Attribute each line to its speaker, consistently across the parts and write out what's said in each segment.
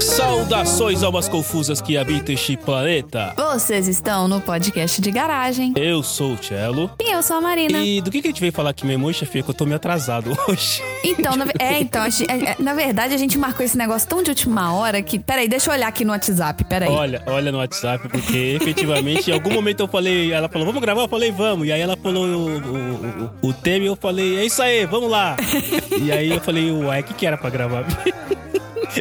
Speaker 1: Saudações almas confusas que habitam este planeta.
Speaker 2: Vocês estão no podcast de garagem.
Speaker 1: Eu sou o Cello.
Speaker 2: E eu sou a Marina.
Speaker 1: E do que, que a gente veio falar aqui mesmo hoje, chefia? Que eu tô meio atrasado hoje.
Speaker 2: Então, na, ve- é, então, a gente- é, é, na verdade, a gente marcou esse negócio tão de última hora que. Peraí, deixa eu olhar aqui no WhatsApp, peraí.
Speaker 1: Olha, olha no WhatsApp, porque efetivamente em algum momento eu falei, ela falou, vamos gravar? Eu falei, vamos. E aí ela falou o, o, o- o tema e eu falei, é isso aí, vamos lá. E aí eu falei, uai, o que, que era pra gravar?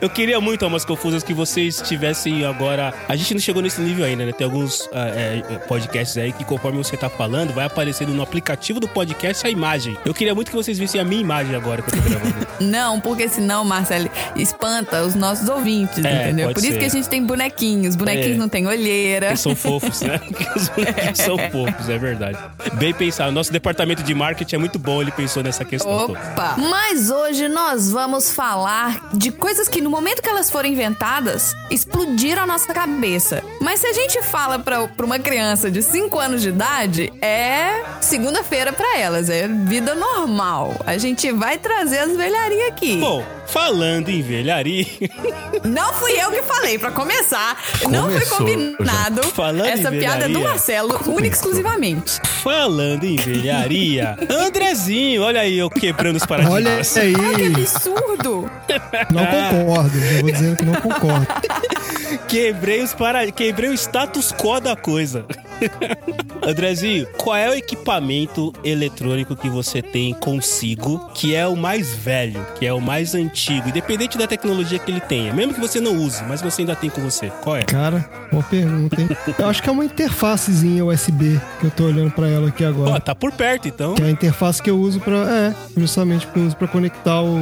Speaker 1: Eu queria muito, Almas Confusas, que vocês tivessem agora. A gente não chegou nesse nível ainda, né? Tem alguns ah, é, podcasts aí que, conforme você tá falando, vai aparecendo no aplicativo do podcast a imagem. Eu queria muito que vocês vissem a minha imagem agora que eu tô gravando.
Speaker 2: Não, porque senão, Marcelo, espanta os nossos ouvintes,
Speaker 1: É,
Speaker 2: entendeu?
Speaker 1: pode
Speaker 2: Por isso
Speaker 1: ser.
Speaker 2: que a gente tem bonequinhos. Bonequinhos
Speaker 1: É.
Speaker 2: não tem olheira.
Speaker 1: Eles são fofos, né? Os bonequinhos são fofos, é verdade. Bem pensado. Nosso departamento de marketing é muito bom, ele pensou nessa questão. toda.
Speaker 2: Opa! Mas hoje nós vamos falar de coisas que no momento que elas foram inventadas, explodiram a nossa cabeça. Mas se a gente fala pra, pra uma criança de 5 anos de idade, é segunda-feira pra elas, é vida normal. A gente vai trazer as velharias aqui.
Speaker 1: Bom, falando em velharia,
Speaker 2: Não fui eu que falei, pra começar. não foi
Speaker 3: Começou,
Speaker 2: combinado
Speaker 1: Falando em
Speaker 2: essa piada do
Speaker 1: velharia.
Speaker 2: Marcelo, única e exclusivamente.
Speaker 1: falando em velharia, Andrezinho, olha aí eu quebrando os
Speaker 3: Olha
Speaker 1: paradigmas.
Speaker 3: isso aí,
Speaker 2: Olha que absurdo!
Speaker 3: não concordo. Eu vou dizendo que não concordo.
Speaker 1: Quebrei os para... Quebrei o status quo da coisa. Andrezinho, qual é o equipamento eletrônico que você tem consigo que é o mais velho, que é o mais antigo, independente da tecnologia que ele tenha, mesmo que você não use, mas você ainda tem com você? Qual é?
Speaker 3: Cara, boa pergunta, hein? Eu acho que é uma interfacezinha USB que eu tô olhando pra ela aqui
Speaker 1: Ó,
Speaker 3: agora.
Speaker 1: tá por perto então.
Speaker 3: Que é a interface que eu uso pra. É, justamente que eu uso pra conectar o,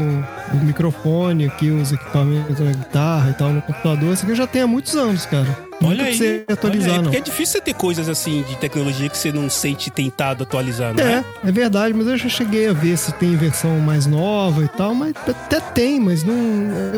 Speaker 3: o microfone aqui, os equipamentos, a guitarra e tal, no computador. Essa aqui eu já tenho há muitos anos, cara. Não
Speaker 1: Olha
Speaker 3: tem
Speaker 1: aí,
Speaker 3: que você atualizar,
Speaker 1: olha aí,
Speaker 3: não.
Speaker 1: Porque é difícil você ter coisas assim de tecnologia que você não sente tentado atualizar, não é?
Speaker 3: É, é verdade, mas eu já cheguei a ver se tem versão mais nova e tal, mas até tem, mas não.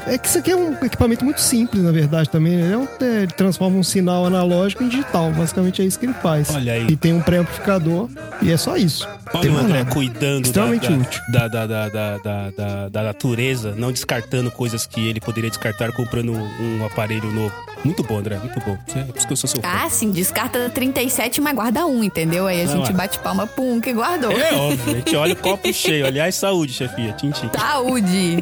Speaker 3: É que isso aqui é um equipamento muito simples, na verdade, também. né? Ele, é um- é, ele transforma um sinal analógico em digital. Basicamente é isso que ele faz.
Speaker 1: Olha aí.
Speaker 3: E tem um pré-amplificador e é só isso.
Speaker 1: Olha
Speaker 3: Tem
Speaker 1: o
Speaker 3: mais
Speaker 1: André
Speaker 3: nada.
Speaker 1: cuidando da,
Speaker 3: Extremamente
Speaker 1: da-
Speaker 3: útil.
Speaker 1: da, da, da, da, da, da- da natureza, não descartando coisas que ele poderia descartar comprando um aparelho novo. Muito bom, André, muito bom. É por isso que eu sou seu fã.
Speaker 2: Ah, sim, descarta 37, mas guarda um, entendeu? Aí a
Speaker 1: Vai
Speaker 2: gente
Speaker 1: lá.
Speaker 2: bate palma pro um que guardou.
Speaker 1: É óbvio, a gente olha o copo cheio. Aliás, saúde, chefia. Tintim.
Speaker 2: Saúde!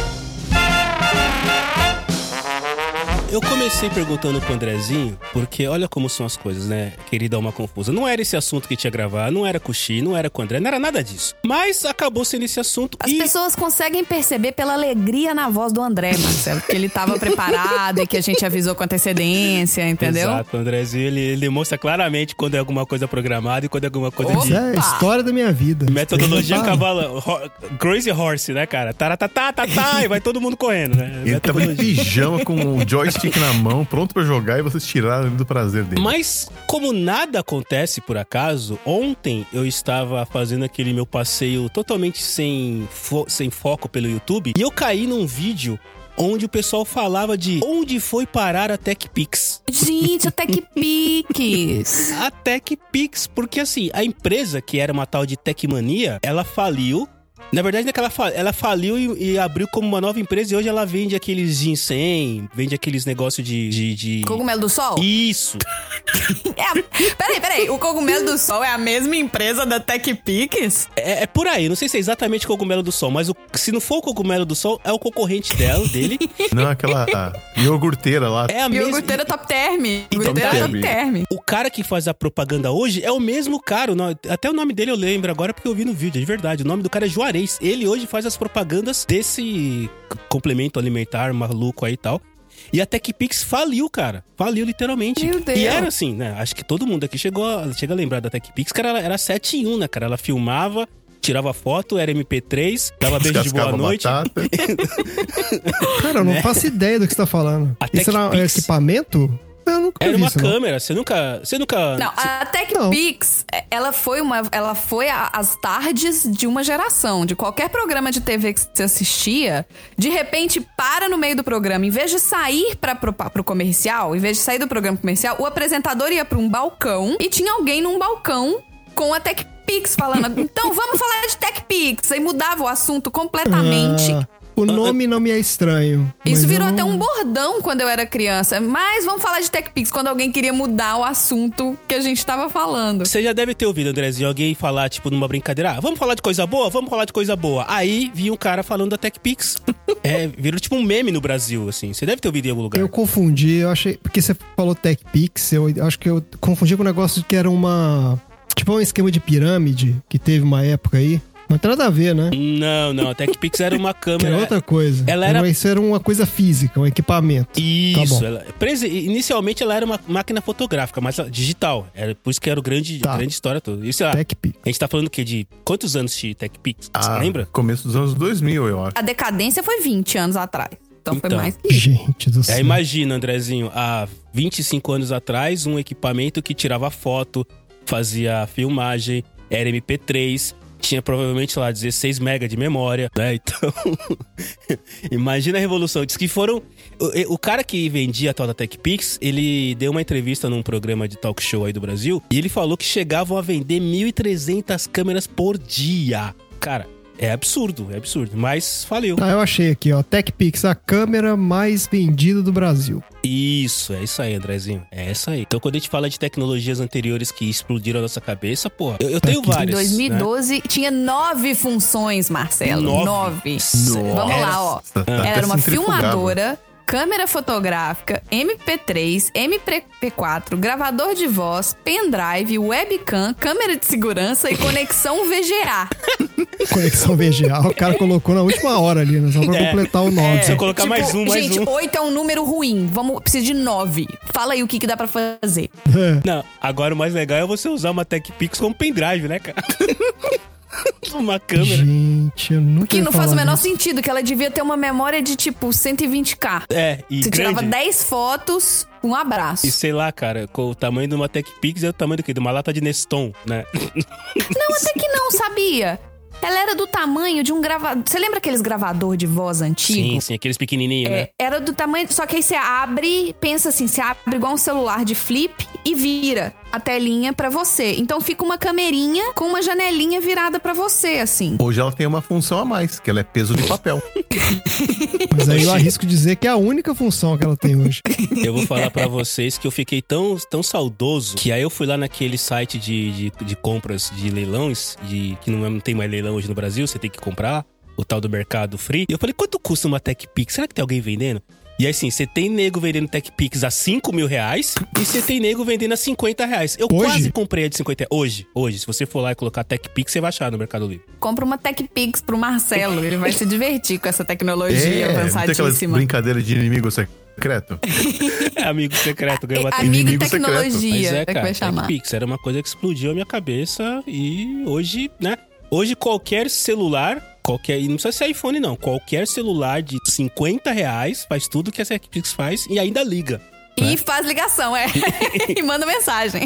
Speaker 1: Eu comecei perguntando pro Andrezinho, porque olha como são as coisas, né? Querida uma confusa. Não era esse assunto que tinha que gravar, não era com o Xi, não era com o André, não era nada disso. Mas acabou sendo esse assunto
Speaker 2: As
Speaker 1: e.
Speaker 2: pessoas conseguem perceber pela alegria na voz do André, Marcelo, que ele tava preparado e que a gente avisou com antecedência, entendeu?
Speaker 1: Exato, o Andrezinho ele, ele demonstra claramente quando é alguma coisa programada e quando é alguma coisa
Speaker 2: Opa!
Speaker 3: Isso
Speaker 1: de.
Speaker 3: é a história da minha vida.
Speaker 1: Metodologia
Speaker 3: Ah,
Speaker 1: cavalo. ho- Crazy Horse, né, cara? Taratatá, tatá, e vai todo mundo correndo, né?
Speaker 4: Ele tava em
Speaker 1: Metodologia.
Speaker 4: pijama com o joystick na mão, pronto pra jogar e vocês tiraram ele do prazer dele.
Speaker 1: Mas, como nada acontece por acaso, ontem eu estava fazendo aquele meu passeio totalmente sem, fo- sem foco pelo YouTube e eu caí num vídeo onde o pessoal falava de onde foi parar a TechPix.
Speaker 2: Gente, até que piques.
Speaker 1: A TechPix, porque assim, a empresa que era uma tal de Tecmania, ela faliu. Na verdade, não é que ela, fa- ela faliu e, e abriu como uma nova empresa e hoje ela vende aqueles ginseng, vende aqueles negócios de. de, de-
Speaker 2: Cogumelo do Sol?
Speaker 1: Isso!
Speaker 2: É a- Peraí, peraí. O Cogumelo do Sol é a mesma empresa da Tech Piques?
Speaker 1: É, é por aí, não sei se é exatamente cogumelo do sol, mas o- se não for o cogumelo do sol, é o concorrente dela, dele.
Speaker 4: Não, aquela a iogurteira lá.
Speaker 1: É Então a
Speaker 2: E o
Speaker 1: mesma.
Speaker 2: Gurteira Top Term. Gurteira
Speaker 4: Term.
Speaker 2: Top Term.
Speaker 1: O cara que faz a propaganda hoje é o mesmo cara. o no- Até o nome dele eu lembro agora porque eu vi no vídeo, de verdade. O nome do cara é Juarez. Ele hoje faz as propagandas desse complemento alimentar maluco aí e tal. E a TechPix faliu, cara. Faliu literalmente.
Speaker 2: Meu Deus.
Speaker 1: E era assim, né? Acho que todo mundo aqui chegou, a- chega a lembrar da TechPix, cara, ela era 7 em 1, né, cara? Ela filmava, tirava foto, era MP3, dava beijo de boa
Speaker 4: descascava
Speaker 1: noite.
Speaker 4: batata.
Speaker 3: Cara, eu não
Speaker 1: Né?
Speaker 3: faço ideia do que você tá falando.
Speaker 1: A
Speaker 3: Isso era um
Speaker 1: TechPix.
Speaker 3: equipamento? Eu nunca
Speaker 1: Era
Speaker 3: vi
Speaker 1: uma
Speaker 3: isso, não.
Speaker 1: câmera, você nunca. Você nunca.
Speaker 2: Não, a
Speaker 3: Não.
Speaker 2: TechPix, é, ela foi uma. Ela foi a- as tardes de uma geração. De qualquer programa de TV que você assistia, de repente para no meio do programa. Em vez de sair pra, pro, pa- pro comercial, em vez de sair do programa comercial, o apresentador ia pra um balcão e tinha alguém num balcão com a TechPix falando. então vamos falar de TechPix. Aí mudava o assunto completamente.
Speaker 3: Ah, o nome não me é estranho. mas
Speaker 2: Isso
Speaker 3: eu
Speaker 2: virou
Speaker 3: não-
Speaker 2: até um bordão quando eu era criança. Mas vamos falar de TechPix quando alguém queria mudar o assunto que a gente tava falando.
Speaker 1: Você já deve ter ouvido, Andrezinho, alguém falar, tipo, numa brincadeira, ah, vamos falar de coisa boa? Vamos falar de coisa boa. Aí vi um cara falando da TechPix. é, virou tipo um meme no Brasil, assim. Você deve ter ouvido em algum lugar.
Speaker 3: Eu confundi, eu achei. Porque você falou TechPix, eu acho que eu confundi com um negócio que era uma. Tipo um esquema de pirâmide que teve uma época aí. Não tem nada a ver, né?
Speaker 1: Não, não, a TechPix era uma
Speaker 3: Que era
Speaker 1: câmera.
Speaker 3: outra coisa.
Speaker 1: ela
Speaker 3: Era-
Speaker 1: era-
Speaker 3: Isso era uma coisa física, um equipamento.
Speaker 1: Isso,
Speaker 3: Tá bom.
Speaker 1: ela- presi- inicialmente ela era uma máquina fotográfica, mas ela- digital. Era por isso que era o grande,
Speaker 3: Tá.
Speaker 1: grande história toda. E sei lá,
Speaker 3: TechPix.
Speaker 1: a gente tá falando o quê? De quantos anos de TechPix? Você
Speaker 4: Ah,
Speaker 1: lembra?
Speaker 4: Começo dos anos 2000, eu acho.
Speaker 2: A decadência foi 20 anos atrás. Então, foi
Speaker 1: Então.
Speaker 2: mais que isso.
Speaker 3: Gente do céu.
Speaker 1: É, imagina, Andrezinho, há 25 anos atrás, um equipamento que tirava foto, fazia filmagem, era MP3, tinha provavelmente lá 16 mega de memória, né? Então, imagina a revolução. Diz que foram. O, o cara que vendia a tal da TechPix, ele deu uma entrevista num programa de talk show aí do Brasil e ele falou que chegavam a vender 1.300 câmeras por dia. Cara, é absurdo, é absurdo, mas faliu.
Speaker 3: Tá, eu achei aqui, ó. TechPix, a câmera mais vendida do Brasil.
Speaker 1: Isso, é isso aí, Andrezinho. É isso aí. Então, quando a gente fala de tecnologias anteriores que explodiram a nossa cabeça, porra, eu, eu tenho
Speaker 3: Tá aqui.
Speaker 1: várias.
Speaker 2: Em
Speaker 1: né?
Speaker 2: 2012 tinha nove funções, Marcelo.
Speaker 1: Nove?
Speaker 2: Nove.
Speaker 1: Nossa.
Speaker 2: Vamos lá, ó.
Speaker 4: Tá- tá até
Speaker 2: Era uma
Speaker 4: centrifugado.
Speaker 2: filmadora, câmera fotográfica, MP3, MP4, gravador de voz, pendrive, webcam, câmera de segurança e conexão VGA.
Speaker 1: Tá
Speaker 3: Conexão VGA, o cara colocou na última hora ali, né? Só pra
Speaker 1: É.
Speaker 3: completar o nome.
Speaker 1: Se eu colocar mais um, mais
Speaker 2: Tipo, gente,
Speaker 1: um.
Speaker 2: oito é um número ruim. Vamos, preciso de nove. Fala aí o que, que dá pra fazer.
Speaker 3: É.
Speaker 1: Não, agora o mais legal é você usar uma TechPix como pendrive, né, cara? uma câmera.
Speaker 3: Gente, eu nunca
Speaker 2: Que
Speaker 3: ia
Speaker 2: não faz o
Speaker 3: falar
Speaker 2: menor
Speaker 3: disso.
Speaker 2: sentido, que ela devia ter uma memória de tipo 120k.
Speaker 1: É, e
Speaker 2: Você
Speaker 1: grande.
Speaker 2: tirava 10 fotos, um abraço.
Speaker 1: E sei lá, cara, com o tamanho de uma TechPix é o tamanho do quê? De uma lata de Neston, né?
Speaker 2: Não, até que não, sabia? Ela era do tamanho de um gravador. Você lembra aqueles gravador de voz
Speaker 1: Sim,
Speaker 2: antigo?
Speaker 1: sim, aqueles pequenininhos, né?
Speaker 2: É, era do tamanho. Só que aí você abre, pensa assim, você abre igual um celular de flip e vira a telinha pra você. Então fica uma camerinha com uma janelinha virada pra você, assim.
Speaker 4: Hoje ela tem uma função a mais, que ela é peso de papel.
Speaker 3: Mas aí eu arrisco dizer que é a única função que ela tem hoje.
Speaker 1: Eu vou falar pra vocês que eu fiquei tão, tão saudoso que aí eu fui lá naquele site de, de, de compras de leilões, de, que não, é- não tem mais leilão hoje no Brasil, você tem que comprar, o tal do Mercado Free. E eu falei, quanto custa uma TechPix? Será que tem alguém vendendo? E aí, assim, você tem nego vendendo TechPix a 5 mil reais e você tem nego vendendo a 50 reais. Eu
Speaker 3: Hoje?
Speaker 1: quase comprei a de 50 reais. Hoje, hoje. Se você for lá e colocar TechPix, você vai achar no Mercado Livre.
Speaker 2: Compra uma TechPix pro Marcelo. Ele vai se divertir com essa tecnologia
Speaker 4: É, não tem aquelas
Speaker 2: avançadíssima.
Speaker 4: brincadeiras de inimigo secreto?
Speaker 1: É amigo secreto, ganhou
Speaker 2: É,
Speaker 1: até
Speaker 2: Amigo
Speaker 4: inimigo secreto.
Speaker 2: tecnologia,
Speaker 1: Mas
Speaker 2: é,
Speaker 1: é,
Speaker 2: que
Speaker 1: cara,
Speaker 2: vai chamar.
Speaker 1: TechPix era uma coisa que explodiu a minha cabeça e hoje, né? Hoje qualquer celular, qualquer, e não precisa ser iPhone não, qualquer celular de 50 reais faz tudo que né? a TechPix faz e ainda liga.
Speaker 2: E faz ligação, é. e manda mensagem.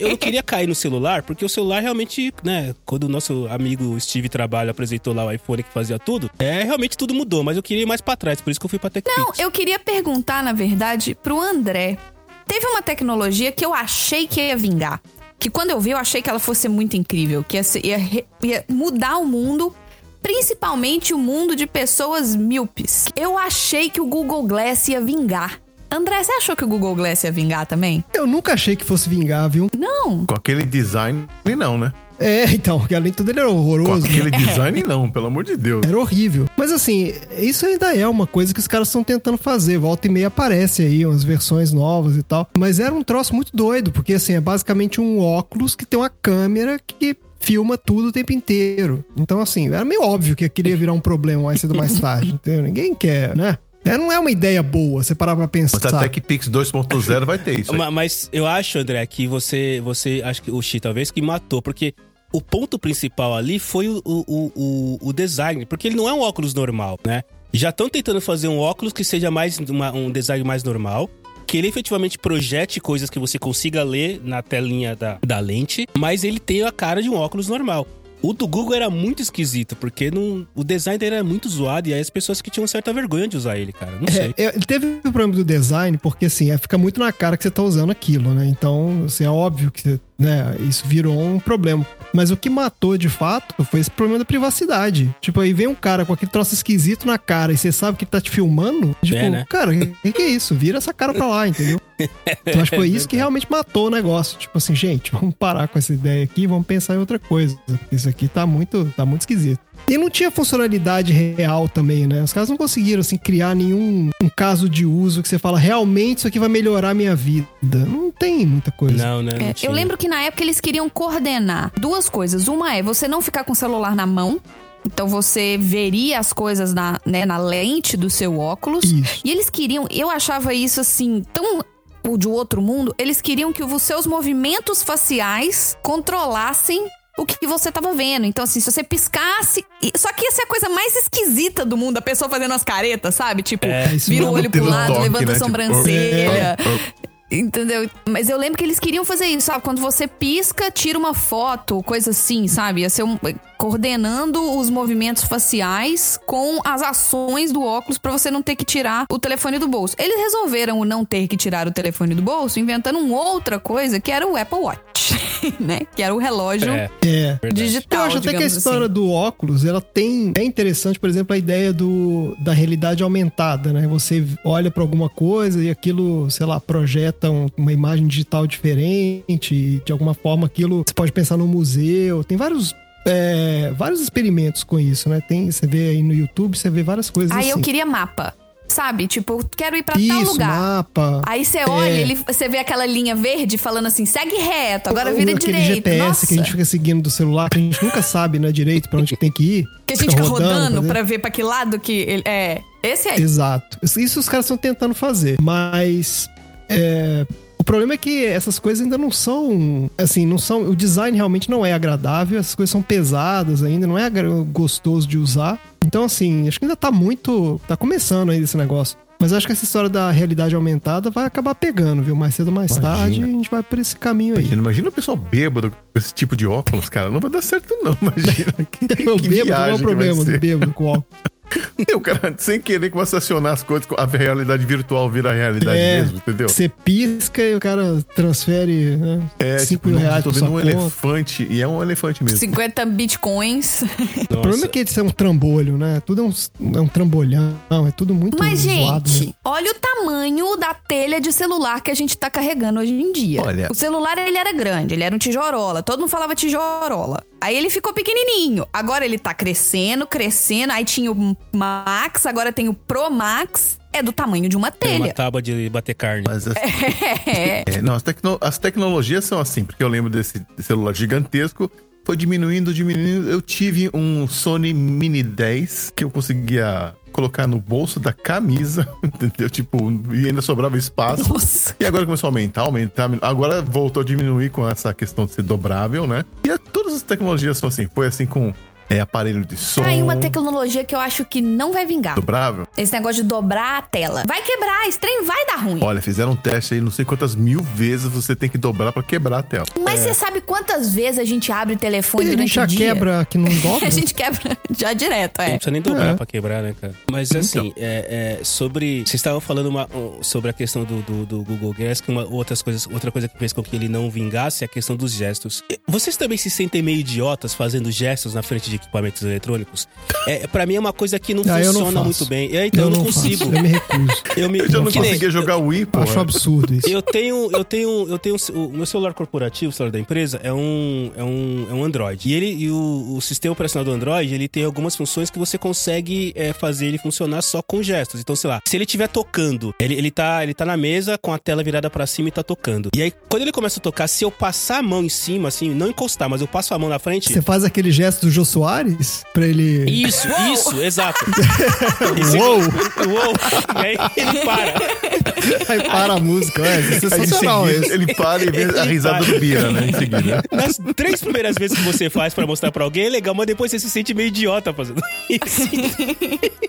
Speaker 1: Eu não queria cair no celular, porque o celular realmente, né? Quando o nosso amigo Steve Trabalho apresentou lá o iPhone que fazia tudo, é realmente tudo mudou, mas eu queria ir mais pra trás, por isso que eu fui pra TechPix.
Speaker 2: Não, eu queria perguntar, na verdade, pro André. Teve uma tecnologia que eu achei que ia vingar. Que quando eu vi, eu achei que ela fosse muito incrível. Que ia, ser- ia re- ia mudar o mundo, principalmente o mundo de pessoas míopes. Eu achei que o Google Glass ia vingar. André, você achou que o Google Glass ia vingar também?
Speaker 3: Eu nunca achei que fosse vingar, viu?
Speaker 2: Não.
Speaker 4: Com aquele design, não, né?
Speaker 3: É, então, porque além de tudo ele era
Speaker 4: Com
Speaker 3: horroroso. né?
Speaker 4: aquele design, não, pelo amor de Deus.
Speaker 3: Era horrível. Mas assim, isso ainda é uma coisa que os caras estão tentando fazer. Volta e meia aparece aí umas versões novas e tal. Mas era um troço muito doido, porque assim, é basicamente um óculos que tem uma câmera que filma tudo o tempo inteiro. Então assim, era meio óbvio que queria virar um problema mais cedo ou mais tarde, entendeu? Ninguém quer, né? É, não é uma ideia boa, você parar pra pensar.
Speaker 4: Mas a TechPix 2.0 vai ter isso. aí.
Speaker 1: Ma- Mas eu acho, André, que você, você acho que o Xi talvez que matou, porque o ponto principal ali foi o, o, o, o- o design, porque ele não é um óculos normal, né? Já estão tentando fazer um óculos que seja mais uma- um design mais normal. Que ele efetivamente projete coisas que você consiga ler na telinha da, da lente, mas ele tem a cara de um óculos normal. O do Google era muito esquisito, porque não, o design dele era muito zoado, e aí as pessoas que tinham certa vergonha de usar ele, cara. Não sei.
Speaker 3: É, é, ele teve o problema do design, porque assim, é, fica muito na cara que você tá usando aquilo, né? Então, assim, é óbvio que você- né, isso virou um problema. Mas o que matou de fato foi esse problema da privacidade. Tipo, aí vem um cara com aquele troço esquisito na cara e você sabe que ele tá te filmando. Tipo,
Speaker 1: É, né?
Speaker 3: cara, o que, que é isso? Vira essa cara pra lá, entendeu? Então, acho que foi isso que realmente matou o negócio. Tipo assim, gente, vamos parar com essa ideia aqui, vamos pensar em outra coisa. Isso aqui tá muito, tá muito esquisito. E não tinha funcionalidade real também, né? Os caras não conseguiram, assim, criar nenhum um caso de uso que você fala, realmente isso aqui vai melhorar a minha vida. Não tem muita coisa.
Speaker 1: Não, né? Não
Speaker 2: É,
Speaker 1: tinha.
Speaker 2: eu lembro que na época eles queriam coordenar duas coisas. Uma é você não ficar com o celular na mão. Então você veria as coisas na, né, na lente do seu óculos.
Speaker 3: Isso.
Speaker 2: E eles queriam, eu achava isso assim, tão o de outro mundo, eles queriam que os seus movimentos faciais controlassem o que você tava vendo. Então, assim, se você piscasse. e- Só que essa é a coisa mais esquisita do mundo, a pessoa fazendo as caretas, sabe? Tipo,
Speaker 3: É, isso
Speaker 2: vira o
Speaker 3: não
Speaker 2: olho pro
Speaker 4: Tendo
Speaker 2: lado,
Speaker 4: toque,
Speaker 2: levanta
Speaker 4: né?
Speaker 2: a
Speaker 4: Tipo,
Speaker 3: é,
Speaker 2: sobrancelha.
Speaker 4: "Oh, oh, oh".
Speaker 2: Entendeu? Mas eu lembro que eles queriam fazer isso, sabe? Quando você pisca, tira uma foto, coisa assim, sabe? Ia ser um, coordenando os movimentos faciais com as ações do óculos pra você não ter que tirar o telefone do bolso. Eles resolveram o não ter que tirar o telefone do bolso inventando uma outra coisa que era o Apple Watch, né? Que era o relógio
Speaker 1: É,
Speaker 3: É.
Speaker 1: verdade.
Speaker 2: digital.
Speaker 3: eu acho até que a
Speaker 2: digamos
Speaker 3: história
Speaker 2: assim.
Speaker 3: do óculos, ela tem. É interessante, por exemplo, a ideia do, da realidade aumentada, né? Você olha pra alguma coisa e aquilo, sei lá, projeta um- uma imagem digital diferente. E de alguma forma aquilo. Você pode pensar num museu. Tem vários. é, vários experimentos com isso, né? Tem, você vê aí no YouTube, você vê várias coisas.
Speaker 2: Aí
Speaker 3: assim.
Speaker 2: eu queria mapa, sabe? Tipo, eu quero ir pra
Speaker 3: Isso,
Speaker 2: tal lugar.
Speaker 3: mapa.
Speaker 2: Aí você olha, ele, você vê aquela linha verde falando assim, segue reto, agora vira
Speaker 3: Aquele
Speaker 2: direito.
Speaker 3: GPS
Speaker 2: Nossa,
Speaker 3: que a gente fica seguindo do celular, que a gente nunca sabe, né, direito pra onde que tem que ir.
Speaker 2: gente fica rodando
Speaker 3: fazendo-
Speaker 2: pra ver pra que lado que ele. É. Esse aí.
Speaker 3: né? Exato. Isso- Isso os caras estão tentando fazer, mas é, o problema é que essas coisas ainda não são, assim, não são, o design realmente não é agradável, essas coisas são pesadas ainda, não é agra- gostoso de usar. Então assim, acho que ainda tá muito, tá começando ainda esse negócio. Mas acho que essa história da realidade aumentada vai acabar pegando, viu? Mais cedo ou mais
Speaker 4: Imagina.
Speaker 3: tarde, a gente vai por esse caminho aí.
Speaker 4: Imagina, é, imagina o pessoal bêbado com esse tipo de óculos, cara. Não vai dar certo, não. Imagina. Que,
Speaker 3: O bêbado, qual é o
Speaker 4: que viagem que vai
Speaker 3: problema do
Speaker 4: ser.
Speaker 3: bêbado com óculos?
Speaker 4: E o cara, sem querer, começa a acionar as coisas, a realidade virtual vira a realidade
Speaker 3: É.
Speaker 4: mesmo, entendeu?
Speaker 3: Você pisca e o cara transfere 5 né,
Speaker 4: É,
Speaker 3: cinco
Speaker 4: tipo,
Speaker 3: mil
Speaker 4: nossa,
Speaker 3: reais
Speaker 4: tô
Speaker 3: pra
Speaker 4: vendo
Speaker 3: sua
Speaker 4: um
Speaker 3: conta.
Speaker 4: elefante, e é um elefante mesmo.
Speaker 2: 50 bitcoins.
Speaker 1: Nossa.
Speaker 3: O problema é que eles são um trambolho, né? Tudo é um, é um trambolhão, é tudo muito
Speaker 2: Mas,
Speaker 3: zoado,
Speaker 2: gente,
Speaker 3: né?
Speaker 2: olha o tamanho da telha de celular que a gente tá carregando hoje em dia.
Speaker 4: Olha.
Speaker 2: O celular, ele era grande, ele era um tijorola. Todo mundo falava tijorola. Aí ele ficou pequenininho. Agora ele tá crescendo, crescendo. Aí tinha o Max, agora tem o Pro Max. É do tamanho de uma
Speaker 1: Tem uma
Speaker 2: telha.
Speaker 1: tábua de bater carne.
Speaker 4: Mas assim, as,
Speaker 2: É.
Speaker 4: é, não, as, tecno- as tecnologias são assim, porque eu lembro desse celular gigantesco, foi diminuindo, diminuindo. Eu tive um Sony Mini 10 que eu conseguia colocar no bolso da camisa, entendeu? Tipo, e ainda sobrava espaço.
Speaker 2: Nossa.
Speaker 4: E agora começou a aumentar, aumentar. aumentar. Agora voltou a diminuir com essa questão de ser dobrável, né? E é- todas as tecnologias são assim. Foi assim com é aparelho de som.
Speaker 2: Tá aí uma tecnologia que eu acho que não vai vingar.
Speaker 4: Dobrável?
Speaker 2: Esse negócio de dobrar a tela. Vai quebrar, esse trem vai dar ruim.
Speaker 4: Olha, fizeram um teste aí, não sei quantas mil vezes você tem que dobrar pra quebrar a tela.
Speaker 2: Mas
Speaker 3: é.
Speaker 2: você sabe quantas vezes a gente abre o telefone
Speaker 3: E a gente
Speaker 2: durante
Speaker 3: já
Speaker 2: o dia?
Speaker 3: quebra que não dobra.
Speaker 2: A gente quebra já direto,
Speaker 1: Não
Speaker 2: é.
Speaker 1: precisa nem dobrar
Speaker 3: É.
Speaker 1: pra quebrar, né, cara? Mas assim, é, é, sobre. Vocês estavam falando uma- um, sobre a questão do, do- do Google Glass, que uma, outras coisas, outra coisa que fez com que ele não vingasse é a questão dos gestos. E Vocês também se sentem meio idiotas fazendo gestos na frente de equipamentos eletrônicos? É, pra mim é uma coisa que não
Speaker 3: Ah, eu não
Speaker 1: funciona
Speaker 3: faço.
Speaker 1: muito bem. É, então, eu, não,
Speaker 3: faço,
Speaker 1: consigo.
Speaker 3: eu me recuso.
Speaker 1: Eu, me,
Speaker 4: Eu já não
Speaker 1: que nem-
Speaker 4: conseguia jogar o Wii, pô. é.
Speaker 3: Acho um absurdo isso.
Speaker 1: eu tenho, eu tenho, eu tenho o meu celular corporativo, o celular da empresa é um, é um, é um Android. E ele e o, o sistema operacional do Android, ele tem algumas funções que você consegue é, fazer ele funcionar só com gestos. Então, sei lá, se ele estiver tocando, ele, ele tá, ele tá na mesa com a tela virada pra cima e tá tocando. E aí, quando ele começa a tocar, se eu passar a mão em cima, assim, não encostar, mas eu passo a mão na frente,
Speaker 3: Você faz aquele gesto do Jô Soares pra ele.
Speaker 1: isso, isso, exato. Uou! Uou! E aí ele para.
Speaker 3: Aí para a música. É, é
Speaker 4: Aí em
Speaker 3: sensacional
Speaker 4: seguida,
Speaker 3: isso.
Speaker 4: ele para e vê a
Speaker 1: Ele
Speaker 4: risada
Speaker 1: para.
Speaker 4: do Bira, né? Em seguida.
Speaker 1: tá. Nas três primeiras vezes que você faz pra mostrar pra alguém é legal, mas depois você se sente meio idiota fazendo isso.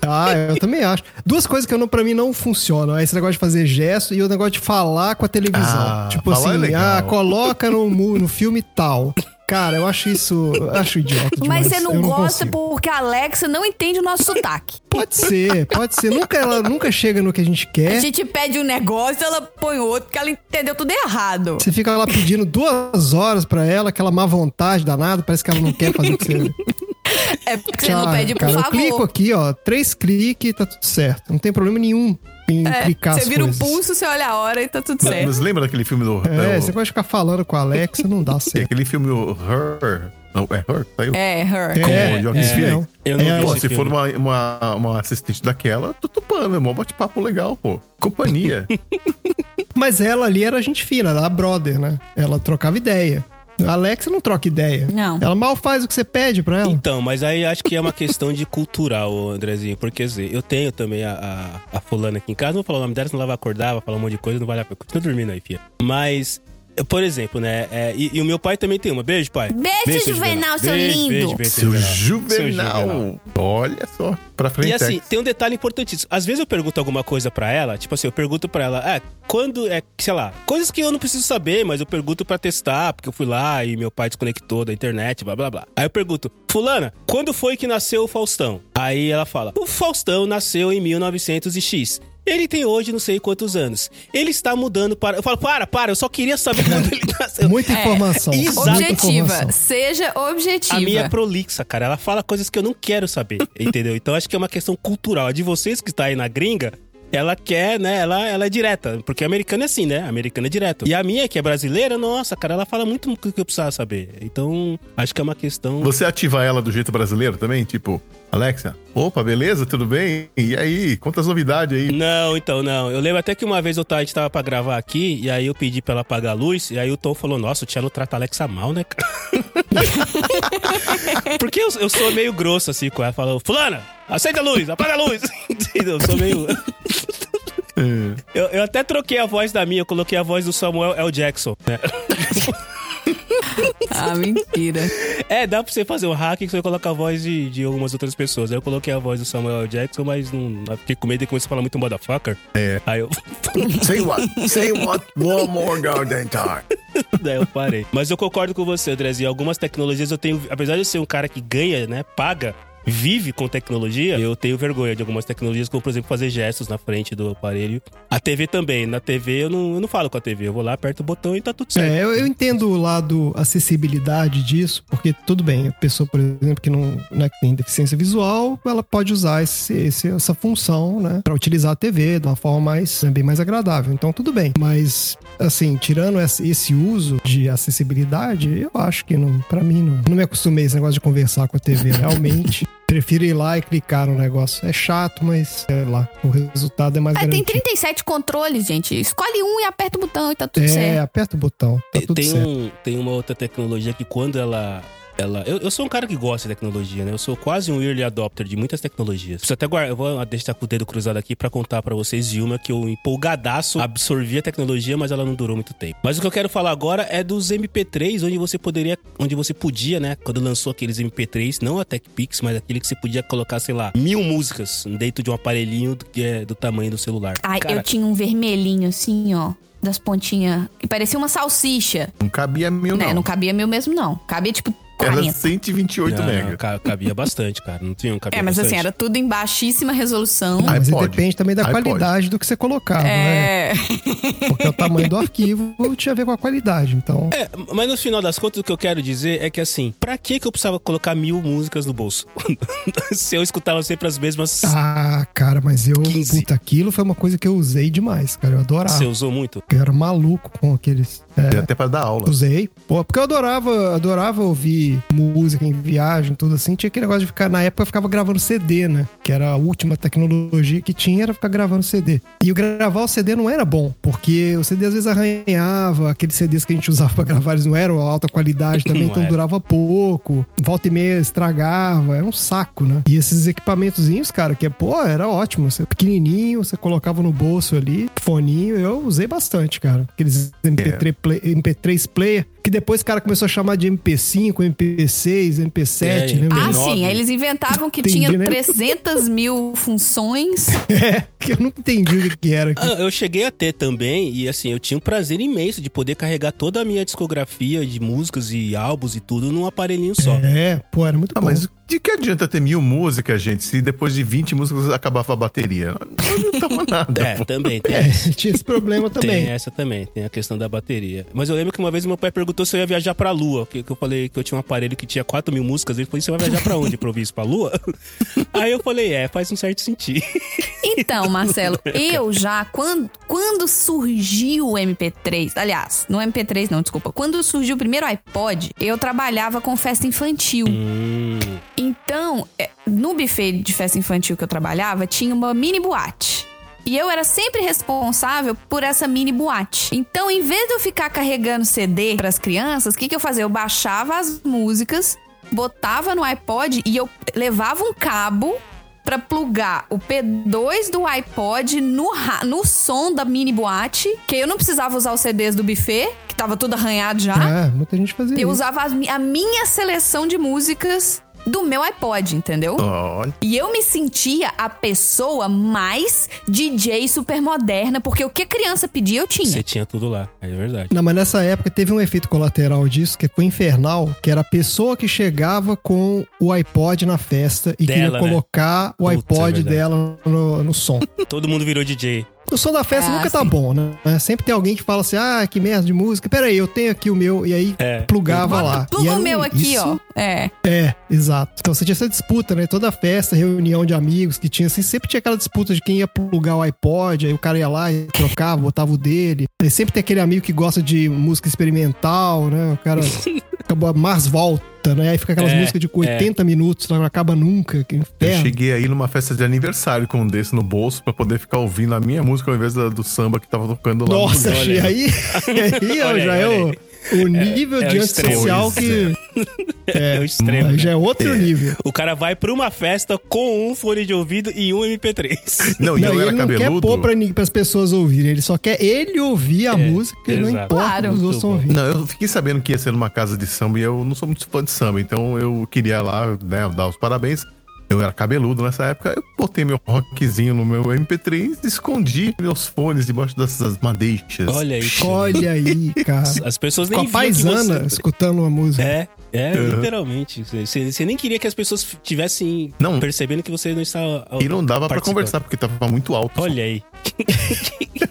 Speaker 3: Ah, eu também acho. Duas coisas que eu não, pra mim não funcionam. É esse negócio de fazer gesto e o negócio de falar com a televisão.
Speaker 4: Ah,
Speaker 3: tipo
Speaker 4: falar é
Speaker 3: assim,
Speaker 4: legal.
Speaker 3: ah, coloca no, mu- no filme tal. Cara, eu acho isso. eu Acho idiota.
Speaker 2: Mas
Speaker 3: Demais.
Speaker 2: você não
Speaker 3: Eu
Speaker 2: gosta
Speaker 3: consigo.
Speaker 2: porque a Alexa não entende o nosso sotaque.
Speaker 3: Pode ser, pode ser. Nunca, ela nunca chega no que a gente quer.
Speaker 2: A gente pede um negócio, ela põe outro, porque ela entendeu tudo errado.
Speaker 3: Você fica lá pedindo duas horas pra ela, aquela má vontade danada, parece que ela não quer fazer o que você. Ah,
Speaker 2: É porque você não pede, por
Speaker 3: cara, Eu
Speaker 2: favor.
Speaker 3: clico aqui, ó, três cliques, tá tudo certo. Não tem problema nenhum em clicar
Speaker 2: É, Você
Speaker 3: as
Speaker 2: vira o
Speaker 3: coisas.
Speaker 2: pulso, você olha a hora e tá tudo
Speaker 4: Mas,
Speaker 2: certo.
Speaker 4: mas lembra daquele filme do.
Speaker 3: É,
Speaker 4: do-
Speaker 3: você pode ficar falando com a Alexa, não dá
Speaker 4: É
Speaker 3: certo.
Speaker 4: aquele filme o Her. Não, é Her? Saiu?
Speaker 2: É, her.
Speaker 4: Com
Speaker 3: É,
Speaker 4: o Joaquin
Speaker 3: é,
Speaker 4: Phoenix.
Speaker 1: Eu não vi
Speaker 4: Pô,
Speaker 1: esse
Speaker 4: se
Speaker 1: filme.
Speaker 4: for uma, uma, uma assistente daquela, tô topando, é mó bate-papo legal, pô. Companhia.
Speaker 3: Mas ela ali era gente fina, ela era brother, né? Ela trocava ideia. A Alexa não troca ideia.
Speaker 2: Não.
Speaker 3: Ela mal faz o que você pede pra ela.
Speaker 1: Então, mas aí acho que é uma questão de cultural, Andrezinho. Porque assim, eu tenho também a, a, a fulana aqui em casa, não vou falar o nome dela, senão ela vai acordar, vai falar um monte de coisa, não vale a pena. Continua dormindo aí, filha. Mas, eu, por exemplo, né? é, e, e o meu pai também tem uma. Beijo, pai.
Speaker 2: Beijo, Juvenal, seu
Speaker 1: Beijo,
Speaker 2: lindo.
Speaker 1: Beijo, beijo,
Speaker 4: Seu
Speaker 1: Seu
Speaker 4: Juvenal. Olha só, pra frente.
Speaker 1: E assim, tem um detalhe importantíssimo. Às vezes eu pergunto alguma coisa pra ela, tipo assim, eu pergunto pra ela, é, quando é, sei lá, coisas que eu não preciso saber, mas eu pergunto pra testar, porque eu fui lá e meu pai desconectou da internet, blá blá blá. Aí eu pergunto, fulana, quando foi que nasceu o Faustão? Aí ela fala, o Faustão nasceu em 1900 e X. Ele tem hoje não sei quantos anos. Ele está mudando para. Eu falo, para, para, eu só queria saber quando ele nasceu.
Speaker 3: Muita informação.
Speaker 1: exato.
Speaker 3: Muita informação.
Speaker 2: é, Objetiva. Seja objetiva.
Speaker 1: A minha é prolixa, cara. Ela fala coisas que eu não quero saber, entendeu? Então acho que é uma questão cultural. A de vocês que está aí na gringa, ela quer, né? Ela, ela é direta. Porque americana é assim, né? Americana é direto. E a minha, que é brasileira, nossa, cara, ela fala muito o que eu precisava saber. Então acho que é uma questão.
Speaker 4: Você ativa ela do jeito brasileiro também? Tipo, Alexa, opa, beleza? Tudo bem? E aí? Quantas novidades aí?
Speaker 1: Não, então não. Eu lembro até que uma vez eu tava, a gente tava pra gravar aqui, e aí eu pedi pra ela apagar a luz, e aí o Tom falou: Nossa, o Tchelo trata a Alexa mal, né, cara? Porque eu, eu sou meio grosso assim com ela. Falou: Fulana, aceita a luz, apaga a luz. Entendeu? Eu sou meio. É. Eu, eu até troquei a voz da minha, eu coloquei a voz do Samuel L. Jackson. né?
Speaker 2: Ah, mentira.
Speaker 1: É, dá pra você fazer um hack que você coloca a voz de, de algumas outras pessoas. Aí eu coloquei a voz do Samuel L. Jackson, mas não. eu Fiquei com medo e começou a falar muito motherfucker. É. Aí eu.
Speaker 4: Say what? Say what? One more golden time.
Speaker 1: Daí eu parei. Mas eu concordo com você, Andrezinho. Algumas tecnologias eu tenho. Apesar de eu ser um cara que ganha, né? Paga, vive com tecnologia, eu tenho vergonha de algumas tecnologias, como, por exemplo, fazer gestos na frente do aparelho. A TV também. Na TV eu não, eu não falo com a TV. Eu vou lá, aperto o botão e tá tudo certo.
Speaker 3: É, eu, eu entendo o lado acessibilidade disso, porque tudo bem, a pessoa, por exemplo, que não né, que tem deficiência visual, ela pode usar esse, esse- essa função, né, para utilizar a TV de uma forma mais, né, bem mais agradável. Então, tudo bem. Mas, assim, tirando esse esse uso de acessibilidade, eu acho que não, para mim, não, não me acostumei a esse negócio de conversar com a TV, realmente. Prefiro ir lá e clicar no negócio. É chato, mas sei lá, o resultado é mais
Speaker 2: Ah, tem
Speaker 3: garantido.
Speaker 2: 37 controles, gente. Escolhe um e aperta o botão e tá tudo
Speaker 3: é,
Speaker 2: certo.
Speaker 3: aperta o botão. Tá tudo
Speaker 1: tem,
Speaker 3: certo.
Speaker 1: um, tem uma outra tecnologia que quando ela. Ela, eu, eu sou um cara que gosta de tecnologia, né? Eu sou quase um early adopter de muitas tecnologias. Preciso até guardar, eu vou deixar com o dedo cruzado aqui pra contar pra vocês de uma que eu empolgadaço absorvi a tecnologia, mas ela não durou muito tempo. Mas o que eu quero falar agora é dos MP3, onde você poderia, onde você podia, né? Quando lançou aqueles MP3, não a TechPix, mas aquele que você podia colocar, sei lá, mil músicas dentro de um aparelhinho do, que é do tamanho do celular.
Speaker 2: Ai, eu tinha um vermelhinho assim, ó. Das pontinhas. Que parecia uma salsicha.
Speaker 4: Não cabia mil,
Speaker 2: Né?
Speaker 4: não.
Speaker 2: Não cabia meu mesmo, não. Cabia tipo
Speaker 4: Era
Speaker 2: 40.
Speaker 4: 128
Speaker 1: Não,
Speaker 4: mega.
Speaker 1: ca- cabia bastante, cara. Não tinha um cabia
Speaker 2: É, mas assim,
Speaker 1: bastante.
Speaker 2: era tudo em baixíssima resolução.
Speaker 4: Ai,
Speaker 3: Mas aí
Speaker 4: iPod.
Speaker 3: depende também da
Speaker 4: iPod.
Speaker 3: qualidade do que você colocava, né?
Speaker 2: Hum. É.
Speaker 3: Porque o tamanho do arquivo tinha a ver com a qualidade, então...
Speaker 1: É, mas no final das contas, o que eu quero dizer é que assim, pra que que eu precisava colocar mil músicas no bolso? Se eu escutava sempre as mesmas.
Speaker 3: Ah, cara, mas eu...
Speaker 1: 15.
Speaker 3: Puta, aquilo foi uma coisa que eu usei demais, cara. Eu adorava.
Speaker 1: Você usou muito?
Speaker 3: Eu era maluco com aqueles... é,
Speaker 4: Deu até pra dar aula.
Speaker 3: Usei. Pô, porque eu adorava, adorava ouvir música em viagem, tudo assim. Tinha aquele negócio de ficar, na época eu ficava gravando CD, né? Que era a última tecnologia que tinha, era ficar gravando CD. E o gravar o CD não era bom, porque o CD às vezes arranhava, aqueles CDs que a gente usava pra gravar, eles não eram alta qualidade também,
Speaker 1: Não
Speaker 3: então
Speaker 1: era.
Speaker 3: durava pouco. Volta e meia estragava, era um saco, né? E esses equipamentozinhos, cara, que é, pô, era ótimo. Você é pequenininho, você colocava no bolso ali, foninho, eu usei bastante, cara. Aqueles MP3,
Speaker 4: É.
Speaker 3: play- MP3 player, que depois o cara começou a chamar de MP5, MP6, MP7,
Speaker 1: É,
Speaker 3: né?
Speaker 1: ah,
Speaker 3: meu?
Speaker 2: Ah,
Speaker 1: Nove.
Speaker 2: sim. Aí eles inventavam que
Speaker 3: Entendi,
Speaker 2: tinha
Speaker 3: né?
Speaker 2: 300 mil funções.
Speaker 3: É, que eu não entendi o que que era.
Speaker 1: Ah, eu cheguei a ter também, e assim, eu tinha um prazer imenso de poder carregar toda a minha discografia de músicas e álbuns e tudo num aparelhinho só.
Speaker 3: É, pô, era muito
Speaker 4: Ah,
Speaker 3: bom.
Speaker 4: mas de que adianta ter mil músicas, gente, se depois de 20 músicas acabava a bateria? Não adiantava nada.
Speaker 1: É,
Speaker 4: pô.
Speaker 1: também, tem,
Speaker 3: É, tinha esse problema
Speaker 1: tem é.
Speaker 3: também.
Speaker 1: essa também, tem a questão da bateria. Mas eu lembro que uma vez meu pai perguntou se eu ia viajar pra Lua, que, que eu falei que eu tinha um aparelho que tinha 4 mil músicas, ele falou, você vai viajar pra onde, pra ouvir isso, pra Lua? Aí eu falei, é, faz um certo sentido.
Speaker 2: Então, Marcelo, eu já, quando, quando surgiu o MP3, aliás, não é MP3 não, desculpa, quando surgiu o primeiro iPod, eu trabalhava com festa infantil.
Speaker 1: Hum,
Speaker 2: Então, é, no buffet de festa infantil que eu trabalhava, tinha uma mini boate. E eu era sempre responsável por essa mini boate. Então, em vez de eu ficar carregando CD pras crianças, o que, que eu fazia? Eu baixava as músicas, botava no iPod e eu levava um cabo pra plugar o P2 do iPod no, ra- no som da mini boate, que eu não precisava usar os CDs do buffet, que tava tudo arranhado já.
Speaker 3: Ah, muita gente fazia
Speaker 2: Eu
Speaker 3: isso.
Speaker 2: usava as mi- a minha seleção de músicas do meu iPod, entendeu?
Speaker 4: Olha,
Speaker 2: E eu me sentia a pessoa mais DJ super moderna, porque o que a criança pedia eu tinha.
Speaker 1: você tinha tudo lá, é verdade.
Speaker 3: Não, mas nessa época teve um efeito colateral disso, que foi infernal, que era a pessoa que chegava com o iPod na festa e
Speaker 1: Dela,
Speaker 3: queria
Speaker 1: né?
Speaker 3: colocar o
Speaker 1: Putz, é
Speaker 3: iPod
Speaker 1: verdade.
Speaker 3: dela no, no som.
Speaker 1: Todo mundo virou DJ.
Speaker 3: O som da festa
Speaker 2: Ah,
Speaker 3: nunca tá
Speaker 2: sim.
Speaker 3: bom, né? Mas Sempre tem alguém que fala assim, ah, que merda de música. Pera aí, eu tenho aqui o meu. E aí
Speaker 1: É.
Speaker 3: plugava lá. E
Speaker 2: Pluga
Speaker 3: era
Speaker 2: o
Speaker 3: um-
Speaker 2: meu aqui,
Speaker 3: isso-
Speaker 2: ó. É.
Speaker 3: É, exato. Então você tinha essa disputa, né? Toda festa, reunião de amigos que tinha, assim, sempre tinha aquela disputa de quem ia plugar o iPod, aí o cara ia lá e trocava, botava o dele. Aí sempre tem aquele amigo que gosta de música experimental, né? O cara acabou Mars volta, né? Aí fica aquelas
Speaker 1: É,
Speaker 3: músicas de 80 minutos, não acaba nunca, que
Speaker 4: eu
Speaker 3: inferno.
Speaker 4: cheguei aí numa festa de aniversário com um desse no bolso pra poder ficar ouvindo a minha música ao invés da- do samba que tava tocando lá.
Speaker 3: Nossa,
Speaker 4: no...
Speaker 1: Olha
Speaker 3: Xi, aí, aí ó,
Speaker 1: Olha
Speaker 3: já
Speaker 1: aí,
Speaker 3: é
Speaker 1: olha
Speaker 3: o,
Speaker 1: aí.
Speaker 3: o nível
Speaker 1: é
Speaker 3: de
Speaker 1: o extremo,
Speaker 3: antissocial
Speaker 4: isso,
Speaker 3: que
Speaker 1: É, o extremo.
Speaker 3: aí
Speaker 1: né?
Speaker 3: já é outro nível.
Speaker 1: O cara vai pra uma festa com um fone de ouvido e um MP3.
Speaker 4: Não, e
Speaker 3: Não,
Speaker 4: eu
Speaker 3: ele
Speaker 4: era
Speaker 3: não quer
Speaker 4: cabeludo.
Speaker 3: pôr pra, ni- pras pessoas ouvirem, ele só quer ele ouvir a música e não
Speaker 1: exato.
Speaker 3: importa
Speaker 2: Claro.
Speaker 3: que os outros estão
Speaker 1: Muito
Speaker 3: ouvindo.
Speaker 4: Não, eu fiquei sabendo que ia ser numa casa de samba e eu não sou muito fã de samba, então eu queria lá, né, dar os parabéns. Eu era cabeludo nessa época, eu botei meu rockzinho no meu MP3 e escondi meus fones debaixo dessas madeixas.
Speaker 1: Olha isso.
Speaker 3: Olha aí, cara.
Speaker 1: As pessoas nem
Speaker 3: Com a
Speaker 1: viam que
Speaker 3: paisana
Speaker 1: você-
Speaker 3: escutando uma música.
Speaker 1: É, é, literalmente. Você você nem queria que as pessoas f- tivessem
Speaker 4: Não.
Speaker 1: percebendo que você não estava.
Speaker 4: E não dava pra
Speaker 1: participando.
Speaker 4: conversar, porque tava muito alto.
Speaker 1: Olha aí.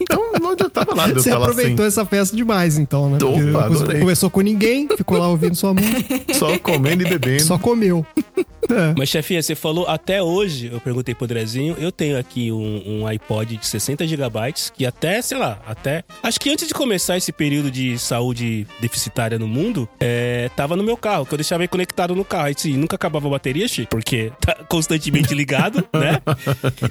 Speaker 4: Então não adiantava nada eu
Speaker 3: Você
Speaker 4: tava assim,
Speaker 3: aproveitou essa festa demais, então, né?
Speaker 4: Opa,
Speaker 3: Porque não cons-
Speaker 4: adorei.
Speaker 3: conversou com ninguém, ficou lá ouvindo sua música,
Speaker 4: só comendo e bebendo.
Speaker 3: só comeu. É.
Speaker 1: Mas, chefinha, você falou até hoje, eu perguntei pro Drezinho, eu tenho aqui um, um iPod de 60 GB que até, sei lá, até. Acho que antes de começar esse período de saúde deficitária no mundo, é, tava no meu carro, que eu deixava ele conectado no carro. Aí assim, nunca acabava a bateria, Chi, porque tá constantemente ligado, né?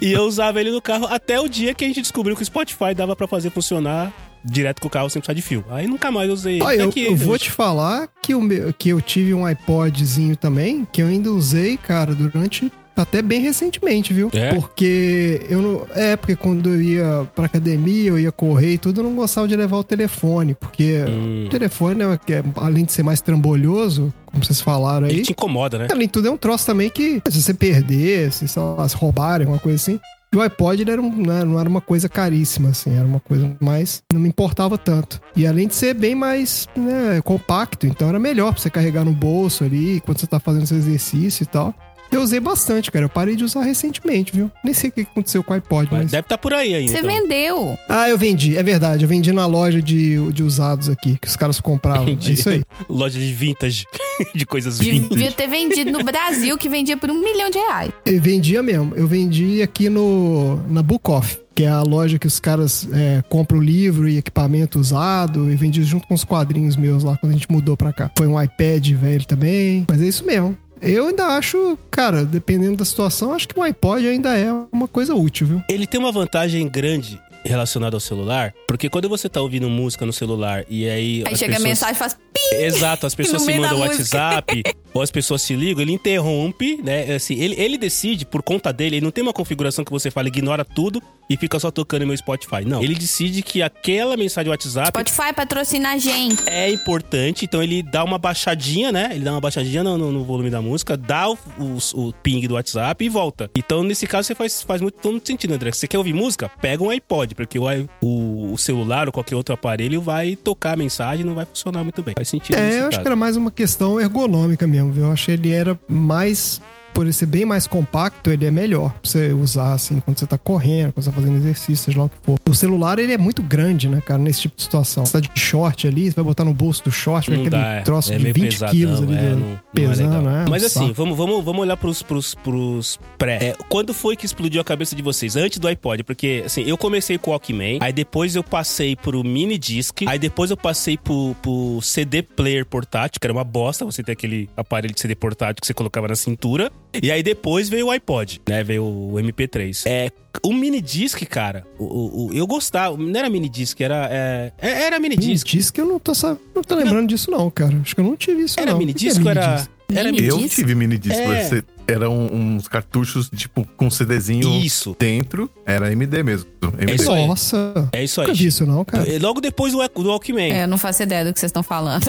Speaker 1: E eu usava ele no carro até o dia que a gente descobriu que o Spotify dava pra fazer funcionar direto com o carro sem precisar de fio. Aí nunca mais usei.
Speaker 3: Ó,
Speaker 1: Até
Speaker 3: eu,
Speaker 1: que-
Speaker 3: eu vou te falar que, o meu- que eu tive um iPodzinho também, que eu ainda usei, cara, durante. Até bem recentemente, viu?
Speaker 1: É?
Speaker 3: Porque eu não. É, porque quando eu ia pra academia, eu ia correr e tudo, eu não gostava de levar o telefone. Porque
Speaker 1: Hum.
Speaker 3: o telefone, né, que é- além de ser mais trambolhoso, como vocês falaram aí.
Speaker 1: Ele te incomoda, né?
Speaker 3: Além de tudo, é um troço também que se você perder, se, sei lá, se roubarem, alguma coisa assim. E o iPod ele era um, né, não era uma coisa caríssima, assim, era uma coisa mais. não me importava tanto. E além de ser bem mais né, compacto, então era melhor pra você carregar no bolso ali, quando você tá fazendo seu exercício e tal. Eu usei bastante, cara. Eu parei de usar recentemente, viu? Nem sei o que aconteceu com o iPod,
Speaker 1: Mas
Speaker 3: mas.
Speaker 1: deve estar por aí ainda.
Speaker 2: Você
Speaker 1: então.
Speaker 2: vendeu.
Speaker 3: Ah, eu vendi, é verdade. Eu vendi na loja de, de usados aqui, que os caras compravam. É
Speaker 1: Entendi.
Speaker 3: isso aí.
Speaker 1: Loja de vintage, de coisas vintage.
Speaker 2: Devia ter vendido no Brasil, que vendia por um milhão de reais.
Speaker 3: Eu vendia mesmo. Eu vendi aqui no na Book Off, que é a loja que os caras é, compram livro e equipamento usado. E vendi junto com os quadrinhos meus lá quando a gente mudou pra cá. Foi um iPad velho também. Mas é isso mesmo. Eu ainda acho, cara, dependendo da situação, acho que o iPod ainda é uma coisa útil, viu?
Speaker 1: Ele tem uma vantagem grande relacionada ao celular, porque quando você tá ouvindo música no celular e aí.
Speaker 2: Aí
Speaker 1: as
Speaker 2: chega a
Speaker 1: pessoas-
Speaker 2: mensagem e assim, faz. pi.
Speaker 1: Exato, as pessoas se
Speaker 2: No meio da
Speaker 1: mandam
Speaker 2: música.
Speaker 1: WhatsApp, ou as pessoas se ligam, ele interrompe, né? Assim, ele, ele decide por conta dele, ele não tem uma configuração que você fala, ignora tudo e fica só tocando meu Spotify. Não. Ele decide que aquela mensagem WhatsApp
Speaker 2: Spotify patrocina a gente.
Speaker 1: é importante, então ele dá uma baixadinha, né? Ele dá uma baixadinha no, no- no volume da música, dá o, o- o ping do WhatsApp e volta. Então, nesse caso, você faz, faz muito, todo sentido, né, André. Se você quer ouvir música, pega um iPod, porque o, i- o- o celular ou qualquer outro aparelho vai tocar a mensagem e não vai funcionar muito bem. Faz sentido nesse
Speaker 3: É, eu acho
Speaker 1: caso.
Speaker 3: que era mais uma questão ergonômica mesmo, viu? Eu achei ele era mais. Por ele ser bem mais compacto, ele é melhor pra você usar, assim, quando você tá correndo, quando você tá fazendo exercício, seja lá o que for. O celular, ele é muito grande, né, cara, nesse tipo de situação. Você tá de short ali, você vai botar no bolso do short, vai
Speaker 1: Não
Speaker 3: aquele
Speaker 1: dá, é.
Speaker 3: troço
Speaker 1: É
Speaker 3: de
Speaker 1: meio
Speaker 3: 20
Speaker 1: pesadão,
Speaker 3: quilos ali,
Speaker 1: é,
Speaker 3: do-
Speaker 1: não- não é
Speaker 3: pesando,
Speaker 1: legal.
Speaker 3: né?
Speaker 1: Mas
Speaker 3: Um
Speaker 1: assim,
Speaker 3: saco.
Speaker 1: vamos, vamos, vamos olhar pros, pros, pros pré. É, quando foi que explodiu a cabeça de vocês? Antes do iPod, porque assim, eu comecei com o Walkman, aí depois eu passei pro mini disc, aí depois eu passei pro, pro CD player portátil, que era uma bosta, você ter aquele aparelho de CD portátil que você colocava na cintura, e aí depois veio o iPod, né? Veio o MP3. É, o mini disc, cara, o, o- o- eu gostava, não era mini disc, era é, é- era mini
Speaker 3: Mini
Speaker 1: disc.
Speaker 3: disc, eu não tô, sab- não tô lembrando disso não, cara. Acho que eu não tive isso
Speaker 1: Era
Speaker 3: não.
Speaker 1: mini
Speaker 3: O que que é
Speaker 1: disc, ou era era
Speaker 2: Mini
Speaker 1: mini
Speaker 4: Eu
Speaker 2: disco?
Speaker 4: tive mini disco.
Speaker 1: É.
Speaker 4: você- Eram uns cartuchos, tipo, com CDzinho
Speaker 1: Isso. É
Speaker 4: dentro. Era MD mesmo. MD.
Speaker 1: isso aí.
Speaker 3: Nossa,
Speaker 1: É isso aí.
Speaker 3: nunca vi isso não, cara.
Speaker 1: É, Logo depois do, do Walkman.
Speaker 2: É, eu não faço ideia do que vocês estão falando.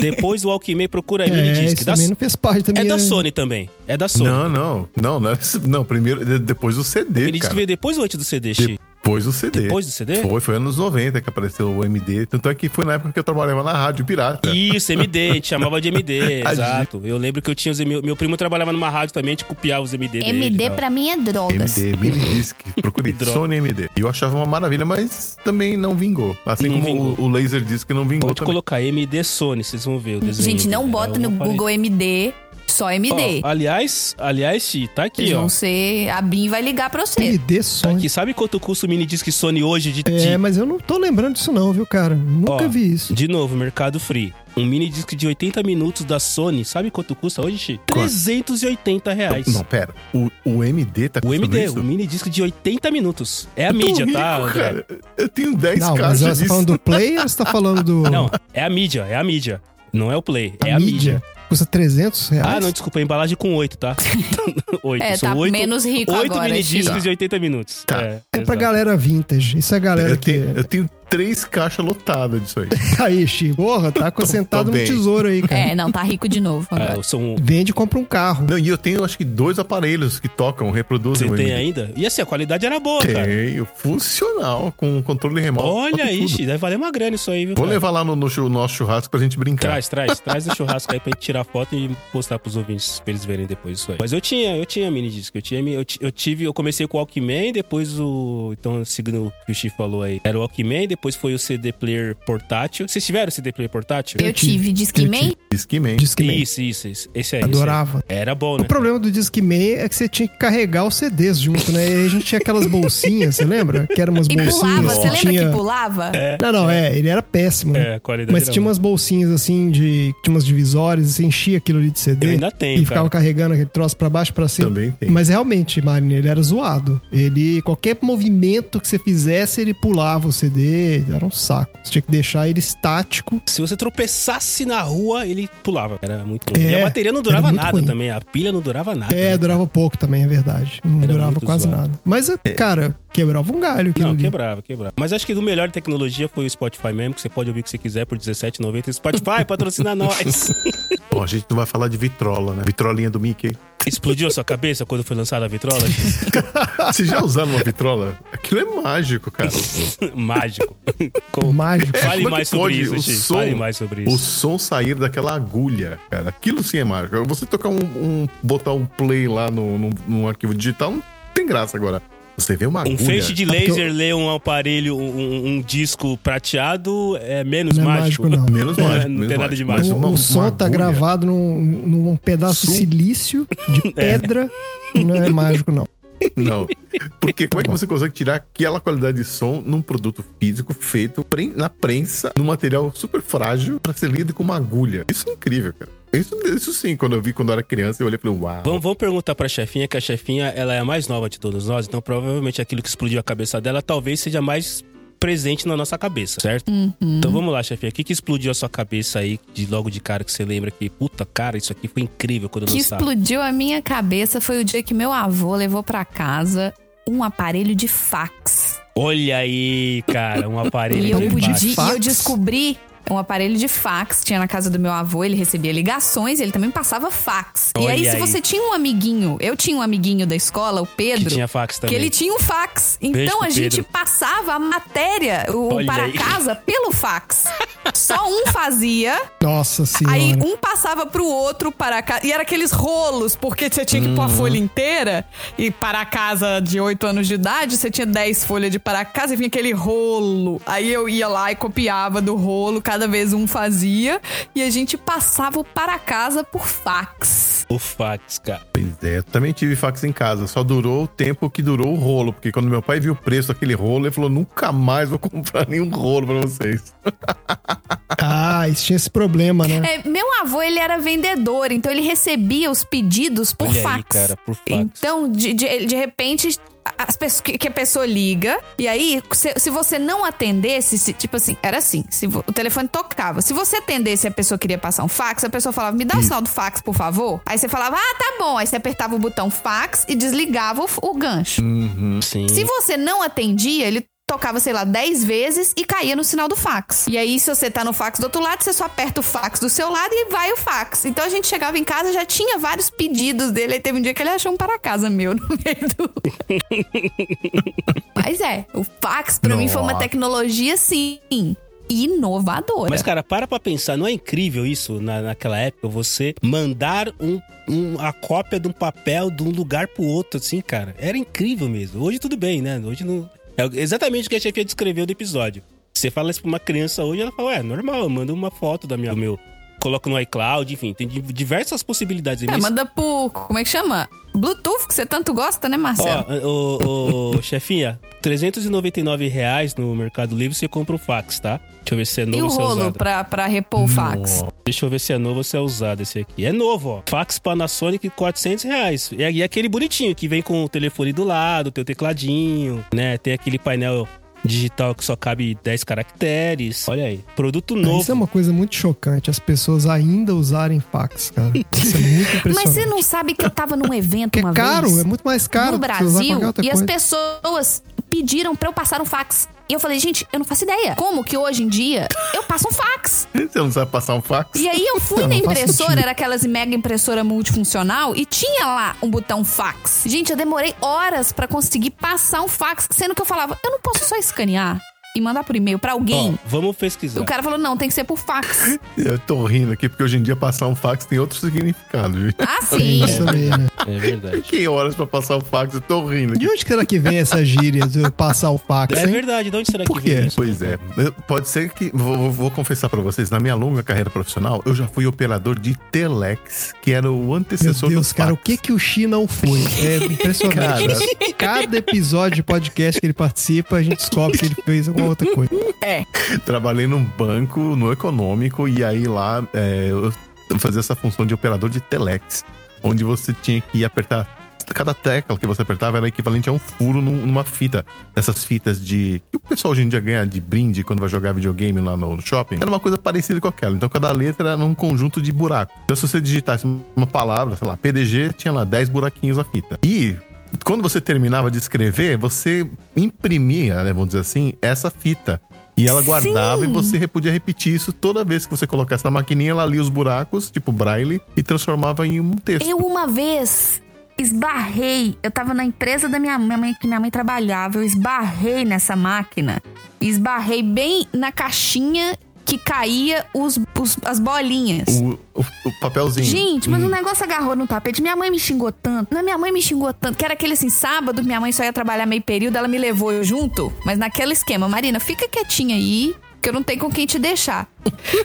Speaker 1: Depois do Walkman, procura aí,
Speaker 3: É,
Speaker 1: mini disc.
Speaker 3: isso
Speaker 1: Da-
Speaker 3: também não fez parte da
Speaker 1: é
Speaker 3: minha...
Speaker 1: da Sony também. É da Sony.
Speaker 4: Não, não. Não, não, é- não, primeiro, de- depois o CD,
Speaker 1: Mini disc
Speaker 4: cara.
Speaker 1: veio depois ou antes do CD, Chi?
Speaker 4: Depois o CD.
Speaker 1: Depois do CD?
Speaker 4: Foi, foi anos 90 que apareceu o MD. Tanto é que foi na época que eu trabalhava na rádio pirata.
Speaker 1: Isso, MD, a gente chamava de MD,
Speaker 4: A
Speaker 1: exato. Eu lembro que eu tinha os meu, meu primo trabalhava numa rádio também, a gente copiava os MD dele. e
Speaker 2: MD
Speaker 1: tal.
Speaker 2: pra mim é drogas.
Speaker 4: MD, Minidisc, procurei
Speaker 1: Droga.
Speaker 4: Sony MD. E eu achava uma maravilha, mas também não vingou. Assim
Speaker 1: Não
Speaker 4: como
Speaker 1: vingou.
Speaker 4: o- o Laser Disc não vingou
Speaker 1: Pode
Speaker 4: também.
Speaker 1: colocar MD Sony, vocês vão ver o desenho.
Speaker 2: Gente, não
Speaker 1: dele.
Speaker 2: bota
Speaker 1: É um
Speaker 2: no
Speaker 1: aparelho.
Speaker 2: Google MD, só MD.
Speaker 1: Ó, aliás, aliás, Chi, tá
Speaker 2: Vocês
Speaker 1: aqui, ó.
Speaker 2: vão ser. A BIM vai ligar pra você.
Speaker 3: MD
Speaker 1: Tá
Speaker 3: Sony.
Speaker 1: aqui. Sabe quanto custa o mini disc Sony hoje de, de
Speaker 3: É, mas eu não tô lembrando disso não, viu, cara? Nunca
Speaker 1: Ó,
Speaker 3: vi isso.
Speaker 1: De novo, Mercado Free. Um mini disco de 80 minutos da Sony, sabe quanto custa hoje, Chi?
Speaker 4: Quanto?
Speaker 1: 380 reais.
Speaker 4: Não, pera. O, o MD tá
Speaker 1: O
Speaker 4: custando
Speaker 1: MD,
Speaker 4: isso?
Speaker 1: o mini disco de 80 minutos. É a
Speaker 4: Eu tô
Speaker 1: mídia, tá?
Speaker 4: rico,
Speaker 1: André?
Speaker 4: cara. Eu tenho 10
Speaker 3: Não, mas
Speaker 4: caixas
Speaker 3: você tá
Speaker 4: disso.
Speaker 3: falando do Play ou você tá falando do...
Speaker 1: Não, é a mídia, é a mídia. Não é o play,
Speaker 3: da
Speaker 1: é a mídia.
Speaker 3: Custa 300
Speaker 1: Ah,
Speaker 3: reais?
Speaker 1: não, desculpa, é a embalagem com 8, tá? 8,
Speaker 2: É,
Speaker 1: são
Speaker 2: tá
Speaker 1: 8,
Speaker 2: menos rico agora,
Speaker 1: mini
Speaker 2: Chi.
Speaker 1: discos de 80 minutos.
Speaker 4: Tá.
Speaker 1: É,
Speaker 3: é pra
Speaker 1: exato.
Speaker 3: galera vintage. Isso é a galera
Speaker 4: Eu
Speaker 3: que...
Speaker 4: tenho, eu tenho três caixas lotadas disso aí.
Speaker 3: Aí, Chico, porra, tá sentado no
Speaker 4: bem.
Speaker 3: tesouro aí, cara.
Speaker 2: É, não, tá rico de novo. agora.
Speaker 1: Ah, são,
Speaker 3: Vende e compra um carro.
Speaker 4: Não, e eu tenho acho que dois aparelhos que tocam, reproduzem
Speaker 1: você
Speaker 4: o MD.
Speaker 1: tem ainda? E assim, a qualidade era boa, cara.
Speaker 4: Tenho, funcional, com controle remoto.
Speaker 1: Olha aí,
Speaker 4: tudo.
Speaker 1: Chi, deve valer uma grana isso aí, viu?
Speaker 4: Vou
Speaker 1: cara?
Speaker 4: levar lá no, no chu- nosso churrasco pra gente
Speaker 2: Tá.
Speaker 4: brincar.
Speaker 1: Traz, traz, traz o churrasco aí pra gente tirar foto e postar pros ouvintes pra eles verem depois isso aí. Mas eu tinha, eu tinha mini disco, eu tinha, mi- eu, ti- eu tive, eu comecei com o Walkman, depois o, então seguindo o que o Chico falou aí, era o Walkman, depois foi o CD player portátil. Vocês tiveram CD player portátil?
Speaker 2: Eu tive Discman.
Speaker 4: Discman.
Speaker 3: Discman.
Speaker 1: Isso, isso, isso. Esse aí. esse aí.
Speaker 3: Adorava.
Speaker 1: Era bom,
Speaker 3: O
Speaker 1: né?
Speaker 3: problema do Discman é que você tinha que carregar os CDs junto, né? E aí a gente tinha aquelas bolsinhas, você lembra? Que eram umas
Speaker 2: E
Speaker 3: bolsinhas.
Speaker 2: pulava, você
Speaker 3: que
Speaker 2: lembra
Speaker 3: tinha...
Speaker 2: que pulava?
Speaker 3: Não, não, é, ele era péssimo, né?
Speaker 1: É, a qualidade
Speaker 3: Mas
Speaker 1: era
Speaker 3: tinha umas bolsinhas assim, de. Tinha umas divisórias, você enchia aquilo ali de CD.
Speaker 1: Eu ainda tenho,
Speaker 3: E ficava
Speaker 1: cara.
Speaker 3: carregando aquele troço pra baixo, pra cima.
Speaker 4: Também tem.
Speaker 3: Mas realmente, Marina, ele era zoado. Ele. Qualquer movimento que você fizesse, ele pulava o CD, dele, era um saco. Você tinha que deixar ele estático.
Speaker 1: Se você tropeçasse na rua, ele pulava. Era muito ruim.
Speaker 3: É,
Speaker 1: e a bateria não
Speaker 3: era
Speaker 1: durava
Speaker 3: muito
Speaker 1: nada
Speaker 3: ruim.
Speaker 1: também. A pilha não durava nada.
Speaker 3: É, durava pouco também, é verdade. Não
Speaker 1: Era
Speaker 3: durava
Speaker 1: muito
Speaker 3: quase
Speaker 1: zoado.
Speaker 3: nada. Mas, é,
Speaker 4: É.
Speaker 3: cara, quebrava um galho aquilo
Speaker 4: Uhum.
Speaker 1: Não,
Speaker 3: ali.
Speaker 1: quebrava, quebrava. Mas acho que o melhor de tecnologia foi o Spotify mesmo, que você pode ouvir o que você quiser por R$17,90. Spotify, patrocina nós!
Speaker 4: Bom, a gente não vai falar de vitrola, né? Vitrolinha do Mickey.
Speaker 1: Explodiu a sua cabeça quando foi lançada a vitrola?
Speaker 4: Vocês já usaram uma vitrola? Aquilo é mágico, cara.
Speaker 1: Mágico. Com-
Speaker 3: Mágico.
Speaker 1: Fale
Speaker 4: Como é que
Speaker 1: mais sobre
Speaker 4: pode
Speaker 1: isso,
Speaker 4: o
Speaker 1: Chico.
Speaker 4: som-
Speaker 1: Fale mais sobre
Speaker 4: O
Speaker 1: isso.
Speaker 4: som sair daquela agulha, cara. Aquilo sim é mágico. Você tocar um. um- botar um play lá no, no- num arquivo digital não tem graça agora. Você vê uma
Speaker 1: Um
Speaker 4: agulha.
Speaker 1: feixe de
Speaker 3: porque
Speaker 1: laser ler um aparelho, um- um, um disco prateado é menos
Speaker 3: Não é
Speaker 1: mágico.
Speaker 3: mágico, não.
Speaker 4: Menos
Speaker 1: Não é-
Speaker 4: mágico.
Speaker 1: não
Speaker 4: menos
Speaker 1: tem nada de
Speaker 4: Mas
Speaker 1: mágico.
Speaker 4: uma-
Speaker 3: O, o
Speaker 4: uma
Speaker 3: som tá
Speaker 4: agulha-
Speaker 3: gravado num, num pedaço de
Speaker 4: Som.
Speaker 3: silício,
Speaker 1: É.
Speaker 3: de pedra. Não é mágico, não.
Speaker 4: Não. Porque como é que você consegue tirar aquela qualidade de som num produto físico feito pre- na prensa, num material super frágil, pra ser lido com uma agulha? Isso é incrível, cara. Isso, isso sim, quando eu vi quando eu era criança, eu olhei e falei, uau.
Speaker 1: Vamos, vamos perguntar pra chefinha, que a chefinha ela é a mais nova de todos nós, então provavelmente aquilo que explodiu a cabeça dela talvez seja mais presente na nossa cabeça, certo?
Speaker 2: Uhum.
Speaker 1: Então vamos lá, chefinha. O que, que explodiu a sua cabeça aí, de logo de cara, que você lembra que, puta cara, isso aqui foi incrível quando eu
Speaker 2: que
Speaker 1: lançava.
Speaker 2: explodiu a minha cabeça foi o dia que meu avô levou pra casa um aparelho de fax.
Speaker 1: Olha aí, cara, um aparelho
Speaker 2: E eu,
Speaker 1: de baixo.
Speaker 2: pude, e
Speaker 3: fax?
Speaker 2: eu descobri um aparelho de fax, tinha na casa do meu avô, ele recebia ligações, ele também passava fax. e
Speaker 1: Olha
Speaker 2: aí, se
Speaker 1: aí.
Speaker 2: você tinha um amiguinho, eu tinha um amiguinho da escola, o Pedro,
Speaker 1: Que tinha fax
Speaker 2: que
Speaker 1: também.
Speaker 2: ele tinha um fax.
Speaker 1: Beijo
Speaker 2: Então
Speaker 1: pro
Speaker 2: a gente
Speaker 1: Pedro.
Speaker 2: passava a matéria o,
Speaker 1: Olha
Speaker 2: para
Speaker 1: aí.
Speaker 2: casa pelo fax. Só um fazia,
Speaker 3: Nossa senhora.
Speaker 2: aí um passava pro outro para casa. E era aqueles rolos, porque você tinha que pôr a folha inteira. E para a casa de 8 anos de idade, você tinha 10 folhas de para casa e vinha aquele rolo. Aí eu ia lá e copiava do rolo, cada vez um fazia. E a gente passava o para casa por fax.
Speaker 1: O fax, cara.
Speaker 4: Pois é, eu também tive fax em casa, só durou o tempo que durou o rolo, porque quando meu pai viu o preço daquele rolo, ele falou, nunca mais vou comprar nenhum rolo pra vocês.
Speaker 3: Ah, isso tinha esse problema, né?
Speaker 2: É, meu avô, ele era vendedor, então ele recebia os pedidos por
Speaker 1: Olha
Speaker 2: fax.
Speaker 1: aí, cara, por fax.
Speaker 2: Então, de, de, de repente, as pessoas, que, que a pessoa liga, e aí, se, se você não atendesse, se- tipo assim, era assim, se vo- o telefone tocava. Se você atendesse e a pessoa queria passar um fax, a pessoa falava, me dá um o sinal do fax, por favor. Aí você falava, ah, tá bom. Aí você apertava o botão fax e desligava o, f- o gancho.
Speaker 1: Sim.
Speaker 2: Se você não atendia, ele tocava, sei lá, 10 vezes e caía no sinal do fax. E aí, se você tá no fax do outro lado, você só aperta o fax do seu lado e vai o fax. Então a gente chegava em casa, já tinha vários pedidos dele. Aí teve um dia que ele achou um para casa meu no meio do. Mas é, o fax pra mim foi uma
Speaker 4: Nossa.
Speaker 2: tecnologia, sim, inovadora.
Speaker 1: Mas, cara, para pra pensar, não é incrível isso na, naquela época? Você mandar um, um- a cópia de um papel de um lugar pro outro, assim, cara. Era incrível mesmo. Hoje tudo bem, né? Hoje não. É exatamente o que a chefia descreveu do episódio. Você fala isso pra uma criança hoje, ela fala, é normal, eu mando uma foto da minha, do meu. Coloco no iCloud, enfim, tem di- diversas possibilidades.
Speaker 2: É,
Speaker 1: Mas-
Speaker 2: manda por. Como é que chama? Bluetooth, que você tanto gosta, né, Marcelo?
Speaker 1: Ó, ô, ô, chefinha, 399 reais no Mercado Livre você compra o fax, tá? Deixa eu ver se é novo
Speaker 2: e o
Speaker 1: ou se é
Speaker 2: rolo
Speaker 1: usado.
Speaker 2: pra, pra repor o fax?
Speaker 1: Deixa eu ver se é novo ou se é usado esse aqui. É novo, ó. Fax Panasonic, 400 reais. E aí é aquele bonitinho que vem com o telefone do lado, teu tecladinho, né? Tem aquele painel digital que só cabe 10 caracteres. Olha aí. Produto novo.
Speaker 3: Isso é uma coisa muito chocante, as pessoas ainda usarem fax, cara. Isso é muito impressionante.
Speaker 2: Mas você não sabe que eu tava num evento
Speaker 3: Porque
Speaker 2: uma
Speaker 3: é caro,
Speaker 2: vez?
Speaker 3: é muito mais
Speaker 2: no
Speaker 3: caro do que você usar
Speaker 2: Brasil
Speaker 3: qualquer outra
Speaker 2: e as
Speaker 3: coisa.
Speaker 2: pessoas pediram pra eu passar um fax. E eu falei, gente, eu não faço ideia. Como que hoje em dia eu passo um fax?
Speaker 4: Você não sabe passar um fax?
Speaker 2: E aí eu fui
Speaker 3: Não,
Speaker 2: na
Speaker 3: não faz
Speaker 2: impressora,
Speaker 3: sentido.
Speaker 2: era aquelas mega impressora multifuncional e tinha lá um botão fax. Gente, eu demorei horas pra conseguir passar um fax, sendo que eu falava, eu não posso só escanear e mandar por e-mail
Speaker 1: Ó,
Speaker 2: pra alguém.
Speaker 1: vamos pesquisar.
Speaker 2: O cara falou, não, tem que ser por fax.
Speaker 4: Eu tô rindo aqui, porque hoje em dia passar um fax tem outro significado, gente.
Speaker 2: Ah,
Speaker 3: É
Speaker 2: sim.
Speaker 3: isso também, né?
Speaker 1: É verdade.
Speaker 4: Fiquei horas pra passar o fax, eu tô rindo
Speaker 3: De
Speaker 4: aqui.
Speaker 3: onde será que vem essa gíria de eu passar o fax,
Speaker 1: É
Speaker 3: hein?
Speaker 1: verdade, de onde será
Speaker 3: Por
Speaker 1: que veio
Speaker 3: quê?
Speaker 1: isso?
Speaker 4: Pois é, pode ser que, vou, vou- vou confessar pra vocês, na minha longa carreira profissional, eu já fui operador de Telex, que era o
Speaker 3: Meu
Speaker 4: antecessor
Speaker 3: Deus,
Speaker 4: do
Speaker 3: cara, o
Speaker 4: fax.
Speaker 3: que que o Xi não foi? É impressionante. Cada episódio de podcast que ele participa, a gente descobre que ele fez alguma outra coisa.
Speaker 4: Trabalhei num banco, no econômico, e aí lá é, eu fazia essa função de operador de telex, onde você tinha que apertar cada tecla que você apertava era equivalente a um furo num- numa fita. Essas fitas de. que o pessoal hoje em dia ganha de brinde quando vai jogar videogame lá no shopping. Era uma coisa parecida com aquela. Então cada letra era num conjunto de buracos. Então se você digitasse uma palavra, sei lá, PDG, tinha lá 10 buraquinhos a fita. E quando você terminava de escrever, você imprimia, né, vamos dizer assim, essa fita. E ela guardava e você podia repetir isso toda vez que você colocasse na maquininha, ela lia os buracos, tipo braille, e transformava em um texto.
Speaker 5: Eu uma vez esbarrei, eu tava na empresa da minha minha mãe, que minha mãe trabalhava, eu esbarrei nessa máquina. e Esbarrei bem na caixinha que caía os, os- as bolinhas.
Speaker 4: O, o- o papelzinho.
Speaker 5: Gente, mas o negócio agarrou no tapete. Minha mãe me xingou tanto. Não, minha mãe me xingou tanto. Que era aquele assim, sábado, minha mãe só ia trabalhar meio período, ela me levou eu junto. Mas naquele esquema, Marina, fica quietinha aí, que eu não tenho com quem te deixar.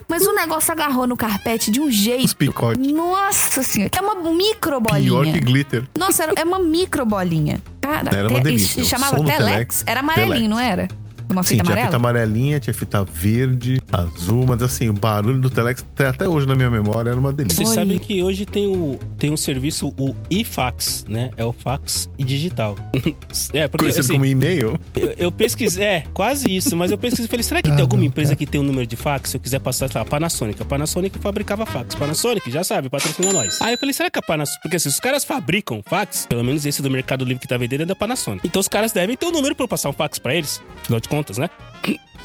Speaker 5: mas o negócio agarrou no carpete de um
Speaker 4: Os
Speaker 5: jeito.
Speaker 4: picotes.
Speaker 5: Nossa senhora, é uma micro
Speaker 4: Pior que
Speaker 5: bolinha.
Speaker 4: glitter.
Speaker 5: Nossa, era, é uma micro bolinha. Cara,
Speaker 4: Era uma
Speaker 5: te-
Speaker 4: delícia.
Speaker 5: e
Speaker 4: O
Speaker 5: chamava
Speaker 4: som do
Speaker 5: Telex.
Speaker 4: Telex.
Speaker 5: Era amarelinho,
Speaker 4: Telex.
Speaker 5: não era? Uma
Speaker 4: Sim,
Speaker 5: fita
Speaker 4: tinha
Speaker 5: amarela?
Speaker 4: fita amarelinha, tinha fita verde, azul, mas assim, o barulho do Telex, até- até hoje na minha memória, era uma delícia.
Speaker 1: Vocês sabem que hoje tem, o, tem um serviço, o e-fax, né? É o fax e digital. é, porque
Speaker 4: Conhecido
Speaker 1: assim,
Speaker 4: como e-mail.
Speaker 1: eu, eu pesquisei, é, quase isso, mas eu pesquisei e falei, será que tem alguma empresa que tem um número de fax? Se eu quiser passar, sei lá, Panasonic. A Panasonic fabricava fax. Panasonic, já sabe, patrocina nós. Aí eu falei, será que a Panasonic. Porque assim, os caras fabricam fax, pelo menos esse do Mercado Livre que tá vendendo é da Panasonic. Então os caras devem ter um número pra eu passar um fax pra eles, afinal de contas, né?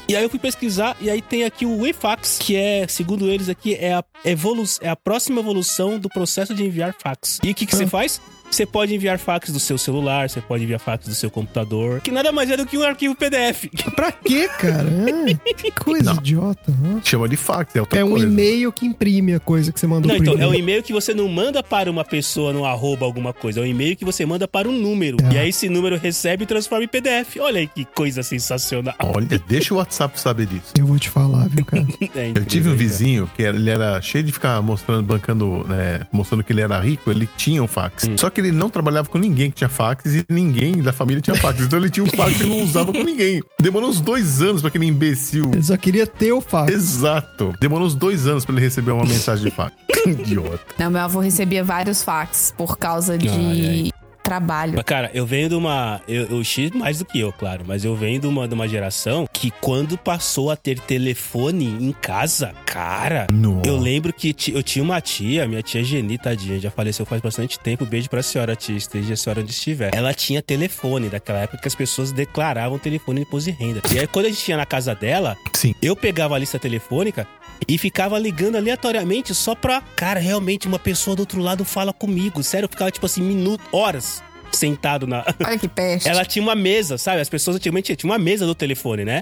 Speaker 1: E aí eu fui pesquisar e aí tem aqui o e-fax, que é, segundo eles aqui, é a, evolu é a próxima evolução do processo de enviar fax. E o que, que
Speaker 4: Ah.
Speaker 1: você faz? Você pode enviar fax do seu celular, você pode enviar fax do seu computador, que nada mais é do que um arquivo PDF.
Speaker 3: Pra quê, cara? É, que coisa idiota. né?
Speaker 4: Chama de fax, é outra
Speaker 3: É um
Speaker 4: coisa.
Speaker 3: e-mail que imprime a coisa que você mandou
Speaker 1: Não,
Speaker 3: pro
Speaker 1: então, é um
Speaker 3: e-mail.
Speaker 1: e-mail que você não manda para uma pessoa no arroba alguma coisa, é um e-mail que você manda para um número.
Speaker 3: Tá.
Speaker 4: Ah.
Speaker 1: E aí esse número recebe e transforma em PDF. Olha aí que coisa sensacional.
Speaker 4: Olha, deixa o WhatsApp saber disso.
Speaker 3: Eu vou te falar, viu, cara?
Speaker 1: É
Speaker 4: Eu
Speaker 1: incrível,
Speaker 4: tive um
Speaker 1: cara.
Speaker 4: vizinho que era- ele era cheio de ficar mostrando, bancando, né, mostrando que ele era rico, ele tinha um fax. Só que ele não trabalhava com ninguém que tinha fax e ninguém da família tinha fax. Então ele tinha um fax e não usava com ninguém. Demorou uns dois anos pra aquele imbecil.
Speaker 3: Ele só queria ter o fax.
Speaker 4: Exato. Demorou uns dois anos pra ele receber uma mensagem de fax. Que Idiota.
Speaker 2: Não, meu avô recebia vários fax por causa de
Speaker 1: Ai,
Speaker 2: trabalho.
Speaker 1: Mas, cara, eu venho de uma. Eu, eu X mais do que eu, claro, mas eu venho de uma, de uma geração que quando passou a ter telefone em casa, cara.
Speaker 4: Não.
Speaker 1: Eu lembro que ti- eu tinha uma tia, minha tia Geni, tadinha, já faleceu faz bastante tempo. Beijo pra senhora, tia, esteja a senhora onde estiver. Ela tinha telefone, daquela época que as pessoas declaravam telefone de imposto de renda. E aí, quando a gente tinha na casa dela,
Speaker 4: Sim.
Speaker 1: eu pegava a lista telefônica e ficava ligando aleatoriamente só pra. Cara, realmente, uma pessoa do outro lado fala comigo. Sério, eu ficava tipo assim, minutos, horas sentado na.
Speaker 2: Olha que peste.
Speaker 1: Ela tinha uma mesa, sabe? As pessoas antigamente tinham uma mesa do telefone, né?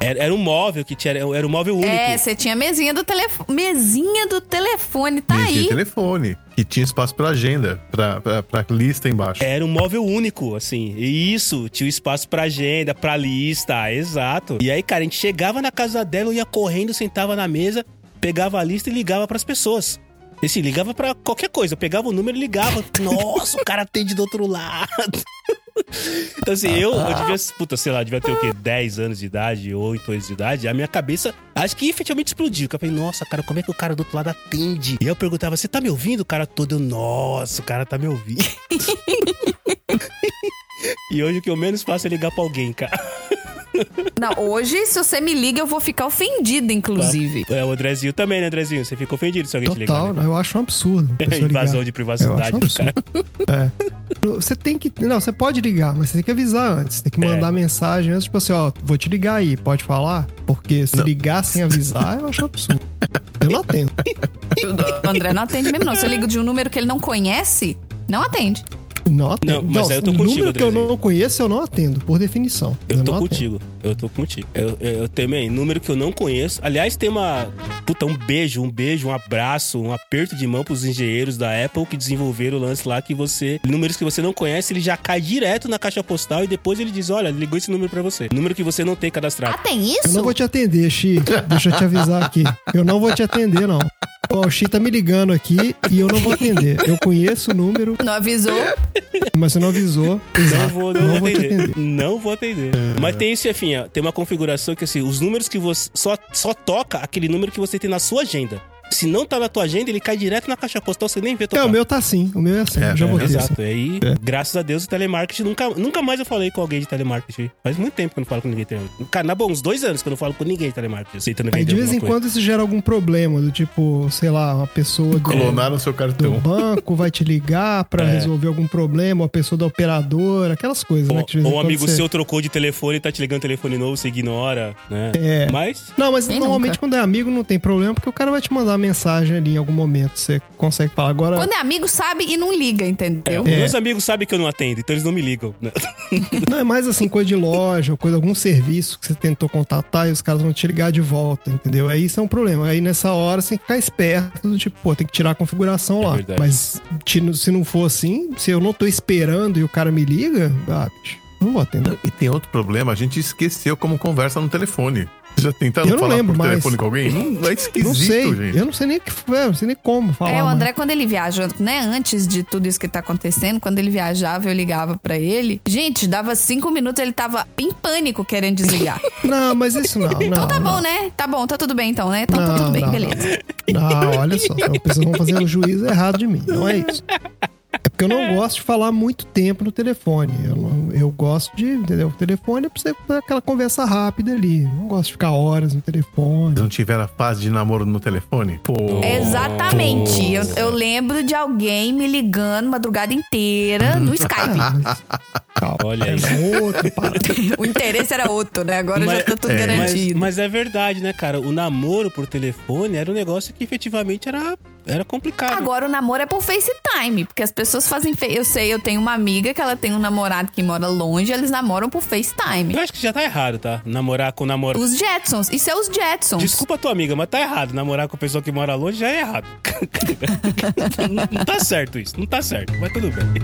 Speaker 1: Era, era um móvel que tinha. Era um móvel único.
Speaker 2: É, você tinha mesinha do telefone. Mesinha do telefone, tá
Speaker 4: Ele tinha
Speaker 2: aí.
Speaker 4: telefone. E tinha espaço pra agenda, pra, pra, pra lista embaixo.
Speaker 1: Era um móvel único, assim. E isso, tinha espaço pra agenda, pra lista, exato. E aí, cara, a gente chegava na casa dela, eu ia correndo, sentava na mesa, pegava a lista e ligava pras pessoas. E assim, ligava pra qualquer coisa, eu pegava o número e ligava. Nossa, o cara atende do outro lado. Então, assim, eu, eu devia, puta, sei lá, devia ter o quê? 10 anos de idade, 8 anos de idade. A minha cabeça, acho que efetivamente explodiu. Que eu falei, nossa, cara, como é que o cara do outro lado atende? E eu perguntava, você tá me ouvindo? O cara todo, eu, nossa, o cara tá me ouvindo. E hoje o que eu menos faço é ligar pra alguém, cara.
Speaker 2: Não, hoje, se você me liga, eu vou ficar ofendida, inclusive.
Speaker 1: É, o Andrezinho também, né, Andrezinho? Você fica ofendido se alguém te ligar.
Speaker 3: Total,
Speaker 1: né?
Speaker 3: né? eu acho um absurdo. a pessoa ligar.
Speaker 1: Invasão de privacidade
Speaker 3: Eu
Speaker 1: do
Speaker 3: acho um É.
Speaker 1: cara.
Speaker 3: Você tem que. Não, você pode ligar, mas você tem que avisar antes. Tem que
Speaker 1: É.
Speaker 3: mandar mensagem antes, tipo assim, ó, vou te ligar aí, pode falar? Porque se ligar sem avisar, eu acho um absurdo. Eu não atendo.
Speaker 2: O André não atende mesmo, não. Se eu ligo de um número que ele não conhece, não atende.
Speaker 3: Não atendo.
Speaker 1: Não, mas aí eu tô
Speaker 3: o
Speaker 1: contigo,
Speaker 3: número que eu
Speaker 1: Andrezinho.
Speaker 3: não conheço, eu não atendo, por definição.
Speaker 1: Eu tô
Speaker 3: não atendo.
Speaker 1: contigo. Eu tô contigo. Eu, eu, eu também, número que eu não conheço. Aliás, tem uma. Puta, um beijo, um beijo, um abraço, um aperto de mão pros engenheiros da Apple que desenvolveram o lance lá que você. Números que você não conhece, ele já cai direto na caixa postal e depois ele diz: olha, ligou esse número pra você. Número que você não tem
Speaker 5: Ah,
Speaker 1: cadastrado.
Speaker 5: tem
Speaker 3: Eu não
Speaker 5: isso?
Speaker 3: vou te atender, Xi. Deixa eu te avisar aqui. Eu não vou te atender, não. Ó, o Xi tá me ligando aqui e eu não vou atender. Eu conheço o número,
Speaker 2: Não avisou.
Speaker 3: mas você não avisou.
Speaker 1: Não
Speaker 3: Exato.
Speaker 1: vou, não, vou atender. Não vou atender.
Speaker 3: É.
Speaker 1: Mas tem isso, assim, chefinha. Tem uma configuração que assim, os números que você. Só, só toca aquele número que você tem na sua agenda. Se não tá na tua agenda, ele cai direto na caixa postal, você nem vê
Speaker 3: É,
Speaker 1: tocar.
Speaker 3: o meu tá assim. O meu é assim.
Speaker 4: É,
Speaker 3: já
Speaker 4: é,
Speaker 3: botei assim.
Speaker 1: Exato. E aí, graças a Deus, o telemarketing nunca, nunca mais eu falei com alguém de telemarketing. Faz muito tempo que eu não falo com ninguém de telemarketing. Cara, na boa, uns dois anos que eu não falo com ninguém de telemarketing. Aceitando vender
Speaker 3: Aí de vez em
Speaker 1: alguma coisa.
Speaker 3: quando isso gera algum problema, do tipo, sei lá, uma pessoa do,
Speaker 4: Clonaram seu
Speaker 3: do
Speaker 4: cartão.
Speaker 3: banco vai te ligar pra
Speaker 1: É.
Speaker 3: resolver algum problema, uma pessoa da operadora, aquelas coisas, né? que de vez
Speaker 1: Ou,
Speaker 3: em
Speaker 1: ou um
Speaker 3: quando
Speaker 1: amigo
Speaker 3: você-
Speaker 1: seu trocou de telefone, tá te ligando um telefone novo, você ignora, né?
Speaker 3: É.
Speaker 1: Mas,
Speaker 3: Não, mas
Speaker 2: Quem
Speaker 3: normalmente
Speaker 2: nunca?
Speaker 3: quando é amigo não tem problema, porque o cara vai te mandar uma mensagem ali em algum momento. Você consegue falar. Agora,
Speaker 2: Quando é amigo, sabe e não liga, entendeu?
Speaker 3: É.
Speaker 1: meus amigos sabem que eu não atendo, então eles não me ligam. né?
Speaker 3: não é mais assim, coisa de loja, ou coisa, algum serviço que você tentou contatar e os caras vão te ligar de volta, entendeu? Aí isso é um problema. Aí nessa hora você tem que ficar esperto, do tipo, pô, tem que tirar a configuração lá.
Speaker 1: verdade.
Speaker 3: Mas ti- se não for assim, se eu não tô esperando e o cara me liga, ah, bicho, não vou atender.
Speaker 4: E tem outro problema, a gente esqueceu como conversa no telefone. Vocês já tentaram
Speaker 3: Eu não
Speaker 4: falar
Speaker 3: lembro
Speaker 4: por
Speaker 3: mais.
Speaker 4: telefone com alguém? Não, é esquisito,
Speaker 3: Não sei,
Speaker 4: gente.
Speaker 3: eu não sei nem o que, é, eu não sei nem como falar.
Speaker 2: É, o
Speaker 3: mas-
Speaker 2: André, quando ele viaja, né? Antes de tudo isso que tá acontecendo, quando ele viajava, eu ligava pra ele. Gente, dava cinco minutos, ele tava em pânico querendo desligar.
Speaker 3: Não, mas isso não.
Speaker 2: então
Speaker 3: não,
Speaker 2: tá
Speaker 3: não.
Speaker 2: bom, né? Tá bom, tá tudo bem então, né? Então tá
Speaker 3: Não,
Speaker 2: tudo bem,
Speaker 3: não,
Speaker 2: beleza.
Speaker 3: Não, Ah, olha só, então vocês vão fazer o juízo errado de mim, não é isso. É porque eu não gosto de falar muito tempo no telefone. Eu, não- eu gosto de, entendeu? O telefone é pra você dar aquela conversa rápida ali. Eu não gosto de ficar horas no telefone.
Speaker 4: Vocês não tiveram a fase de namoro no telefone? Pô.
Speaker 2: É. Exatamente. Eu, eu lembro de alguém me ligando madrugada inteira no Skype.
Speaker 3: Calma.
Speaker 1: Olha aí.
Speaker 3: É outro, para.
Speaker 2: o interesse era outro, né? Agora
Speaker 1: Mas-
Speaker 2: já tá tudo
Speaker 1: Mas,
Speaker 4: é.
Speaker 2: garantido.
Speaker 1: mas é verdade, né, cara? O namoro por telefone era um negócio que efetivamente era, era complicado.
Speaker 2: Agora o namoro é por FaceTime, porque as pessoas fazem. Fe... Eu sei, eu tenho uma amiga que ela tem um namorado que mora longe, eles namoram por FaceTime.
Speaker 1: Eu acho que já tá errado, tá? Namorar com namorado.
Speaker 2: Os Jetsons, isso é os Jetsons.
Speaker 1: Desculpa a tua amiga, mas tá errado. Namorar com a pessoa que mora longe já é errado. não tá certo isso, não tá certo, mas tudo bem.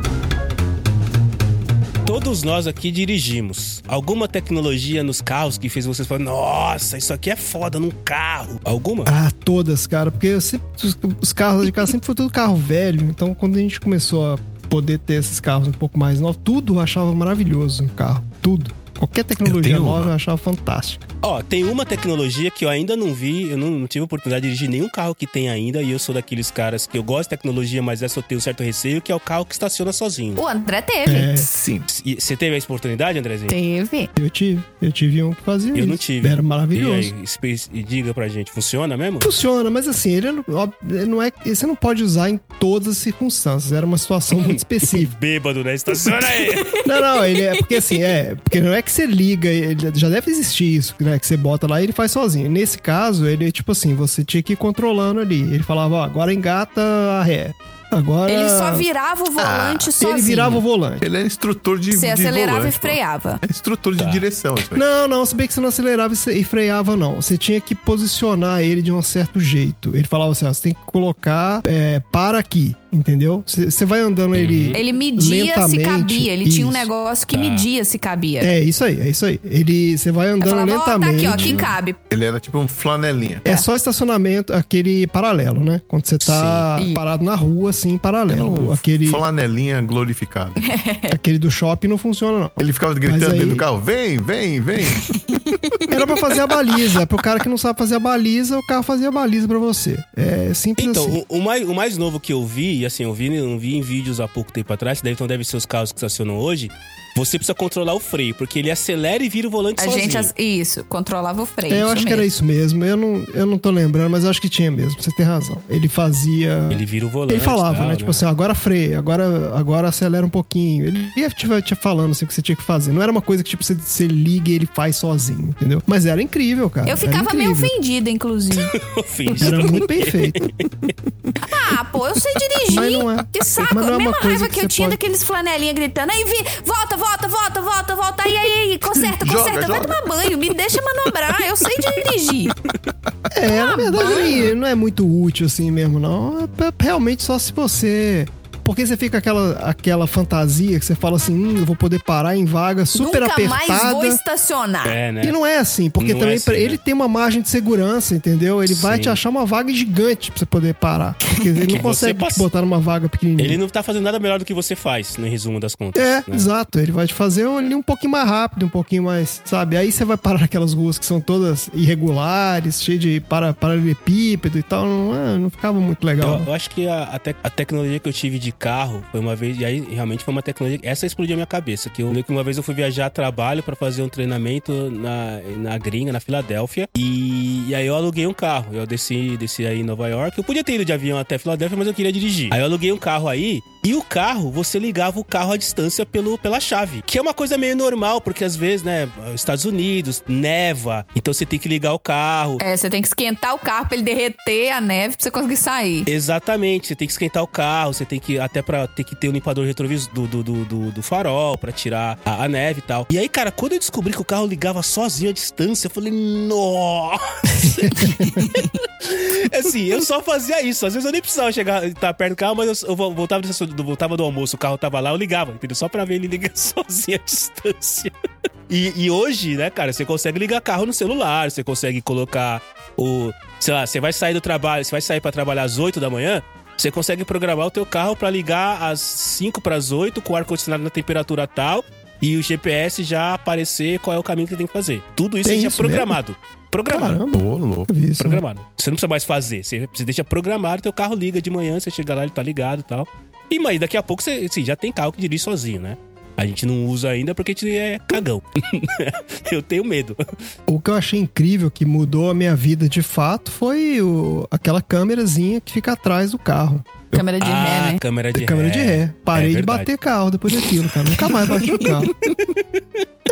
Speaker 1: Todos nós aqui dirigimos. Alguma tecnologia nos carros que fez vocês falarem, nossa, isso aqui é foda num carro. Alguma?
Speaker 3: Ah, todas, cara. Porque eu sempre- os, os carros de casa sempre foi tudo carro velho. Então, quando a gente começou a poder ter esses carros um pouco mais novos, tudo eu achava maravilhoso no carro. Tudo. Qualquer tecnologia
Speaker 4: tenho
Speaker 3: nova
Speaker 4: uma.
Speaker 3: eu achava fantástica.
Speaker 1: Ó, tem uma tecnologia que eu ainda não vi, eu não, não tive oportunidade de dirigir nenhum carro que tem ainda, e eu sou daqueles caras que eu gosto de tecnologia, mas essa eu tenho um certo receio, que é o carro que estaciona sozinho.
Speaker 2: O André teve.
Speaker 3: É.
Speaker 4: Sim.
Speaker 1: E Você teve essa oportunidade, Andrezinho?
Speaker 2: Teve.
Speaker 3: Eu tive. Eu tive um que fazia
Speaker 1: Eu
Speaker 3: isso.
Speaker 1: não tive.
Speaker 3: Era maravilhoso.
Speaker 1: E aí, Space- e diga pra gente, funciona mesmo?
Speaker 3: Funciona, mas assim, ele não, ó, ele não é. Você não pode usar em todas as circunstâncias. Era uma situação muito específica.
Speaker 1: Bêbado, né? Estaciona aí!
Speaker 3: Não, não, ele é. Porque assim, é. Porque não é que você liga, ele já deve existir isso, né? Que você bota lá e ele faz sozinho. Nesse caso, ele, tipo assim, você tinha que ir controlando ali. Ele falava, ó, agora engata a ré. Agora.
Speaker 2: Ele só virava o volante sozinho.
Speaker 3: Ah. Ele virava o volante.
Speaker 4: Ele é instrutor de.
Speaker 2: Você
Speaker 4: de
Speaker 2: acelerava
Speaker 4: volante,
Speaker 2: e
Speaker 4: pô.
Speaker 2: freava. Tá.
Speaker 4: É instrutor de direção, isso aí.
Speaker 3: Não, não, se bem que você não acelerava e se- e freava, não. Você tinha que posicionar ele de um certo jeito. Ele falava assim: ó, você tem que colocar é, para aqui, entendeu? Você você vai andando ele.
Speaker 2: Ele media se
Speaker 3: Lentamente,
Speaker 2: cabia. Ele tinha um
Speaker 3: isso. Tá.
Speaker 2: negócio que media se cabia.
Speaker 3: É isso aí, é isso aí. Ele, você vai
Speaker 2: Eu
Speaker 3: andando
Speaker 2: falava, ó, tá
Speaker 3: lentamente. né?
Speaker 2: aqui, ó, que cabe.
Speaker 4: Ele era tipo um flanelinha.
Speaker 3: É só estacionamento, aquele paralelo, né? Quando você tá
Speaker 2: Sim.
Speaker 3: parado na rua, assim, paralelo. Aquele,
Speaker 4: Flanelinha glorificado.
Speaker 3: aquele do shopping não funciona, não.
Speaker 4: Ele ficava gritando
Speaker 3: aí-
Speaker 4: dentro do carro: vem, vem, vem.
Speaker 3: Era pra fazer a baliza. É Pro cara que não sabe fazer a baliza, o carro fazia a baliza pra você. É simples
Speaker 1: Então,
Speaker 3: assim.
Speaker 1: o, o mais, o mais novo que eu vi, e assim, eu vi, eu vi em vídeos há pouco tempo atrás, deve- então deve ser os carros que estacionam hoje, você precisa controlar o freio, porque ele acelera e vira o volante
Speaker 2: A
Speaker 1: sozinho.
Speaker 2: gente. as- Isso, controlava o freio.
Speaker 3: É, eu
Speaker 2: isso
Speaker 3: acho que era
Speaker 2: mesmo.
Speaker 3: isso mesmo. Eu não, eu não tô lembrando, mas eu acho que tinha mesmo. Você tem razão. Ele fazia.
Speaker 1: Ele vira o volante.
Speaker 3: Ele falava,
Speaker 1: tal,
Speaker 3: né? Tipo assim, agora freia, agora, agora acelera um pouquinho. Ele ia te, te falando assim, o que você tinha que fazer. Não era uma coisa que tipo, você, você liga e ele faz sozinho, entendeu? Mas era incrível, cara.
Speaker 2: Eu
Speaker 3: Era
Speaker 2: ficava meio
Speaker 3: incrível.
Speaker 2: ofendida, inclusive.
Speaker 3: assim,
Speaker 1: Ofendido.
Speaker 3: Era muito bem feito.
Speaker 2: Ah, pô, eu sei dirigir.
Speaker 3: Mas não é.
Speaker 2: Que saco.
Speaker 3: Mas não é
Speaker 2: a
Speaker 3: uma
Speaker 2: mesma
Speaker 3: coisa
Speaker 2: raiva
Speaker 3: que
Speaker 2: que, eu
Speaker 3: você
Speaker 2: tinha
Speaker 3: pode-
Speaker 2: daqueles flanelinha gritando. Aí vi, volta, volta, volta, volta, volta. Aí, aí, aí, conserta,
Speaker 4: Joga,
Speaker 2: conserta. Vai
Speaker 4: joga.
Speaker 2: tomar banho, me deixa manobrar. Ah, Eu sei dirigir.
Speaker 3: É, na verdade, ele não é muito útil assim mesmo, não. É pra- realmente só se você Porque você fica aquela, aquela fantasia que você fala assim, hum, eu vou poder parar em vaga super
Speaker 2: Nunca
Speaker 3: apertada.
Speaker 2: mais vou estacionar.
Speaker 1: É, né?
Speaker 3: E não é assim, porque
Speaker 1: Não é
Speaker 3: também
Speaker 1: assim,
Speaker 3: pra-
Speaker 1: né?
Speaker 3: ele tem uma margem de segurança, entendeu? Ele vai
Speaker 1: Sim.
Speaker 3: te achar uma vaga gigante pra você poder parar. Quer dizer, ele
Speaker 1: Que
Speaker 3: não consegue
Speaker 1: você
Speaker 3: te botar numa vaga pequenininha.
Speaker 1: Ele não tá fazendo nada melhor do que você faz, no resumo das contas.
Speaker 3: É,
Speaker 1: né?
Speaker 3: exato. Ele vai te fazer ele um pouquinho mais rápido, um pouquinho mais, sabe? Aí você vai parar aquelas ruas que são todas irregulares, cheias de para, paralelepípedo e tal. Não, é, não ficava muito legal.
Speaker 1: Eu, eu acho que a, a tec- a tecnologia que eu tive de carro foi uma vez, e aí realmente foi uma tecnologia. Essa explodiu a minha cabeça. Que eu lembro que uma vez eu fui viajar a trabalho pra fazer um treinamento na, na gringa, na Filadélfia. E, e aí eu aluguei um carro. Eu desci, desci aí em Nova York. Eu podia ter ido de avião até Filadélfia, mas eu queria dirigir. Aí eu aluguei um carro aí. E o carro, você ligava o carro à distância pelo, pela chave. Que é uma coisa meio normal, porque às vezes, né, Estados Unidos, neva. Então você tem que ligar o carro.
Speaker 2: É, você tem que esquentar o carro pra ele derreter a neve pra você conseguir sair.
Speaker 1: Exatamente, você tem que esquentar o carro, você tem que até para ter que ter o limpador retrovisor do, do, do, do- do farol pra tirar a, a neve e tal. E aí, cara, quando eu descobri que o carro ligava sozinho à distância, eu falei, nossa! assim, eu só fazia isso. Às vezes eu nem precisava chegar, estar perto do carro, mas eu, eu vo- voltava, do estacion- do, voltava do almoço, o carro tava lá, eu ligava, entendeu? Só pra ver ele ligar sozinho à distância. E, e hoje, né, cara, você consegue ligar carro no celular, você consegue colocar o. Sei lá, você vai sair do trabalho, você vai sair pra trabalhar às 8 da manhã, você consegue programar o teu carro pra ligar às 5 para as 8 com o ar-condicionado na temperatura tal e o GPS já aparecer qual é o caminho que você tem que fazer. Tudo isso
Speaker 3: Tem
Speaker 1: já é
Speaker 3: isso
Speaker 1: programado. Programado.
Speaker 3: Caramba,
Speaker 4: Ô, louco.
Speaker 3: eu vi isso. né?
Speaker 1: Programado. Você não precisa mais fazer. Você, você deixa programado, teu carro liga de manhã, você chega lá, ele tá ligado e tal. E mas daqui a pouco você assim, já tem carro que dirige sozinho, né? A gente não usa ainda porque a gente é cagão. Eu tenho medo.
Speaker 3: O que eu achei incrível, que mudou a minha vida de fato, foi o- aquela câmerazinha que fica atrás do carro.
Speaker 2: Câmera de
Speaker 1: ah,
Speaker 2: ré, né?
Speaker 1: câmera de
Speaker 3: câmera de ré.
Speaker 1: É
Speaker 3: Parei de
Speaker 1: verdade.
Speaker 3: bater carro depois daquilo, cara. Nunca mais bati o carro.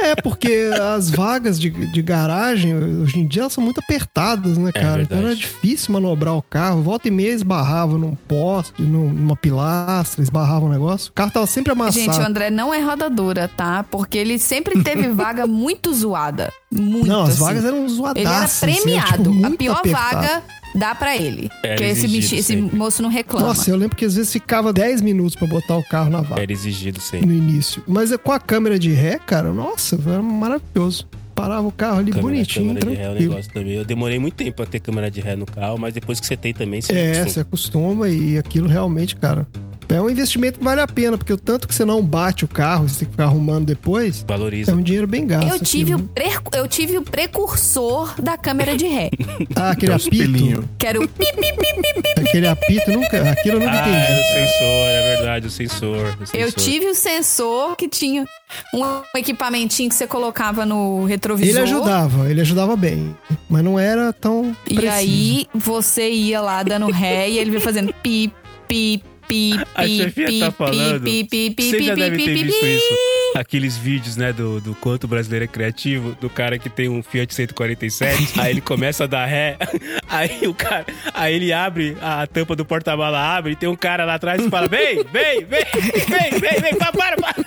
Speaker 3: É, porque as vagas de, de garagem, hoje em dia, elas são muito apertadas, né, cara? então
Speaker 1: É verdade.
Speaker 3: era difícil manobrar o carro. Volta e meia esbarrava num poste, num- numa pilastra, esbarrava um negócio. O carro tava sempre amassado.
Speaker 2: Gente, o André não é rodadura, tá? Porque ele sempre teve vaga muito zoada. Muito.
Speaker 3: Não, as
Speaker 2: assim.
Speaker 3: vagas eram
Speaker 2: Ele era
Speaker 3: zoadaças. assim,
Speaker 2: premiado.
Speaker 3: tipo,
Speaker 2: a
Speaker 3: muito
Speaker 2: pior
Speaker 3: apertado.
Speaker 2: vaga dá pra ele.
Speaker 1: Era
Speaker 2: Porque esse,
Speaker 1: exigido
Speaker 2: bicho- esse
Speaker 1: É, sempre.
Speaker 2: moço não reclama.
Speaker 3: Nossa, eu lembro que às vezes ficava 10 minutos pra botar o carro na vaga
Speaker 1: Era É exigido sempre.
Speaker 3: no início. Mas é, com a câmera de ré, cara, nossa, era maravilhoso. Parava o carro ali
Speaker 1: Câmera,
Speaker 3: bonitinho,
Speaker 1: câmera de ré é o
Speaker 3: tranquilo.
Speaker 1: negócio também. Eu demorei muito tempo pra ter câmera de ré no carro, mas depois que você tem também, você
Speaker 3: É,
Speaker 1: acostuma.
Speaker 3: você acostuma e aquilo realmente, cara. É um investimento que vale a pena, porque o tanto que você não bate o carro, você tem que ficar arrumando depois, é
Speaker 1: valoriza.
Speaker 3: um dinheiro bem gasto. né?
Speaker 2: Eu tive, um o
Speaker 3: aquilo.
Speaker 2: precu- eu tive o precursor da câmera de ré.
Speaker 3: Ah, aquele
Speaker 4: Tem uns
Speaker 3: apito.
Speaker 4: pelinho.
Speaker 2: Que era o pip, pip, pip, pip.
Speaker 3: Aquele apito, nunca, aquilo eu nunca
Speaker 1: Ah,
Speaker 3: entendi.
Speaker 1: era o sensor, é verdade, o sensor. o
Speaker 2: Eu
Speaker 1: sensor.
Speaker 2: tive o sensor que tinha um equipamentinho que você colocava no retrovisor.
Speaker 3: Ele ajudava, ele ajudava bem, mas não era tão
Speaker 2: E
Speaker 3: preciso.
Speaker 2: aí você ia lá dando ré e ele vinha fazendo pi, pi, pi,
Speaker 1: A
Speaker 2: pi,
Speaker 1: chefia
Speaker 2: pi,
Speaker 1: tá
Speaker 2: pi,
Speaker 1: falando.
Speaker 2: pi, pi, pi,
Speaker 1: Você já
Speaker 2: pi,
Speaker 1: deve
Speaker 2: pi,
Speaker 1: ter
Speaker 2: pi,
Speaker 1: visto
Speaker 2: pi.
Speaker 1: isso. Aqueles vídeos, né, do, do quanto o brasileiro é criativo, do cara que tem um Fiat 147, aí ele começa a dar ré, aí o cara, aí ele abre, a tampa do porta-mala abre, e tem um cara lá atrás e fala: vem, vem, vem, vem, vem, vem, para, para, para.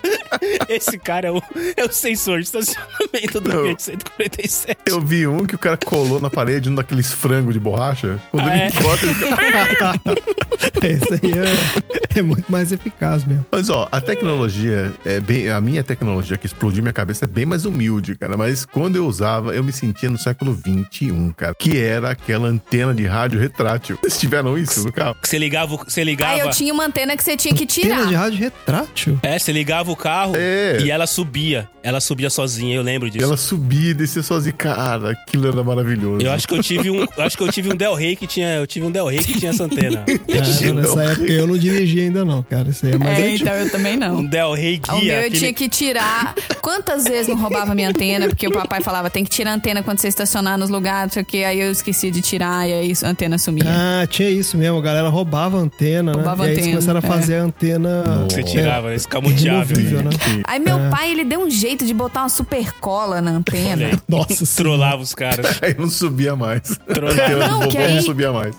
Speaker 1: Esse cara é o, é o sensor de estacionamento do
Speaker 4: Não.
Speaker 1: Fiat 147.
Speaker 4: Eu vi um que o cara colou na parede, um daqueles frangos de borracha. Quando
Speaker 1: Ah,
Speaker 4: ele
Speaker 1: é?
Speaker 4: bota, ele fica...
Speaker 3: Esse aí é, é muito mais eficaz mesmo.
Speaker 4: Mas ó, a tecnologia é bem. A minha tecnologia que explodiu minha cabeça é bem mais humilde, cara. Mas quando eu usava, eu me sentia no século XXI, cara. Que era aquela antena de rádio retrátil. Vocês tiveram isso no carro?
Speaker 1: Você ligava, o- você
Speaker 2: Aí
Speaker 1: ligava,
Speaker 2: eu tinha uma antena que você tinha que
Speaker 3: Pena de
Speaker 2: tirar.
Speaker 3: rádio retrátil?
Speaker 1: é, você ligava o carro
Speaker 4: É.
Speaker 1: e ela subia, ela subia sozinha, eu lembro
Speaker 4: E
Speaker 1: disso.
Speaker 4: ela subia e descia sozinha. Cara, aquilo era maravilhoso.
Speaker 1: Eu acho que eu tive um, eu acho que eu tive um Del Rey que tinha, eu tive um Del Rey que tinha essa antena.
Speaker 2: É,
Speaker 3: Cara, É, nessa época eu não dirigi ainda não, cara. Isso aí é mais
Speaker 2: É,
Speaker 3: antigo.
Speaker 2: então eu também não.
Speaker 1: Um Del Rey guia.
Speaker 2: O meu eu
Speaker 1: aquele-
Speaker 2: tinha que tirar. Quantas vezes não roubava minha antena? Porque o papai falava, tem que tirar a antena quando você estacionar nos lugares, não sei o que. Aí eu esqueci de tirar e aí a antena sumia.
Speaker 3: Ah, tinha isso mesmo, a galera roubava a antena, né?
Speaker 2: Roubava
Speaker 3: e aí eles
Speaker 2: antena,
Speaker 3: começaram a
Speaker 2: é.
Speaker 3: fazer a antena.
Speaker 1: que você tirava, esse escamoteável.
Speaker 3: Removível, É. né?
Speaker 2: Aí meu pai, ele deu um jeito de botar uma super cola na antena.
Speaker 3: Nossa
Speaker 1: Trollava os caras.
Speaker 4: Aí eu não subia mais.
Speaker 1: Trollava.
Speaker 4: Eu
Speaker 2: Não,
Speaker 4: não,
Speaker 2: que
Speaker 4: vovô
Speaker 2: aí-
Speaker 4: não subia mais.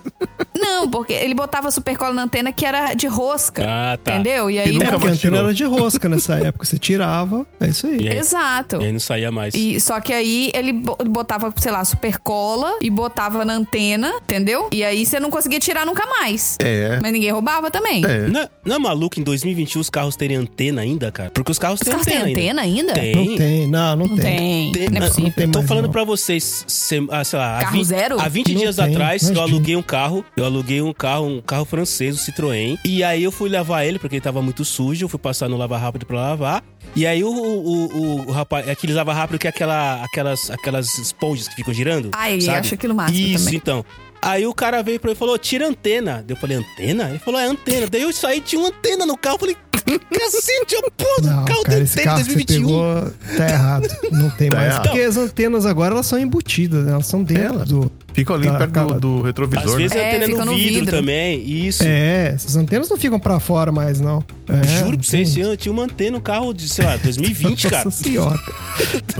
Speaker 2: Não, porque ele botava supercola na antena que era de rosca.
Speaker 1: Ah, tá.
Speaker 2: Entendeu? E aí.
Speaker 4: nunca
Speaker 3: É, porque a
Speaker 4: mais
Speaker 3: antena
Speaker 4: tirou.
Speaker 3: era de rosca nessa época. Você tirava, é isso aí.
Speaker 1: E aí,
Speaker 2: Exato.
Speaker 1: e aí não saía mais.
Speaker 2: E, só que aí ele bo- botava, sei lá, supercola e botava na antena, entendeu? E aí você não conseguia tirar nunca mais.
Speaker 4: É.
Speaker 2: Mas ninguém roubava também.
Speaker 4: É.
Speaker 1: Não, é- não é maluco em 2021 os carros terem antena ainda, cara? Porque os carros
Speaker 2: Os
Speaker 1: têm
Speaker 2: caras têm
Speaker 1: antena,
Speaker 2: antena ainda?
Speaker 1: ainda.
Speaker 3: Não tem, não, não,
Speaker 2: Não tem. Não é
Speaker 1: Ah,
Speaker 2: possível.
Speaker 3: tem
Speaker 1: eu tô
Speaker 3: mais,
Speaker 1: falando
Speaker 3: não.
Speaker 1: pra vocês, se- ah, sei lá, há
Speaker 2: Carro zero?
Speaker 1: há 20
Speaker 3: Não
Speaker 1: dias
Speaker 3: tem,
Speaker 1: atrás eu
Speaker 3: imagina.
Speaker 1: aluguei um carro, eu aluguei um carro, um carro francês, um Citroën, e aí eu fui lavar ele porque ele tava muito sujo, eu fui passar no lava rápido pra lavar, e aí o, o, o- o rapaz, aquele lava rápido que é aquela, aquelas, aquelas esponjas que ficam girando,
Speaker 2: Ai,
Speaker 1: sabe?
Speaker 2: Ah, acho aquilo massa
Speaker 1: Isso,
Speaker 2: também.
Speaker 1: então. Aí o cara veio pra mim e falou, tira a antena. Daí Eu falei, antena? Ele falou, é antena. Daí eu saí, tinha uma antena no carro. Eu falei, cacete, eu, pô,
Speaker 3: Não,
Speaker 1: carro
Speaker 3: cara,
Speaker 1: tem
Speaker 3: esse
Speaker 1: antena
Speaker 3: carro que você
Speaker 1: 2021.
Speaker 3: pegou tá errado. Não tem
Speaker 4: Tá
Speaker 3: mais.
Speaker 4: errado.
Speaker 3: Porque as antenas agora elas são embutidas, né? elas são dentro
Speaker 4: Ela.
Speaker 3: do.
Speaker 4: Fica ali
Speaker 3: Tá,
Speaker 4: perto
Speaker 3: tá.
Speaker 4: do, do retrovisor.
Speaker 1: Às vezes
Speaker 4: né?
Speaker 1: a
Speaker 2: É,
Speaker 1: antena é
Speaker 2: fica
Speaker 1: no,
Speaker 2: no
Speaker 1: vidro,
Speaker 2: vidro.
Speaker 1: também, isso.
Speaker 3: É, essas antenas não ficam pra fora mais, não. É,
Speaker 1: Juro pra você,
Speaker 3: não
Speaker 1: esse
Speaker 3: tem.
Speaker 1: ano eu tinha uma antena no carro de, sei lá, 2020, cara.
Speaker 3: Nossa senhora.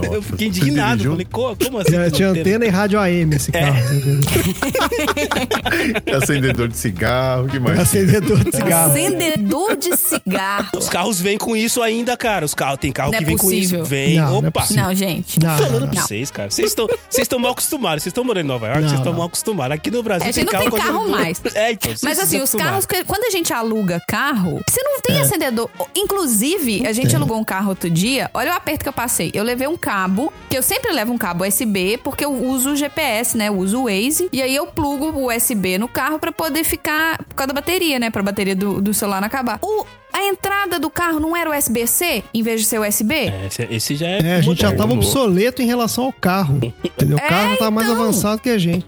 Speaker 1: Eu fiquei
Speaker 4: Você
Speaker 1: indignado.
Speaker 4: dirigiu?
Speaker 1: Falei, "Co- como assim?
Speaker 3: Já
Speaker 1: tem
Speaker 3: tinha
Speaker 1: uma
Speaker 3: antena e rádio AM esse
Speaker 2: É.
Speaker 3: carro. entendeu?
Speaker 4: Acendedor de cigarro, que mais?
Speaker 3: Acendedor
Speaker 2: Tá
Speaker 3: de cigarro.
Speaker 2: Acendedor de cigarro.
Speaker 1: Os carros vêm com isso ainda, cara. Os carros, tem carro
Speaker 2: Não
Speaker 1: que
Speaker 2: é
Speaker 1: vem
Speaker 2: possível.
Speaker 1: com isso. Vem,
Speaker 3: Não, não é
Speaker 1: opa.
Speaker 3: possível.
Speaker 2: Não, gente.
Speaker 3: Não, não,
Speaker 1: Falando
Speaker 3: não.
Speaker 1: pra vocês, cara. Vocês estão vocês estão mal acostumados. Vocês estão morando em Nova York,
Speaker 3: Não,
Speaker 1: vocês estão
Speaker 3: não.
Speaker 1: mal acostumados. Aqui no Brasil
Speaker 2: É, a gente não tem carro
Speaker 1: com-
Speaker 2: mais.
Speaker 1: É, então, vocês
Speaker 2: Mas assim,
Speaker 1: se
Speaker 2: os
Speaker 1: acostumaram.
Speaker 2: carros, que- quando a gente aluga carro, você não tem acendedor. Inclusive, a gente alugou um carro outro dia, olha o aperto que eu passei. Eu levei um cabo, que eu sempre levo um cabo USB, porque eu uso o GPS, né? Eu uso o Waze. E aí eu plugo o USB no carro pra poder ficar. Por causa da bateria, né? Pra bateria do, do celular não acabar. O, a entrada do carro não era USB-C, em vez de ser USB?
Speaker 1: É, esse, esse já é.
Speaker 3: É, a gente já
Speaker 1: moderno.
Speaker 3: tava obsoleto em relação ao carro. Entendeu?
Speaker 2: É,
Speaker 3: O carro já tá mais
Speaker 2: então.
Speaker 3: avançado que a gente.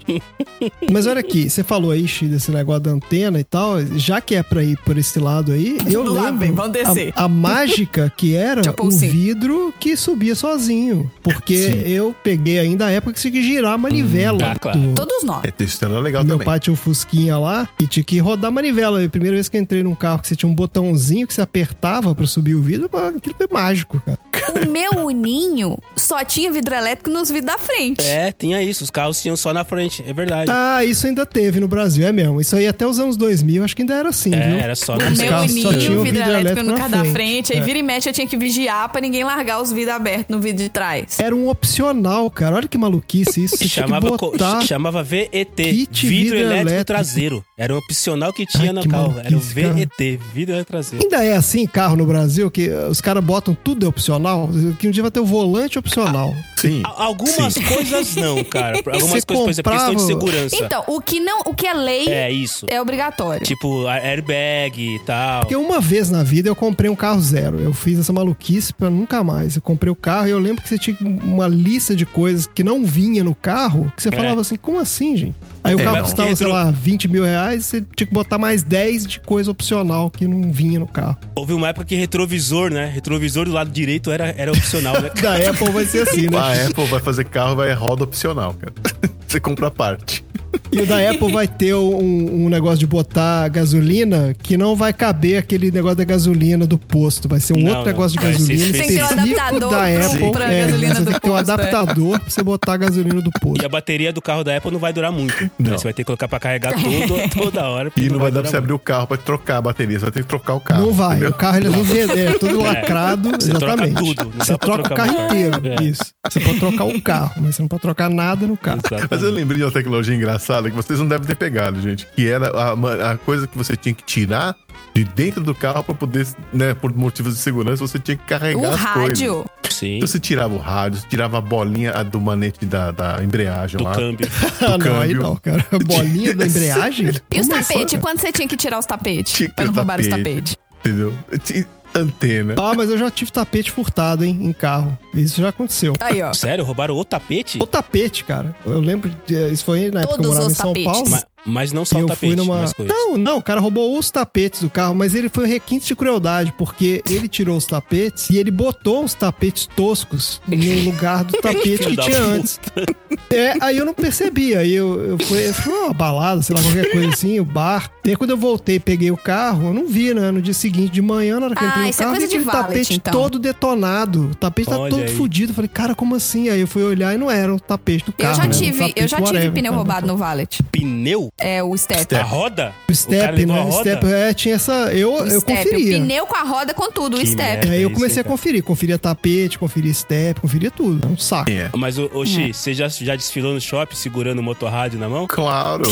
Speaker 3: Mas olha aqui, você falou aí, Xi, desse negócio da antena e tal. Já que é pra ir por esse lado aí, eu
Speaker 2: Lá
Speaker 3: lembro
Speaker 2: vem, vamos descer.
Speaker 3: a, a mágica que era
Speaker 2: Tipo
Speaker 3: o
Speaker 2: assim.
Speaker 3: vidro que subia sozinho. Porque eu peguei ainda a época que você tinha que girar a manivela.
Speaker 2: Hum,
Speaker 1: Ah, claro.
Speaker 3: do-
Speaker 2: Todos nós.
Speaker 4: É, isso era legal
Speaker 3: meu
Speaker 4: também.
Speaker 3: pai tinha um Fusquinha lá e tinha que rodar a manivela. E a primeira vez que eu entrei num carro que você tinha um botãozinho que você apertava pra subir o vidro, pô, aquilo foi mágico, cara.
Speaker 2: O meu uninho só tinha vidro elétrico nos vidros da frente.
Speaker 1: É, tinha isso. Os carros tinham só na frente. É verdade.
Speaker 3: Ah, isso ainda teve no Brasil, é mesmo. Isso aí até os anos 2000, acho que ainda era assim,
Speaker 1: É,
Speaker 3: viu?
Speaker 1: era só
Speaker 2: O
Speaker 1: no
Speaker 3: Os
Speaker 2: meu
Speaker 3: carros só tinham
Speaker 2: menino, o vidro
Speaker 3: o vidro
Speaker 2: elétrico no
Speaker 3: elétrico na
Speaker 2: carro da
Speaker 3: frente.
Speaker 2: frente. Aí
Speaker 3: É.
Speaker 2: vira e mexe, eu tinha que vigiar pra ninguém largar os vidros abertos no vidro de trás.
Speaker 3: Era um opcional, cara. Olha que maluquice isso. Você tinha que
Speaker 1: Chamava, co-
Speaker 3: botar...
Speaker 1: chamava VET, vidro,
Speaker 3: Kit vidro
Speaker 1: elétrico,
Speaker 3: elétrico.
Speaker 1: traseiro. Era um opcional que tinha
Speaker 3: Ai,
Speaker 1: no
Speaker 3: que
Speaker 1: carro. Era o
Speaker 3: maluquice, cara.
Speaker 1: VET, vidro elétrico traseiro.
Speaker 3: Ainda é assim carro no Brasil, que os caras botam tudo é opcional, que um dia vai ter o volante opcional.
Speaker 4: Sim.
Speaker 1: A- Algumas
Speaker 4: Sim.
Speaker 1: coisas não, cara. Algumas
Speaker 3: Você
Speaker 1: coisas, por exemplo, questão de
Speaker 3: comprava-
Speaker 1: segurança.
Speaker 2: Então, o que não, o que é lei é,
Speaker 1: é isso.
Speaker 2: obrigatório.
Speaker 1: Tipo, a- airbag e tal.
Speaker 3: Porque uma vez na vida eu comprei um carro zero. Eu fiz essa maluquice pra nunca mais. Eu comprei o carro e eu lembro que você tinha uma lista de coisas que não vinha no carro, que você falava assim, como assim, gente? Aí o
Speaker 4: É,
Speaker 3: carro
Speaker 4: mas
Speaker 3: custava, sei
Speaker 1: entrou-
Speaker 3: lá, 20 mil reais, você tinha que botar mais 10 de coisa opcional que não vinha no carro.
Speaker 1: Houve uma época que retrovisor, né? Retrovisor do lado direito era, era opcional, né?
Speaker 3: Da Apple vai ser assim, né?
Speaker 4: A Apple vai fazer carro, vai é roda opcional, cara. Você compra a parte.
Speaker 3: E o da Apple vai ter um, um negócio de botar gasolina que não vai caber aquele negócio da gasolina do posto. Vai ser um
Speaker 1: Não,
Speaker 3: outro
Speaker 1: não.
Speaker 3: negócio de
Speaker 1: Vai ser
Speaker 3: gasolina.
Speaker 1: específico.
Speaker 2: Tem que ter um
Speaker 3: específico
Speaker 2: adaptador
Speaker 3: da
Speaker 2: pro-
Speaker 3: Apple.
Speaker 2: pra
Speaker 3: é,
Speaker 2: gasolina
Speaker 3: você
Speaker 2: do
Speaker 3: tem que ter um
Speaker 2: posto, é.
Speaker 3: adaptador pra você botar a gasolina do
Speaker 1: E
Speaker 3: posto.
Speaker 1: a bateria do carro da Apple não vai durar muito.
Speaker 4: Não.
Speaker 1: Né? Você vai ter que colocar pra carregar todo, toda hora. porque
Speaker 4: E não vai dar pra
Speaker 1: durar
Speaker 4: você
Speaker 1: muito.
Speaker 4: abrir o carro pra trocar a bateria. Você vai ter que trocar o
Speaker 1: Ah,
Speaker 4: carro.
Speaker 3: Não vai.
Speaker 4: entendeu?
Speaker 3: O carro ele é tudo, verde- é tudo lacrado.
Speaker 1: Você troca
Speaker 3: exatamente.
Speaker 1: tudo, não dá pra
Speaker 3: Você troca o
Speaker 1: trocar
Speaker 3: carro
Speaker 1: mais.
Speaker 3: inteiro.
Speaker 1: É.
Speaker 3: Isso. Você pode trocar o carro, mas você não pode trocar nada no carro.
Speaker 4: Mas eu lembrei de uma tecnologia engraçada que vocês não devem ter pegado, gente. Que era a, ma- a coisa que você tinha que tirar de dentro do carro pra poder, né, por motivos de segurança, você tinha que carregar
Speaker 2: o
Speaker 4: as coisas.
Speaker 2: rádio.
Speaker 1: Sim,
Speaker 4: Então você tirava o rádio, você tirava a bolinha a do manete da, da embreagem
Speaker 1: do
Speaker 4: lá.
Speaker 1: câmbio.
Speaker 3: Ah, não, aí
Speaker 4: câmbio.
Speaker 3: não, cara. Bolinha da embreagem?
Speaker 2: E os
Speaker 3: Como é isso,
Speaker 2: tapetes?
Speaker 3: cara?
Speaker 2: Quando você tinha que tirar os tapetes?
Speaker 4: Tinha que
Speaker 2: Pra não
Speaker 4: tirar
Speaker 2: roubar os tapetes.
Speaker 4: tapete. Entendeu? T- Antena.
Speaker 3: Ah, mas eu já tive tapete furtado, hein, em carro. Isso já aconteceu.
Speaker 2: Aí, ó.
Speaker 1: Sério? Roubaram o tapete?
Speaker 3: O tapete, cara. Eu lembro, de, isso foi na época que eu
Speaker 2: Todos
Speaker 3: morava
Speaker 2: os
Speaker 3: em São
Speaker 2: tapetes.
Speaker 3: Paulo.
Speaker 1: Ma- Mas não só
Speaker 3: e
Speaker 1: o
Speaker 3: eu
Speaker 1: tapete,
Speaker 3: fui numa.
Speaker 1: mas coisas.
Speaker 3: Não, não, o cara roubou os tapetes do carro, mas ele foi um requinte de crueldade, porque ele tirou os tapetes e ele botou os tapetes toscos no lugar do tapete que
Speaker 1: Filho da
Speaker 3: tinha
Speaker 1: puta.
Speaker 3: antes. É, aí eu não percebi. Aí eu, eu fui, eu fui uma balada, sei lá, qualquer coisa assim, o bar. E aí quando eu voltei e peguei o carro, eu não vi, né? No dia seguinte, de manhã, na hora que eu
Speaker 2: Ah,
Speaker 3: entrei no
Speaker 2: isso é
Speaker 3: carro,
Speaker 2: coisa
Speaker 3: vi
Speaker 2: de
Speaker 3: aquele
Speaker 2: valet,
Speaker 3: tapete
Speaker 2: então.
Speaker 3: todo detonado. O tapete tá
Speaker 1: Olha
Speaker 3: todo
Speaker 1: aí.
Speaker 3: fudido. Eu falei, cara, como assim? Aí eu fui olhar e não era o tapete do
Speaker 2: Eu
Speaker 3: carro.
Speaker 2: já
Speaker 3: né? Era um
Speaker 2: tive, eu
Speaker 3: tapete
Speaker 2: já tive
Speaker 3: whatever, né?
Speaker 2: pneu
Speaker 3: cara.
Speaker 2: roubado no valet.
Speaker 1: Pneu? o,
Speaker 2: É o step.
Speaker 1: a roda?
Speaker 3: O
Speaker 1: o cara
Speaker 3: step,
Speaker 1: levou a
Speaker 3: né? O
Speaker 1: roda?
Speaker 3: step, é, tinha essa. Eu,
Speaker 2: O
Speaker 3: eu
Speaker 2: step,
Speaker 3: conferia.
Speaker 2: O pneu com a roda com tudo, o
Speaker 1: Que
Speaker 2: step.
Speaker 1: merda.
Speaker 3: E aí eu
Speaker 1: É
Speaker 3: comecei
Speaker 1: isso aí,
Speaker 3: a conferir. Conferia tapete, conferia step, conferia tudo. É um saco.
Speaker 4: É.
Speaker 1: Mas, ô, ô Xi, você já, já desfilou no shopping segurando o motorrádio na mão?
Speaker 4: Claro.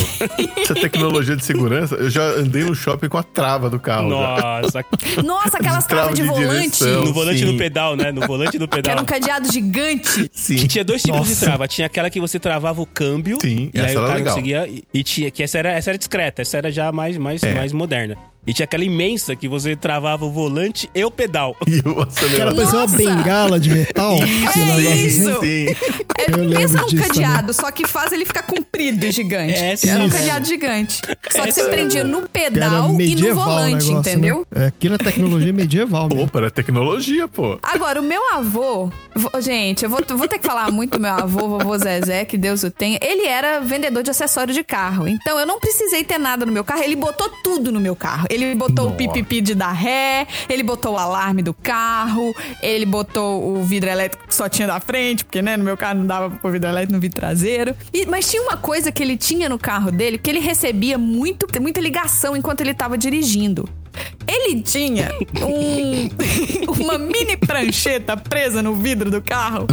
Speaker 4: Essa tecnologia de segurança, eu já andei no shopping com a trava do carro. já.
Speaker 1: Nossa,
Speaker 2: Nossa, aquelas travas
Speaker 4: Trava
Speaker 2: de,
Speaker 4: de
Speaker 2: volante.
Speaker 4: direção.
Speaker 1: no volante
Speaker 4: sim.
Speaker 1: do pedal, né? No volante do
Speaker 2: Que era
Speaker 1: pedal.
Speaker 2: um cadeado gigante.
Speaker 1: Que
Speaker 4: Sim.
Speaker 1: tinha dois tipos de
Speaker 3: Nossa.
Speaker 1: trava. Tinha aquela que você travava o câmbio.
Speaker 4: Sim,
Speaker 1: e
Speaker 4: essa
Speaker 1: aí o
Speaker 4: era
Speaker 1: cara
Speaker 4: legal.
Speaker 1: conseguia. E, e tinha. Que essa era, essa era discreta, essa era já mais, mais,
Speaker 4: É.
Speaker 1: mais moderna. E tinha aquela imensa que você travava o volante e o pedal.
Speaker 4: E o
Speaker 3: Que era
Speaker 4: acelerador.
Speaker 3: parecia é uma
Speaker 2: Nossa!
Speaker 3: bengala de metal. sei lá,
Speaker 2: É
Speaker 3: negócio
Speaker 2: isso.
Speaker 4: Sim.
Speaker 2: É,
Speaker 3: Eu lembro
Speaker 2: pensa num
Speaker 3: disso né?
Speaker 2: cadeado, só que faz ele ficar comprido e gigante.
Speaker 1: É, sim,
Speaker 2: era um
Speaker 1: sim. é um
Speaker 2: cadeado gigante. Só que você
Speaker 1: Essa-
Speaker 2: prendia no
Speaker 3: Que era
Speaker 2: pedal e no
Speaker 3: medieval o
Speaker 2: volante,
Speaker 3: negócio, né?
Speaker 2: entendeu?
Speaker 3: É, aquilo é tecnologia medieval mesmo.
Speaker 4: Opa, era tecnologia, pô.
Speaker 2: Agora, o meu avô. vo- Gente, eu vou, vou ter que falar muito do meu avô, vovô Zezé, que Deus o tenha. Ele era vendedor de acessório de carro. Então eu não precisei ter nada no meu carro. Ele botou tudo no meu carro. Ele botou o
Speaker 4: Nossa.
Speaker 2: pipipi de dar ré, ele botou o alarme do carro, ele botou o vidro elétrico que só tinha da frente, porque né, no meu carro não dava pro vidro elétrico no vidro traseiro. E- mas tinha uma coisa que ele tinha no carro dele, que ele recebia muito, muita ligação enquanto ele tava dirigindo. Ele tinha um- uma mini prancheta presa no vidro do carro.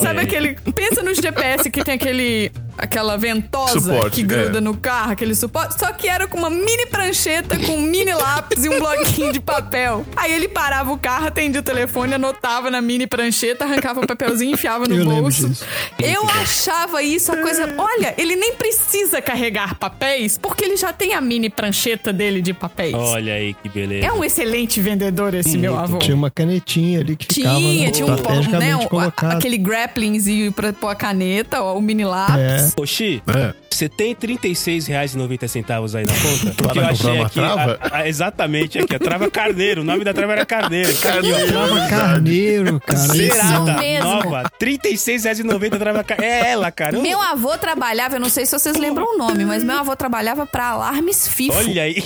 Speaker 2: Sabe aquele. Pensa no GPS que tem aquele. Aquela ventosa
Speaker 4: Suporte,
Speaker 2: que gruda
Speaker 4: é.
Speaker 2: no carro, aquele suporte. Só que era com uma mini prancheta, com um mini lápis e um bloquinho de papel. Aí ele parava o carro, atendia o telefone, anotava na mini prancheta, arrancava o papelzinho, enfiava no
Speaker 3: Eu lembro
Speaker 2: bolso.
Speaker 3: disso.
Speaker 2: Eu achava isso a coisa. Olha, ele nem precisa carregar papéis, porque ele já tem a mini prancheta dele de papéis.
Speaker 1: Olha aí que beleza.
Speaker 2: É um excelente vendedor esse meu avô.
Speaker 3: Tinha uma canetinha ali que ficava
Speaker 2: Tinha,
Speaker 3: né,
Speaker 2: tinha um pó, né?
Speaker 3: estrategicamente
Speaker 2: um- a-
Speaker 3: colocada.
Speaker 2: aquele grapplingzinho pra pôr a caneta, ó, o mini lápis.
Speaker 3: É.
Speaker 1: Ô, Xi,
Speaker 4: É.
Speaker 1: você tem R$ 36,90 aí na conta? Porque eu
Speaker 4: Para comprar
Speaker 1: achei
Speaker 4: uma
Speaker 1: aqui.
Speaker 4: trava?
Speaker 1: a- a- exatamente aqui. A trava Carneiro. O nome da trava era Carneiro.
Speaker 3: Trava carneiro, cara. esse
Speaker 2: Será?
Speaker 3: não.
Speaker 1: Zerada,
Speaker 2: mesmo.
Speaker 1: nova. R$ 36,90 a trava Carneiro. É ela, cara. Eu-
Speaker 2: Meu avô trabalhava, eu não sei se vocês lembram o nome, mas meu avô trabalhava pra Alarmes FIFO.
Speaker 1: Olha aí.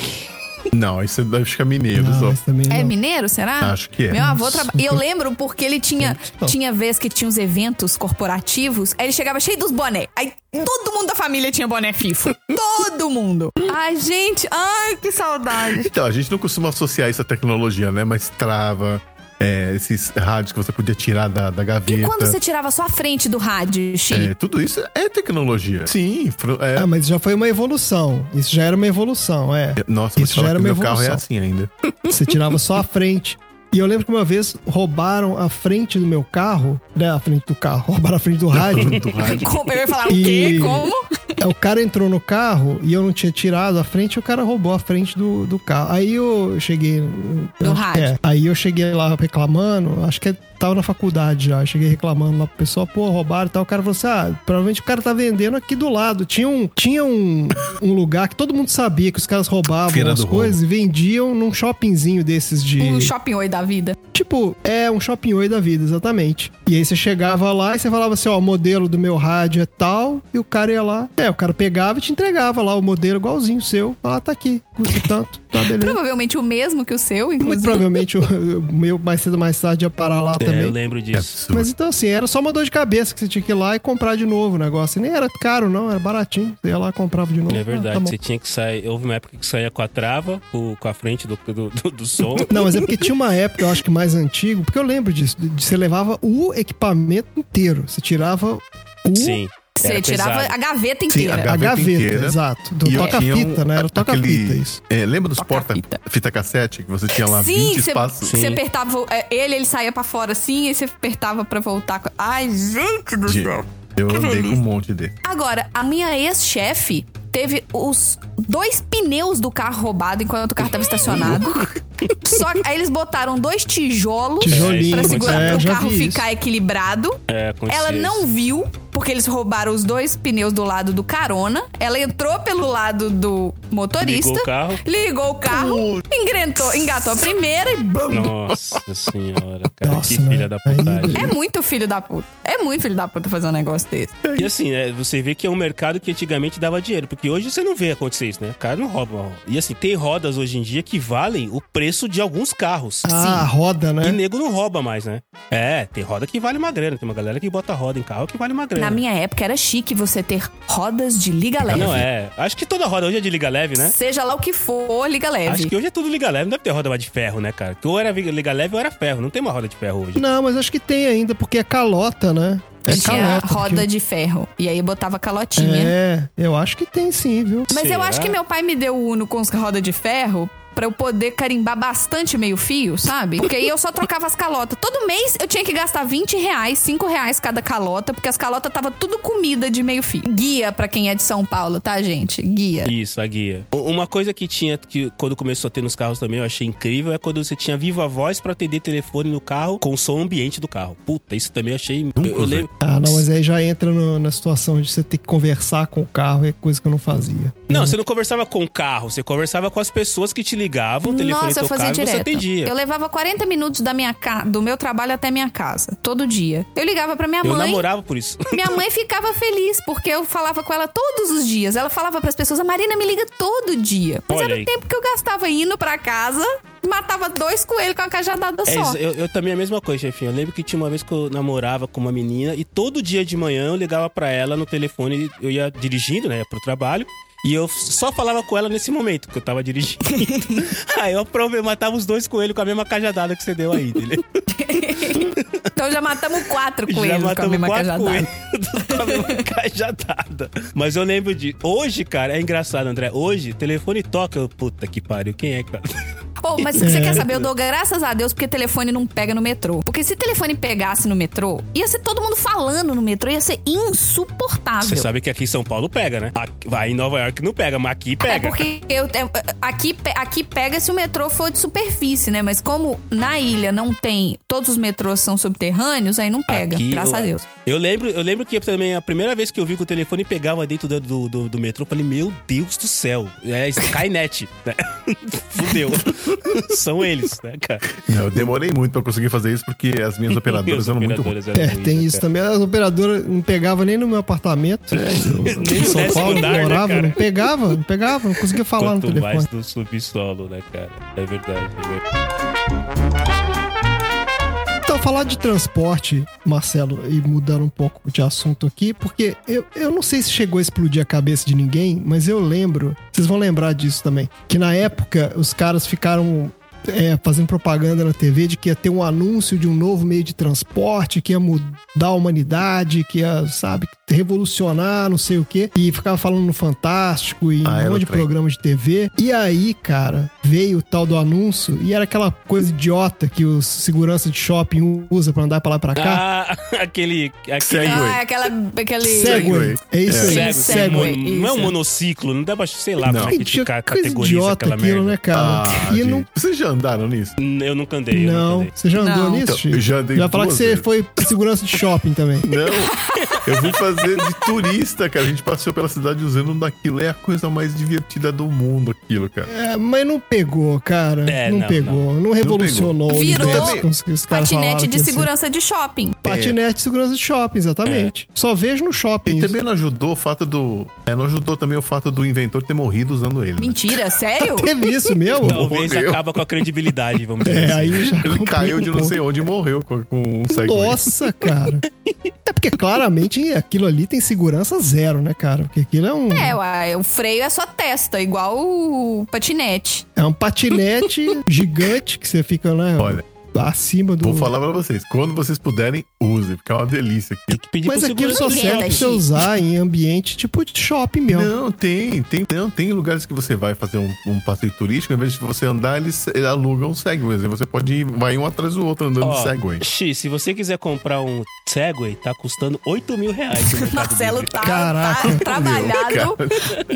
Speaker 4: Não, isso é, deve ficar mineiro
Speaker 3: Não,
Speaker 4: só.
Speaker 3: esse também
Speaker 2: É
Speaker 3: não.
Speaker 2: mineiro, será?
Speaker 4: Acho que é.
Speaker 2: Meu avô trabalhava. E eu lembro porque ele tinha.
Speaker 3: Não.
Speaker 2: Tinha vez que tinha uns eventos corporativos, aí ele chegava cheio dos boné. Aí todo mundo da família tinha boné FIFO. todo mundo. Ai, gente. Ai, que saudade.
Speaker 4: Então, a gente não costuma associar isso à tecnologia, né? Mas trava, é, esses rádios que você podia tirar da, da
Speaker 2: E quando
Speaker 4: gaveta.
Speaker 2: você tirava só a frente do rádio, Chi?
Speaker 4: É, tudo isso é tecnologia. Sim, fro- é.
Speaker 3: Ah, mas já foi uma evolução. Isso já era uma evolução, é.
Speaker 4: Nossa, mas
Speaker 3: isso já
Speaker 4: falar
Speaker 3: era
Speaker 4: que
Speaker 3: uma
Speaker 4: meu carro é
Speaker 3: evolução.
Speaker 4: assim ainda.
Speaker 3: Você tirava só a frente. E eu lembro que uma vez roubaram a frente do meu carro, né? A frente do carro, roubaram a frente do rádio.
Speaker 4: Do rádio.
Speaker 2: Como- Eu ia falar, o
Speaker 3: E-
Speaker 2: quê? Como?
Speaker 3: É, o cara entrou no carro e eu não tinha tirado a frente, e o cara roubou a frente do, do carro. Aí eu cheguei.
Speaker 2: Do
Speaker 3: eu-
Speaker 2: rádio.
Speaker 3: É, aí eu cheguei lá reclamando, acho que tava na faculdade já. eu Cheguei reclamando lá pro pessoal, pô, roubaram e tal. O cara falou assim: ah, provavelmente o cara tá vendendo aqui do lado. Tinha um, tinha um, um lugar que todo mundo sabia que os caras roubavam
Speaker 4: Feira
Speaker 3: as
Speaker 4: do
Speaker 3: coisas e vendiam num shoppingzinho desses de.
Speaker 2: Um shopping oi da vida.
Speaker 3: Tipo, é um shopping oi da vida, exatamente. E aí você chegava lá e você falava assim, ó, o modelo do meu rádio é tal, e o cara ia lá. É, o cara pegava e te entregava lá o modelo igualzinho o seu. Ah, tá aqui, custa tanto, tá beleza.
Speaker 2: Provavelmente o mesmo que o seu,
Speaker 3: Muito
Speaker 2: inclusive.
Speaker 3: provavelmente o o meu mais cedo ou mais tarde ia parar lá
Speaker 1: É, eu
Speaker 3: também.
Speaker 1: lembro
Speaker 4: Que
Speaker 1: disso.
Speaker 4: absurdo.
Speaker 3: Mas então assim, era só uma dor de cabeça que você tinha que ir lá e comprar de novo o negócio. E nem era caro, não, era baratinho. Você ia lá e comprava de novo.
Speaker 1: É
Speaker 3: Ah,
Speaker 1: verdade,
Speaker 3: tá bom.
Speaker 1: você tinha que sair. Houve uma época que saía com a trava, com, com a frente do, do, do- do som.
Speaker 3: Não, mas é porque tinha uma época, eu acho que mais antigo, porque eu lembro disso, de, de você levava o equipamento inteiro. Você tirava o
Speaker 1: Sim.
Speaker 2: Você
Speaker 1: era
Speaker 2: tirava
Speaker 1: pesado.
Speaker 2: a gaveta
Speaker 4: Sim, a
Speaker 2: inteira.
Speaker 3: é, A
Speaker 4: gaveta
Speaker 3: gaveta,
Speaker 4: inteira.
Speaker 3: exato. Do
Speaker 4: E eu tinha um-
Speaker 3: toca-fita, né? Era o toca-fita
Speaker 4: aquele-
Speaker 3: isso.
Speaker 4: É, lembra dos porta
Speaker 2: Toca-fita.
Speaker 4: fita cassete que você tinha lá 20
Speaker 2: Sim, você-
Speaker 4: espaços?
Speaker 2: você apertava é, ele, ele saía pra fora assim, e você apertava pra voltar. com- Ai, gente do
Speaker 4: De-
Speaker 2: céu.
Speaker 4: Eu andei com um monte de.
Speaker 2: Agora, a minha ex-chefe teve os dois pneus do carro roubado enquanto o carro tava estacionado. Só que aí eles botaram dois tijolos
Speaker 3: Tijolinho,
Speaker 2: pra segurar
Speaker 3: é,
Speaker 2: pro
Speaker 3: já
Speaker 2: carro
Speaker 3: vi isso.
Speaker 2: ficar equilibrado.
Speaker 1: É, acontecia
Speaker 2: Ela não
Speaker 1: isso.
Speaker 2: viu, porque eles roubaram os dois pneus do lado do carona. Ela entrou pelo lado do motorista.
Speaker 1: Ligou o carro.
Speaker 2: ligou o carro, engrentou, engatou a primeira e bum!
Speaker 1: Nossa senhora, cara.
Speaker 3: Nossa,
Speaker 1: que filha
Speaker 3: né?
Speaker 1: da putagem.
Speaker 2: É muito filho da puta. É muito filho da puta fazer um negócio desse.
Speaker 1: E assim, né, você vê que é um mercado que antigamente dava dinheiro, porque hoje você não vê acontecer isso, né? O cara não rouba. ó. E assim, tem rodas hoje em dia que valem o preço de alguns carros.
Speaker 3: Ah, a roda,
Speaker 1: E
Speaker 3: né?
Speaker 1: É, nego não rouba mais, né? É, tem roda que vale uma grana. Tem uma galera que bota roda em carro que vale uma grana.
Speaker 2: na minha época era chique você ter rodas de liga leve.
Speaker 1: Não, é. Acho que toda roda hoje é de liga leve, né?
Speaker 2: Seja lá o que for, liga leve.
Speaker 1: Acho que hoje é tudo liga leve. Não deve ter roda mais de ferro, né, cara? Porque ou era liga leve ou era ferro. Não tem uma roda de ferro hoje.
Speaker 3: Não, mas acho que tem ainda, porque é calota, né? É
Speaker 2: Tinha
Speaker 3: calota.
Speaker 2: roda
Speaker 3: porque-
Speaker 2: de ferro. E aí botava calotinha.
Speaker 3: É, eu acho que tem sim, viu?
Speaker 2: Mas eu
Speaker 1: Será?
Speaker 2: acho que meu pai me deu o Uno com as rodas de ferro pra eu poder carimbar bastante meio fio, sabe? Porque aí eu só trocava as calotas. Todo mês eu tinha que gastar 20 reais, 5 reais cada calota, porque as calotas tava tudo comida de meio fio. Guia pra quem é de São Paulo, tá, gente? Guia.
Speaker 1: Isso, a guia. U- Uma coisa que tinha, que quando começou a ter nos carros também, eu achei incrível, é quando você tinha viva voz pra atender telefone no carro com o som ambiente do carro. Puta, isso também eu achei. eu- eu
Speaker 4: usei.
Speaker 1: lembro-
Speaker 3: Ah, não, mas aí já entra no- na situação de você ter que conversar com o carro, é coisa que eu não fazia.
Speaker 1: Não, você não conversava com o carro, você conversava com as pessoas que te ligavam, o telefone
Speaker 2: Nossa, eu
Speaker 1: tocava
Speaker 2: fazia
Speaker 1: e você
Speaker 2: direto.
Speaker 1: atendia.
Speaker 2: Eu levava 40 minutos da minha ca... do meu trabalho até minha casa, todo dia. Eu ligava pra minha
Speaker 1: Eu
Speaker 2: mãe.
Speaker 1: namorava por isso.
Speaker 2: Minha mãe ficava feliz porque eu falava com ela todos os dias. Ela falava pras pessoas: "A Marina me liga todo dia". Mas
Speaker 1: Olha
Speaker 2: era o
Speaker 1: aí.
Speaker 2: tempo que eu gastava indo pra casa, matava dois coelhos com uma cajadada
Speaker 1: É,
Speaker 2: só.
Speaker 1: isso, eu, eu também é a mesma coisa, chefinho. Eu lembro que tinha uma vez que eu namorava com uma menina e todo dia de manhã eu ligava pra ela no telefone, eu ia dirigindo, né, pro trabalho. E eu só falava com ela nesse momento que eu tava dirigindo. aí eu provei, matava os dois coelhos com a mesma cajadada que você deu aí, entendeu?
Speaker 2: Então já matamos quatro
Speaker 1: Já
Speaker 2: coelhos com a
Speaker 1: matamos
Speaker 2: mesma
Speaker 1: quatro
Speaker 2: cajadada.
Speaker 1: coelhos com a mesma cajadada. Mas eu lembro de. Hoje, cara, é engraçado, André. Hoje, telefone toca. eu, Puta que pariu, quem é, cara?
Speaker 2: Pô, mas você quer saber? Eu dou graças a Deus porque telefone não pega no metrô. Porque se telefone pegasse no metrô, ia ser todo mundo falando no metrô, ia ser insuportável.
Speaker 1: Você sabe que aqui em São Paulo pega, né? Aqui- Vai em Nova York não pega, mas aqui pega.
Speaker 2: É porque eu, é, aqui, pe- aqui pega se o metrô for de superfície, né? Mas como na ilha não tem, todos os metrôs são subterrâneos, aí não pega,
Speaker 1: Aqui,
Speaker 2: graças
Speaker 1: eu-
Speaker 2: a Deus.
Speaker 1: Eu lembro, eu lembro que também a primeira vez que eu vi que o telefone pegava dentro do, do, do, do metrô, eu falei, meu Deus do céu, é Skynet, né? Fudeu. São eles, né, cara?
Speaker 4: Não, eu demorei muito pra conseguir fazer isso porque as minhas operadoras
Speaker 1: Os
Speaker 4: eram muito ruins.
Speaker 1: operadores
Speaker 3: É,
Speaker 1: eram
Speaker 3: tem
Speaker 1: ruins,
Speaker 3: isso
Speaker 1: né,
Speaker 3: também. As operadoras não pegavam nem no meu apartamento.
Speaker 1: É, Nem
Speaker 3: em
Speaker 1: no
Speaker 3: São
Speaker 1: décimo
Speaker 3: Paulo,
Speaker 1: andar, né,
Speaker 3: eu morava,
Speaker 1: cara?
Speaker 3: não pegava, não pegava, não conseguia
Speaker 1: cara?
Speaker 3: falar no
Speaker 1: Quanto
Speaker 3: telefone.
Speaker 1: mais do subsolo, né, cara? É verdade. É verdade.
Speaker 3: Então, falar de transporte, Marcelo, e mudar um pouco de assunto aqui, porque eu, eu não sei se chegou a explodir a cabeça de ninguém, mas eu lembro, vocês vão lembrar disso também, que na época os caras ficaram é, fazendo propaganda na TV de que ia ter um anúncio de um novo meio de transporte, que ia mudar a humanidade, que ia, sabe, revolucionar, não sei o quê, e ficava falando no Fantástico e em
Speaker 4: Ah,
Speaker 3: um
Speaker 4: era
Speaker 3: monte
Speaker 4: o
Speaker 3: de
Speaker 4: trem.
Speaker 3: programa de TV. E aí, cara, veio o tal do anúncio e era aquela coisa idiota que os segurança de shopping usa pra andar pra lá e pra cá.
Speaker 1: Ah, aquele. aquele
Speaker 4: Segue. Segway.
Speaker 2: Ah, aquela, aquele...
Speaker 3: Segway.
Speaker 4: Segway.
Speaker 3: É isso aí.
Speaker 1: Cego,
Speaker 2: Segway,
Speaker 1: cego,
Speaker 2: Segway,
Speaker 1: não é um
Speaker 2: isso.
Speaker 1: monociclo, não dá pra, sei lá,
Speaker 4: Não.
Speaker 1: como é que
Speaker 3: Tinha
Speaker 1: ca-
Speaker 3: coisa
Speaker 1: categoriza
Speaker 3: idiota
Speaker 1: aquela
Speaker 3: aquilo,
Speaker 1: merda.
Speaker 3: né, cara?
Speaker 4: Ah,
Speaker 3: e não.
Speaker 4: gente, Vocês já andaram nisso?
Speaker 1: Eu nunca andei, eu nunca
Speaker 3: Não,
Speaker 1: andei.
Speaker 3: você já andou
Speaker 2: Não.
Speaker 3: nisso?
Speaker 4: Então,
Speaker 3: Chico?
Speaker 4: eu já andei
Speaker 3: Já falar que
Speaker 4: duas
Speaker 3: você
Speaker 4: vezes.
Speaker 3: foi segurança de shopping também.
Speaker 4: Não, eu vim fazer de turista, cara. A gente passeou pela cidade usando um daquilo. É a coisa mais divertida do mundo, aquilo, cara.
Speaker 3: É, mas não pegou, cara.
Speaker 1: É,
Speaker 3: não,
Speaker 1: não,
Speaker 3: pegou. Não, revolucionou. o
Speaker 2: Virou
Speaker 3: universo com os- que assim. os caras falaram
Speaker 2: Patinete
Speaker 3: que
Speaker 2: de
Speaker 3: ia ser.
Speaker 2: segurança de shopping.
Speaker 3: Patinete de segurança de shopping, exatamente. Só vejo no shopping.
Speaker 4: É. E
Speaker 3: isso.
Speaker 4: também não ajudou o fato do. É, não ajudou também o fato do inventor ter morrido usando ele. né?
Speaker 2: Mentira, sério?
Speaker 3: Teve isso mesmo?
Speaker 1: Talvez
Speaker 4: Morreu.
Speaker 1: acaba com a credibilidade, vamos dizer
Speaker 3: É,
Speaker 1: assim.
Speaker 3: aí já
Speaker 4: Ele
Speaker 3: complica
Speaker 4: caiu
Speaker 3: um
Speaker 4: de não
Speaker 3: pouco.
Speaker 4: sei onde e morreu com, com um segway.
Speaker 3: Nossa,
Speaker 4: tá
Speaker 3: cara. É porque claramente aquilo ali tem segurança zero, né, cara? Porque aquilo é um,
Speaker 2: É,
Speaker 3: é,
Speaker 2: uai, o freio é sua testa, igual o patinete.
Speaker 3: um patinete gigante que você fica, né?
Speaker 4: Olha,
Speaker 3: acima do.
Speaker 4: vou falar pra vocês. Quando vocês puderem, usem, porque é uma delícia aqui.
Speaker 1: Tem que pedir
Speaker 3: Mas
Speaker 1: pro
Speaker 3: aquilo só
Speaker 1: segurança
Speaker 2: Ninguém
Speaker 3: serve
Speaker 2: vai
Speaker 3: pra você
Speaker 2: chique.
Speaker 3: usar em ambiente tipo de shopping mesmo.
Speaker 4: Não, tem, tem, não, tem lugares que você vai fazer um, um passeio turístico, ao invés de você andar, eles alugam um Segway. Você pode ir, vai um atrás do outro andando de
Speaker 1: Ó,
Speaker 4: Segway.
Speaker 1: Xi, se você quiser comprar um Segway, tá custando 8 mil reais. no Mercado
Speaker 2: Marcelo
Speaker 1: Livre.
Speaker 2: tá,
Speaker 3: Caraca,
Speaker 2: tá trabalhado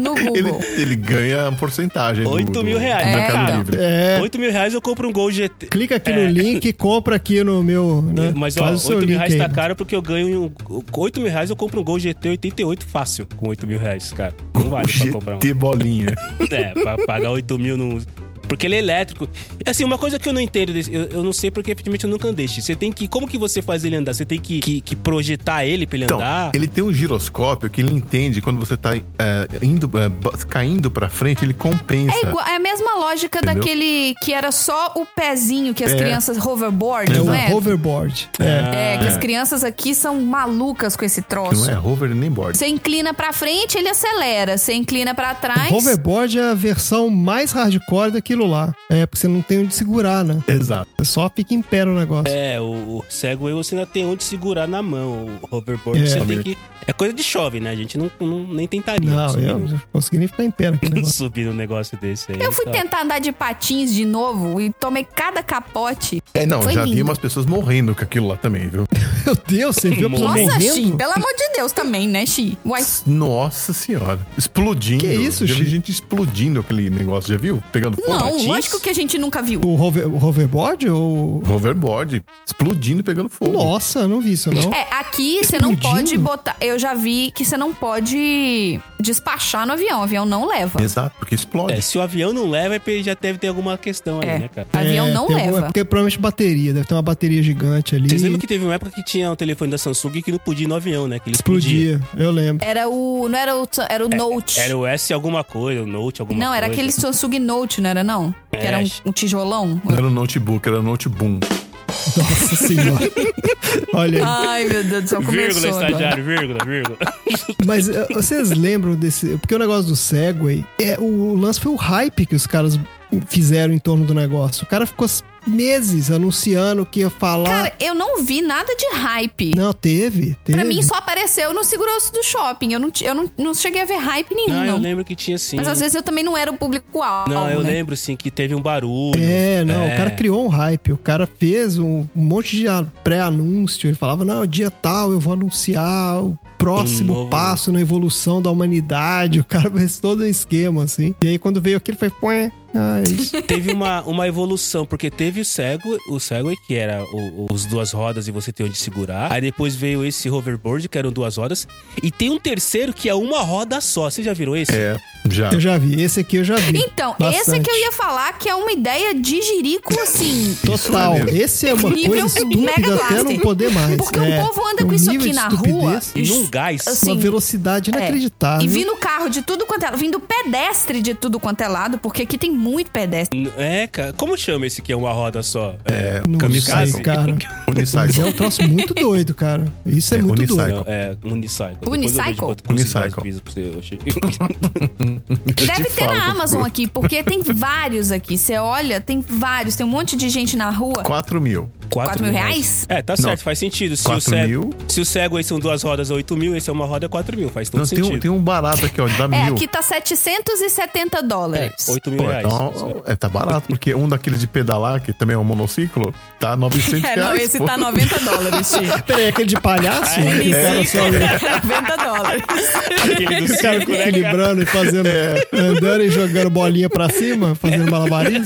Speaker 2: no Google.
Speaker 4: Ele, ele ganha uma porcentagem. do-
Speaker 1: 8 mil
Speaker 4: do
Speaker 1: reais,
Speaker 4: Mercado
Speaker 1: cara.
Speaker 4: Livre.
Speaker 3: É.
Speaker 1: 8 mil reais eu compro um Gol GT.
Speaker 3: Clica aqui
Speaker 1: É.
Speaker 3: no link e compra aqui no meu.
Speaker 4: É,
Speaker 3: Né?
Speaker 1: Mas ó,
Speaker 3: Faz o
Speaker 1: 8
Speaker 3: seu
Speaker 1: mil
Speaker 3: link
Speaker 1: reais
Speaker 3: aí.
Speaker 1: tá caro porque eu ganho. Um, 8 mil reais eu compro um Gol GT 88 fácil com 8 mil reais, cara. Não vale pra comprar um.
Speaker 4: GT bolinha.
Speaker 1: É, pra pagar 8 mil num Porque ele é elétrico. Assim, uma coisa que eu não entendo, desse- eu, eu não sei porque efetivamente eu nunca andei. Você tem que. Como que você faz ele andar? Você tem que, que- que projetar ele pra ele
Speaker 4: Então,
Speaker 1: andar?
Speaker 4: ele tem um giroscópio que ele entende quando você tá é, indo, é, ba- caindo pra frente, ele compensa.
Speaker 2: É, igual- é a mesma lógica
Speaker 4: Entendeu?
Speaker 2: daquele que era só o pezinho que as
Speaker 4: É.
Speaker 2: crianças hoverboard,
Speaker 3: É
Speaker 2: não
Speaker 3: o
Speaker 2: é?
Speaker 3: hoverboard.
Speaker 2: É, que as crianças aqui são malucas com esse
Speaker 4: Que não
Speaker 2: troço.
Speaker 4: é hover nem board.
Speaker 2: Você inclina pra frente, ele acelera. Você inclina pra trás.
Speaker 3: O hoverboard é a versão mais hardcore daquilo lá. É, porque você não tem onde segurar, né?
Speaker 4: Exato.
Speaker 3: Você só fica em pé no negócio.
Speaker 1: É, o, o Segway você ainda tem onde segurar na mão. O hoverboard
Speaker 3: É.
Speaker 1: você tem que. É coisa de chove, né? A gente não, não- nem tentaria
Speaker 3: Não,
Speaker 1: subir,
Speaker 3: eu não consegui nem ficar em pé naquele negócio.
Speaker 1: subir um negócio desse aí.
Speaker 2: Eu fui
Speaker 1: tá.
Speaker 2: tentar andar de patins de novo e tomei cada capote.
Speaker 4: É, não,
Speaker 2: Foi
Speaker 4: já vi
Speaker 2: lindo.
Speaker 4: umas pessoas morrendo com aquilo lá também, viu?
Speaker 3: Meu Deus, você viu a pessoa
Speaker 2: Nossa, Xi,
Speaker 3: morrendo?
Speaker 2: pelo amor de Deus também, né, Xi? Uai,
Speaker 4: Nossa senhora. Explodindo.
Speaker 3: Que isso,
Speaker 4: Já vi
Speaker 3: Chico?
Speaker 4: gente explodindo aquele negócio, já viu? Pegando fogo.
Speaker 2: não,
Speaker 1: patins?
Speaker 2: lógico que a gente nunca viu.
Speaker 3: O, hover- o hoverboard ou...
Speaker 4: Hoverboard. Explodindo e pegando fogo.
Speaker 3: Nossa, não vi isso não.
Speaker 2: É, aqui você não
Speaker 3: Explodindo?
Speaker 2: pode botar. Eu já vi que você não pode despachar no avião. O avião não leva.
Speaker 4: Exato, porque explode.
Speaker 1: É, se o avião não leva, é porque já deve ter alguma questão aí,
Speaker 2: É.
Speaker 1: né, cara?
Speaker 2: Avião
Speaker 3: É,
Speaker 2: não
Speaker 3: tem algum-
Speaker 2: leva.
Speaker 3: É porque provavelmente bateria, deve ter uma bateria gigante ali.
Speaker 1: Vocês lembram que teve uma época que tinha um telefone da Samsung que não podia ir no avião, né? Que ele explodia.
Speaker 3: Explodia, eu lembro.
Speaker 2: Era o. Não era o. Era o Note.
Speaker 1: Era o S alguma coisa, o Note alguma coisa.
Speaker 2: Não, era aquele Samsung Note, não era não? Que era um, um tijolão.
Speaker 4: Era um notebook, era um noteboom.
Speaker 2: É.
Speaker 3: Nossa senhora. Olha aí.
Speaker 2: Ai, meu Deus do céu,
Speaker 1: Vírgula,
Speaker 2: começou. né? agora.
Speaker 1: estagiário, vírgula, vírgula.
Speaker 3: Mas eh, vocês lembram desse. Porque o negócio do Segway, é, o lance foi o hype que os caras fizeram em torno do negócio. O cara ficou meses anunciando que ia falar.
Speaker 2: Cara, eu não vi nada de hype.
Speaker 3: não, teve, teve.
Speaker 2: Pra mim só apareceu no segurança do shopping. Eu não, ti- eu não, não cheguei a ver hype nenhum,
Speaker 1: Não, eu
Speaker 2: não.
Speaker 1: lembro que tinha sim.
Speaker 2: Mas às vezes eu também não era o público-alvo.
Speaker 1: Não, eu
Speaker 2: né?
Speaker 1: lembro sim que teve um barulho.
Speaker 3: É, não, o cara criou um hype. O cara fez um monte de a- pré-anúncio. Ele falava: não, dia tal eu vou anunciar o próximo
Speaker 1: Um novo-
Speaker 3: passo na evolução da humanidade. O cara fez todo um esquema, assim. E aí, quando veio aquilo, foi. Põe. Ah, isso.
Speaker 1: Teve uma, uma evolução, porque teve o Segway, o Segway que era o- o- os duas rodas e você tem onde segurar. Aí depois veio esse hoverboard, que eram duas rodas. E tem um terceiro que é uma roda só. Vocês já viram esse?
Speaker 4: É, já.
Speaker 3: Eu já vi. Esse aqui eu já vi.
Speaker 2: Então, esse é
Speaker 3: Bastante.
Speaker 2: que eu ia falar que é uma ideia de jirico, assim.
Speaker 3: Total.
Speaker 4: Isso é mesmo.
Speaker 3: Esse é uma
Speaker 2: Nível
Speaker 3: coisa
Speaker 2: Mega
Speaker 3: estúpida até não
Speaker 2: Blaster.
Speaker 3: poder mais.
Speaker 2: Porque
Speaker 3: é,
Speaker 2: o povo anda
Speaker 3: é um
Speaker 2: com isso
Speaker 3: nível
Speaker 2: aqui
Speaker 3: de
Speaker 2: na rua.
Speaker 3: estupidez,
Speaker 1: Num gás.
Speaker 2: assim,
Speaker 3: Uma velocidade
Speaker 2: E
Speaker 3: inacreditável.
Speaker 2: vindo carro de tudo quanto é lado, vindo pedestre de tudo quanto é lado, porque aqui tem muito pedestre.
Speaker 1: N- É, cara. Como chama esse que é uma roda só? É.
Speaker 3: Não
Speaker 4: Kamikaze.
Speaker 3: sei, cara. Mas é
Speaker 4: Unicycle.
Speaker 3: um troço muito doido, cara. Isso é,
Speaker 4: É,
Speaker 3: muito
Speaker 4: unicycle.
Speaker 3: doido.
Speaker 1: Não, é unicycle. Depois eu
Speaker 2: Unicycle?
Speaker 1: vejo quanto consigo mais
Speaker 4: Unicycle.
Speaker 1: piso pra você, eu achei.
Speaker 2: Deve ter
Speaker 4: falo.
Speaker 2: na Amazon aqui, porque tem vários aqui. Você olha, tem vários, tem um monte de gente na rua.
Speaker 4: 4 mil.
Speaker 2: 4 mil reais?
Speaker 1: É, tá
Speaker 4: Não.
Speaker 1: certo, faz sentido. Se o,
Speaker 4: 4
Speaker 1: Seg-
Speaker 4: mil.
Speaker 1: se o Segway são duas rodas 8 mil, esse é uma roda 4 mil. Faz todo
Speaker 4: Não, tem,
Speaker 1: sentido.
Speaker 4: um, tem um barato aqui, ó, dá
Speaker 2: É,
Speaker 4: mil.
Speaker 2: aqui tá 770 dólares.
Speaker 1: 8 mil
Speaker 4: Pô,
Speaker 1: reais.
Speaker 2: né?
Speaker 4: então, é, tá barato, porque um daqueles de pedalar, que também é um monociclo, tá 900
Speaker 2: É,
Speaker 4: reais.
Speaker 2: não, esse
Speaker 4: pô.
Speaker 2: tá 90 dólares, Chico.
Speaker 3: Peraí, aquele de palhaço?
Speaker 2: Ele
Speaker 3: O cara É, só
Speaker 2: sim, 90 dólares.
Speaker 1: Aquele do
Speaker 3: o
Speaker 1: circo,
Speaker 3: cara fica
Speaker 1: né, cara?
Speaker 3: equilibrando e fazendo. Andando e jogando bolinha pra cima, fazendo malabarismo.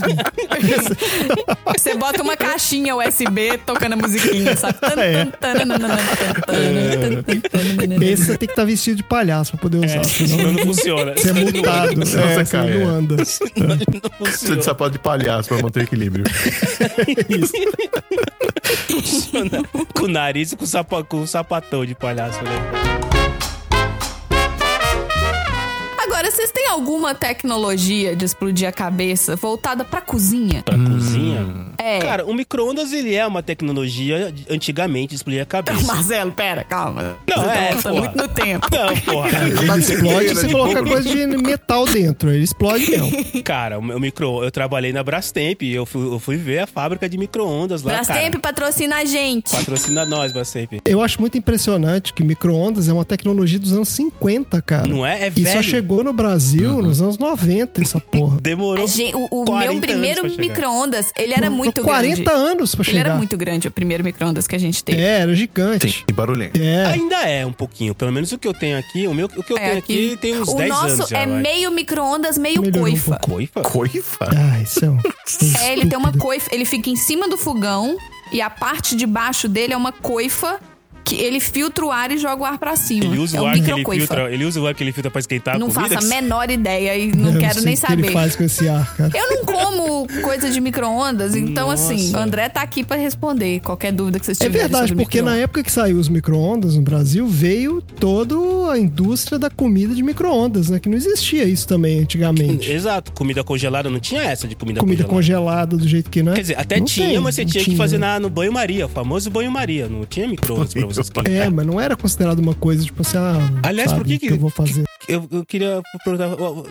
Speaker 2: Você bota uma caixinha USB tocando a musiquinha, sabe? Tan,
Speaker 3: É.
Speaker 2: tan, tananana, tan, tan, tan, tananana.
Speaker 3: Esse você tem que estar vestido de palhaço pra poder usar.
Speaker 1: É,
Speaker 3: Senão
Speaker 1: senão não funciona.
Speaker 3: você é multado. É,
Speaker 4: Senão você
Speaker 3: você
Speaker 4: cai, é.
Speaker 3: não anda.
Speaker 1: Não
Speaker 4: Precisa
Speaker 1: funciona.
Speaker 4: de sapato de palhaço pra manter o equilíbrio.
Speaker 1: com o nariz e com o, sapa- com o sapatão de palhaço, né?
Speaker 2: Agora, vocês têm alguma tecnologia de explodir a cabeça voltada pra cozinha?
Speaker 1: Pra cozinha.
Speaker 2: É.
Speaker 1: Cara, o micro-ondas, ele é uma tecnologia de- antigamente de explodir a cabeça.
Speaker 2: Marcelo, pera, calma.
Speaker 1: Não,
Speaker 2: Você
Speaker 1: é,
Speaker 2: tá voltando
Speaker 1: porra.
Speaker 2: muito no tempo.
Speaker 1: Não, porra.
Speaker 3: Ele explode se colocar coisa né, de metal dentro. Ele explode mesmo.
Speaker 1: Cara, o meu micro, eu trabalhei na Brastemp e eu fui, eu fui ver a fábrica de micro-ondas lá,
Speaker 2: Brastemp
Speaker 1: cara.
Speaker 2: patrocina a gente.
Speaker 1: Patrocina nós, Brastemp.
Speaker 3: Eu acho muito impressionante que micro-ondas é uma tecnologia dos anos 50, cara.
Speaker 1: Não é? É
Speaker 3: E só
Speaker 1: velho.
Speaker 3: chegou no Brasil nos anos 90, essa porra.
Speaker 1: Demorou.
Speaker 2: A gente- o o
Speaker 1: 40
Speaker 2: meu
Speaker 1: anos
Speaker 2: primeiro
Speaker 1: pra chegar.
Speaker 2: micro-ondas, ele era muito
Speaker 3: 40
Speaker 2: grande.
Speaker 3: anos pra
Speaker 2: Ele
Speaker 3: chegar.
Speaker 2: era muito grande, o primeiro micro-ondas que a gente teve.
Speaker 3: É, era gigante.
Speaker 4: E barulhento.
Speaker 3: É.
Speaker 1: Ainda é um pouquinho. Pelo menos o que eu tenho aqui, o, meu, o que eu
Speaker 2: É,
Speaker 1: tenho aqui, tem uns
Speaker 2: o
Speaker 1: 10
Speaker 2: nosso
Speaker 1: anos já,
Speaker 2: é
Speaker 1: vai.
Speaker 2: meio micro-ondas, meio
Speaker 3: Melhorou um
Speaker 2: coifa.
Speaker 3: pouco.
Speaker 1: Coifa?
Speaker 4: Coifa?
Speaker 3: Ah, isso é um.
Speaker 2: É, ele tem uma coifa, ele fica em cima do fogão e a parte de baixo dele é uma coifa que ele filtra o ar e joga o ar pra cima.
Speaker 1: Ele usa
Speaker 2: é
Speaker 1: o
Speaker 2: um
Speaker 1: ar que ele
Speaker 2: microcoifa.
Speaker 1: filtra. Ele usa o ar que ele filtra pra esquentar
Speaker 2: Não
Speaker 1: a comida.
Speaker 2: faço a menor ideia e não
Speaker 3: Eu
Speaker 2: quero
Speaker 3: sei
Speaker 2: nem
Speaker 3: o que ele
Speaker 2: saber.
Speaker 3: faz com esse ar, cara?
Speaker 2: Eu não como coisa de micro-ondas, então
Speaker 1: Nossa.
Speaker 2: assim, o André tá aqui pra responder qualquer dúvida que vocês
Speaker 3: É
Speaker 2: tiverem.
Speaker 3: verdade,
Speaker 2: sobre
Speaker 3: porque na
Speaker 2: micro-ondas.
Speaker 3: época que saiu os micro-ondas no Brasil, veio toda a indústria da comida de micro-ondas, né? Que não existia isso também antigamente.
Speaker 1: Exato, comida congelada não tinha essa de comida,
Speaker 3: Comida
Speaker 1: congelada.
Speaker 3: congelada do jeito que não é.
Speaker 1: Quer dizer, até
Speaker 3: Não
Speaker 1: tinha,
Speaker 3: tem,
Speaker 1: mas você
Speaker 3: não
Speaker 1: tinha, que fazer na, no banho-maria, o famoso banho-maria. Não tinha micro-ondas pra você esquentar.
Speaker 3: É, mas não era considerado uma coisa, tipo assim, ah,
Speaker 1: Aliás,
Speaker 3: sabe,
Speaker 1: por que
Speaker 3: o
Speaker 1: que-
Speaker 3: eu vou fazer?
Speaker 1: Eu, eu queria perguntar.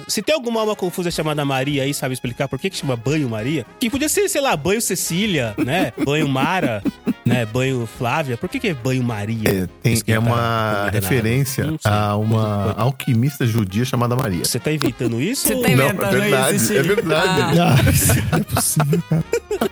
Speaker 1: Se tem alguma alma confusa chamada Maria aí, sabe explicar por que, que chama banho Maria? Que podia ser, sei lá, banho Cecília, né? Banho Mara, né? Banho Flávia. Por que, que é banho Maria?
Speaker 4: É, tem- é
Speaker 1: Esquentar comida
Speaker 4: uma
Speaker 1: na água.
Speaker 4: referência
Speaker 1: Não sei.
Speaker 4: a uma alquimista judia chamada Maria.
Speaker 1: Você tá inventando isso?
Speaker 2: Você
Speaker 1: ou-
Speaker 2: tá
Speaker 4: Não, é
Speaker 2: inventando
Speaker 4: verdade,
Speaker 2: isso,
Speaker 4: é
Speaker 2: Chico?
Speaker 4: verdade.
Speaker 2: Ah.
Speaker 3: Ah, isso não é possível, cara.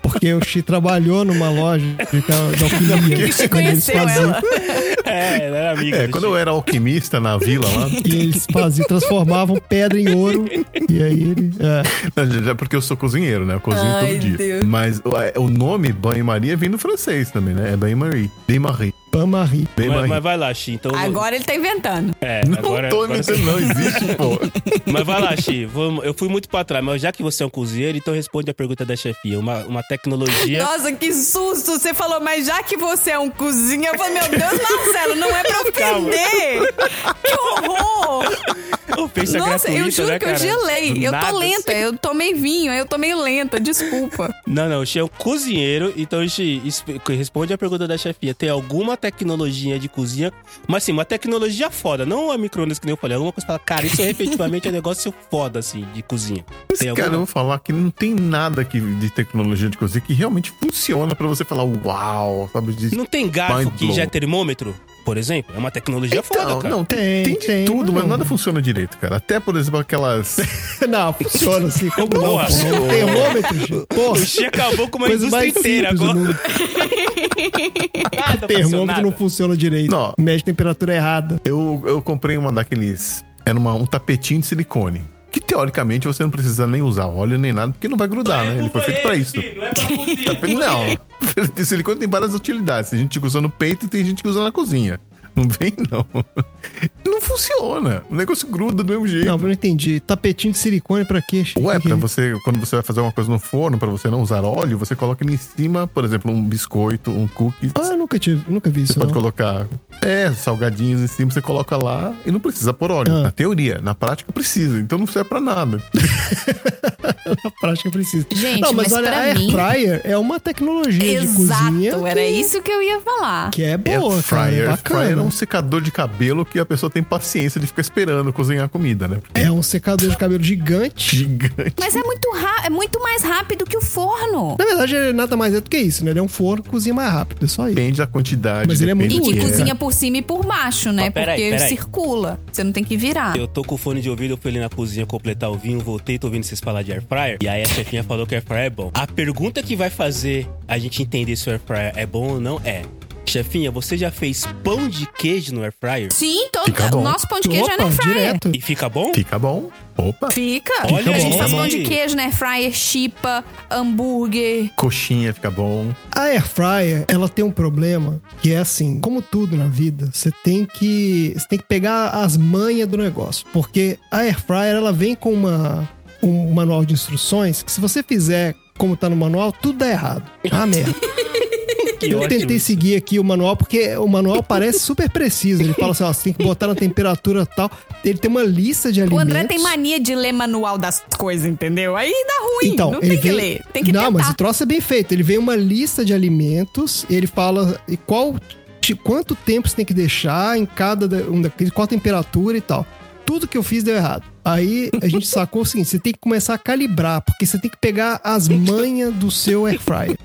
Speaker 3: Porque o Xi trabalhou numa loja de cal- de alquimia.
Speaker 2: E se
Speaker 3: Quando eles
Speaker 2: conheceu
Speaker 3: faziam-
Speaker 2: ela.
Speaker 1: É, ela era amiga.
Speaker 4: É,
Speaker 1: do
Speaker 4: quando eu
Speaker 1: Chico.
Speaker 4: era alquimista na vila lá,
Speaker 3: E eles faziam, transformavam pedra em ouro. E aí ele. é.
Speaker 4: Não, Já porque eu sou cozinheiro, né? Eu cozinho
Speaker 2: Ai,
Speaker 4: todo dia.
Speaker 2: Deus.
Speaker 4: Mas o- o nome banho-maria vem do francês também, né? É banho-marie. Bain-marie.
Speaker 3: Pamari.
Speaker 1: Mas, mas
Speaker 4: Bain-marie.
Speaker 1: vai lá, Xi. Então,
Speaker 2: Agora ele tá inventando.
Speaker 1: é,
Speaker 4: Não
Speaker 1: agora,
Speaker 4: tô
Speaker 1: agora você-
Speaker 4: inventando, não existe, pô.
Speaker 1: Mas vai lá, Xi. Vamos, eu fui muito pra trás, mas já que você é um cozinheiro, então responde a pergunta da chefia. Uma, uma tecnologia.
Speaker 2: Nossa, que susto! Você falou, mas já que você é um cozinha, eu falei, meu Deus, Marcelo, não é pra ofender! Que horror!
Speaker 1: ofensa
Speaker 2: Nossa,
Speaker 1: gratuita,
Speaker 2: eu juro
Speaker 1: né,
Speaker 2: que eu
Speaker 1: cara? Do
Speaker 2: gelei. Eu
Speaker 1: nada, assim.
Speaker 2: tô lenta, eu tomei vinho, eu tô meio lenta, desculpa.
Speaker 1: Não, não, o Xi é um cozinheiro, então Xi, esp- responde a pergunta da chefia. Tem alguma tecnologia de cozinha, mas assim, uma tecnologia foda, não a micro-ondas que nem eu falei, alguma coisa que fala, cara, isso efetivamente é um negócio foda, assim, de cozinha. Tem alguma?
Speaker 4: Cara, eu vou falar que não tem nada que, de tecnologia de cozinha que realmente funciona pra você falar uau, sabe? De...
Speaker 1: Não tem garfo
Speaker 4: Mind
Speaker 1: que
Speaker 4: blown.
Speaker 1: já é termômetro, por exemplo? É uma tecnologia
Speaker 3: Então,
Speaker 1: foda, cara.
Speaker 4: não,
Speaker 3: Tem,
Speaker 4: tem, tem de
Speaker 3: tem,
Speaker 4: tudo, mas
Speaker 3: não.
Speaker 4: nada funciona direito, cara. Até, por exemplo, aquelas...
Speaker 3: Não, funciona assim. Como
Speaker 1: Boa,
Speaker 3: não? Pô,
Speaker 1: boa.
Speaker 3: termômetro, gente.
Speaker 1: O
Speaker 3: Porra.
Speaker 1: Xi acabou com uma
Speaker 3: Coisa
Speaker 1: indústria
Speaker 3: mais
Speaker 1: inteira
Speaker 3: simples do
Speaker 1: agora. tá
Speaker 3: mundo.
Speaker 1: Nada
Speaker 3: Termômetro não
Speaker 1: funcionava.
Speaker 3: funciona direito.
Speaker 4: Não.
Speaker 3: Mede temperatura errada.
Speaker 4: Eu, eu comprei uma daqueles... Era uma, um tapetinho de silicone. Que, teoricamente, você não precisa nem usar óleo nem nada, porque não vai grudar, né? Ele foi feito pra isso.
Speaker 1: Não é pra cozinha.
Speaker 4: Tá pe- Não. O silicone tem várias utilidades. Tem gente que usa no peito e tem gente que usa na cozinha. Não vem, não. Não funciona. O negócio gruda do mesmo jeito.
Speaker 3: Não, eu não entendi. Tapetinho de silicone pra quê? Chico?
Speaker 4: Ué, pra
Speaker 3: Que-
Speaker 4: você, quando você vai fazer uma coisa no forno, pra você não usar óleo, você coloca ele em cima, por exemplo, um biscoito, um cookie.
Speaker 3: Ah, eu nunca, tive, nunca vi
Speaker 4: Você
Speaker 3: isso.
Speaker 4: pode
Speaker 3: não.
Speaker 4: colocar é, salgadinhos em cima, você coloca lá e não precisa pôr óleo.
Speaker 3: Ah.
Speaker 4: Na teoria, na prática precisa, então não serve pra nada.
Speaker 3: Na prática precisa.
Speaker 5: Gente,
Speaker 3: não, mas,
Speaker 5: mas
Speaker 3: olha,
Speaker 5: pra
Speaker 3: a air
Speaker 5: mim- é-
Speaker 3: fryer é uma tecnologia de cozinha.
Speaker 2: Exato,
Speaker 3: que-
Speaker 2: era isso que eu ia falar.
Speaker 3: Que é boa, cara.
Speaker 4: Air
Speaker 3: é
Speaker 4: fryer. Air fryer é
Speaker 3: bacana.
Speaker 4: um secador de cabelo que a pessoa tem paciência de ficar esperando cozinhar a comida, né? Porque
Speaker 3: É um secador de cabelo gigante.
Speaker 4: gigante.
Speaker 5: Mas é muito, ra- é muito mais rápido que o forno.
Speaker 3: Na verdade, ele nada mais é do que isso, né? Ele é um forno que cozinha mais rápido, é só isso.
Speaker 4: Depende da quantidade.
Speaker 3: Mas ele é
Speaker 4: depende
Speaker 3: muito
Speaker 4: do
Speaker 5: E que
Speaker 3: É.
Speaker 5: cozinha por cima e por baixo, né?
Speaker 1: Ah, peraí,
Speaker 5: Porque
Speaker 1: peraí.
Speaker 5: circula. Você não tem que virar.
Speaker 1: Eu tô com fone de ouvido, eu fui ali na cozinha completar o vinho, voltei, tô ouvindo vocês falar de air fryer. E aí a chefinha falou que air fryer é bom. A pergunta que vai fazer a gente entender se o air fryer é bom ou não é: Chefinha, você já fez pão de queijo no air fryer?
Speaker 5: Sim, todo
Speaker 4: Fica bom.
Speaker 5: nosso pão de queijo é na
Speaker 3: Opa,
Speaker 5: fryer.
Speaker 3: direto.
Speaker 1: E fica bom?
Speaker 4: Fica bom. Opa.
Speaker 5: Fica.
Speaker 1: Olha
Speaker 5: a gente
Speaker 1: aí.
Speaker 5: faz pão de queijo, né? Fryer, chipa, hambúrguer.
Speaker 4: Coxinha fica bom.
Speaker 3: A air fryer, ela tem um problema que é assim, como tudo na vida, você tem que você tem que pegar as manhas do negócio, porque a air fryer ela vem com uma um manual de instruções que se você fizer como tá no manual, tudo dá errado. Ah, merda.
Speaker 1: Que
Speaker 3: Eu
Speaker 1: ótimo.
Speaker 3: tentei seguir aqui o manual, porque o manual parece super preciso. Ele fala assim, ó, você tem que botar na temperatura tal. Ele tem uma lista de
Speaker 2: O
Speaker 3: alimentos.
Speaker 2: André tem mania de ler manual das coisas, entendeu? Aí dá ruim,
Speaker 3: Então,
Speaker 2: não
Speaker 3: ele
Speaker 2: tem que
Speaker 3: vem-
Speaker 2: ler, tem que
Speaker 3: Não,
Speaker 2: tentar.
Speaker 3: mas o troço é bem feito. Ele vem uma lista de alimentos, ele fala e qual ti- quanto tempo você tem que deixar em cada da- um daqueles, qual a temperatura e tal. Tudo que eu fiz deu errado. Aí a gente sacou o seguinte: você tem que começar a calibrar, porque você tem que pegar as manhas do seu air fryer.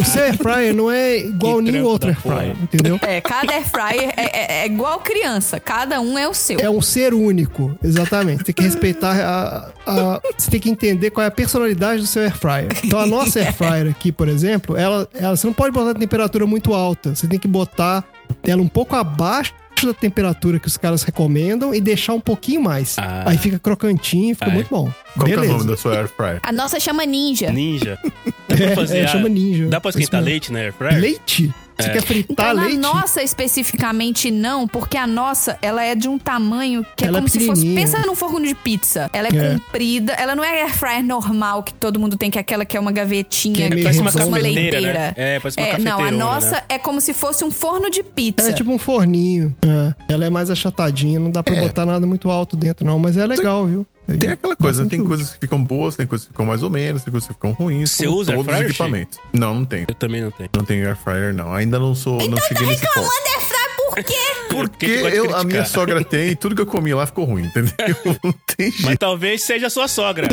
Speaker 3: O seu air fryer não é igual
Speaker 1: Que
Speaker 3: nenhum
Speaker 1: trampo
Speaker 3: outro
Speaker 1: da
Speaker 3: air fryer,
Speaker 1: porra.
Speaker 3: entendeu?
Speaker 2: É, cada air fryer é, é- é igual criança, cada um é o seu.
Speaker 3: É um ser único, exatamente. Tem que respeitar a, a- Você tem que entender qual é a personalidade do seu air fryer. Então a nossa air fryer aqui, por exemplo, ela, ela você não pode botar a temperatura muito alta. Você tem que botar ela um pouco abaixo da temperatura que os caras recomendam e deixar um pouquinho mais.
Speaker 1: Ah.
Speaker 3: Aí fica crocantinho, fica muito bom.
Speaker 4: Qual que é o nome
Speaker 3: Beleza.
Speaker 4: da sua air fryer?
Speaker 5: A nossa chama ninja.
Speaker 1: Ninja. Dá pra fazer.
Speaker 3: é, chama ninja.
Speaker 1: Dá pra esquentar
Speaker 3: Isso mesmo.
Speaker 1: leite na air fryer?
Speaker 3: Leite? Você quer fritar
Speaker 2: Então, na
Speaker 3: Tá leite?
Speaker 2: nossa especificamente não, porque a nossa, ela é de um tamanho que é
Speaker 3: Ela é
Speaker 2: como se fosse,
Speaker 3: pequenininha.
Speaker 2: pensa num forno de pizza. Ela é,
Speaker 3: É.
Speaker 2: comprida, ela não é air fryer normal que todo mundo tem que é aquela que é uma
Speaker 3: Que é
Speaker 2: gavetinha,
Speaker 3: meio
Speaker 2: é
Speaker 1: Parece uma
Speaker 3: Redonda.
Speaker 2: uma
Speaker 1: cafeteira, né?
Speaker 2: leiteira.
Speaker 1: É, parece uma
Speaker 2: não, a
Speaker 1: cafeteirona,
Speaker 2: nossa
Speaker 1: né?
Speaker 2: é como se fosse um forno de pizza.
Speaker 3: É tipo um forninho. É. Ela é mais achatadinha, não dá pra botar nada muito alto dentro, não. Mas é legal, viu?
Speaker 4: Tem aquela coisa,
Speaker 3: Bastante
Speaker 4: tem coisas que ficam boas, tem coisas que ficam mais ou menos, tem coisas que ficam ruins.
Speaker 1: Você
Speaker 4: como
Speaker 1: usa
Speaker 4: todos os
Speaker 1: air fryer,
Speaker 4: equipamentos. Não, não tenho.
Speaker 1: Eu também não tenho.
Speaker 4: Não tenho air fryer, não. Ainda não sou. não cheguei nesse ponto.
Speaker 2: Então tá air fryer por quê?
Speaker 4: Porque
Speaker 1: tu gosta de
Speaker 4: eu, a
Speaker 1: criticar.
Speaker 4: minha sogra tem e tudo que eu comi lá ficou ruim, entendeu? Não tem jeito.
Speaker 1: Mas talvez seja a sua sogra.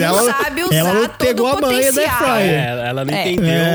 Speaker 3: Ela,
Speaker 2: sabe usar
Speaker 3: ela não
Speaker 2: todo
Speaker 3: pegou
Speaker 2: o
Speaker 3: a manha da
Speaker 2: potencial.
Speaker 1: é,
Speaker 3: airfryer.
Speaker 1: ela não
Speaker 2: É.
Speaker 1: entendeu. É.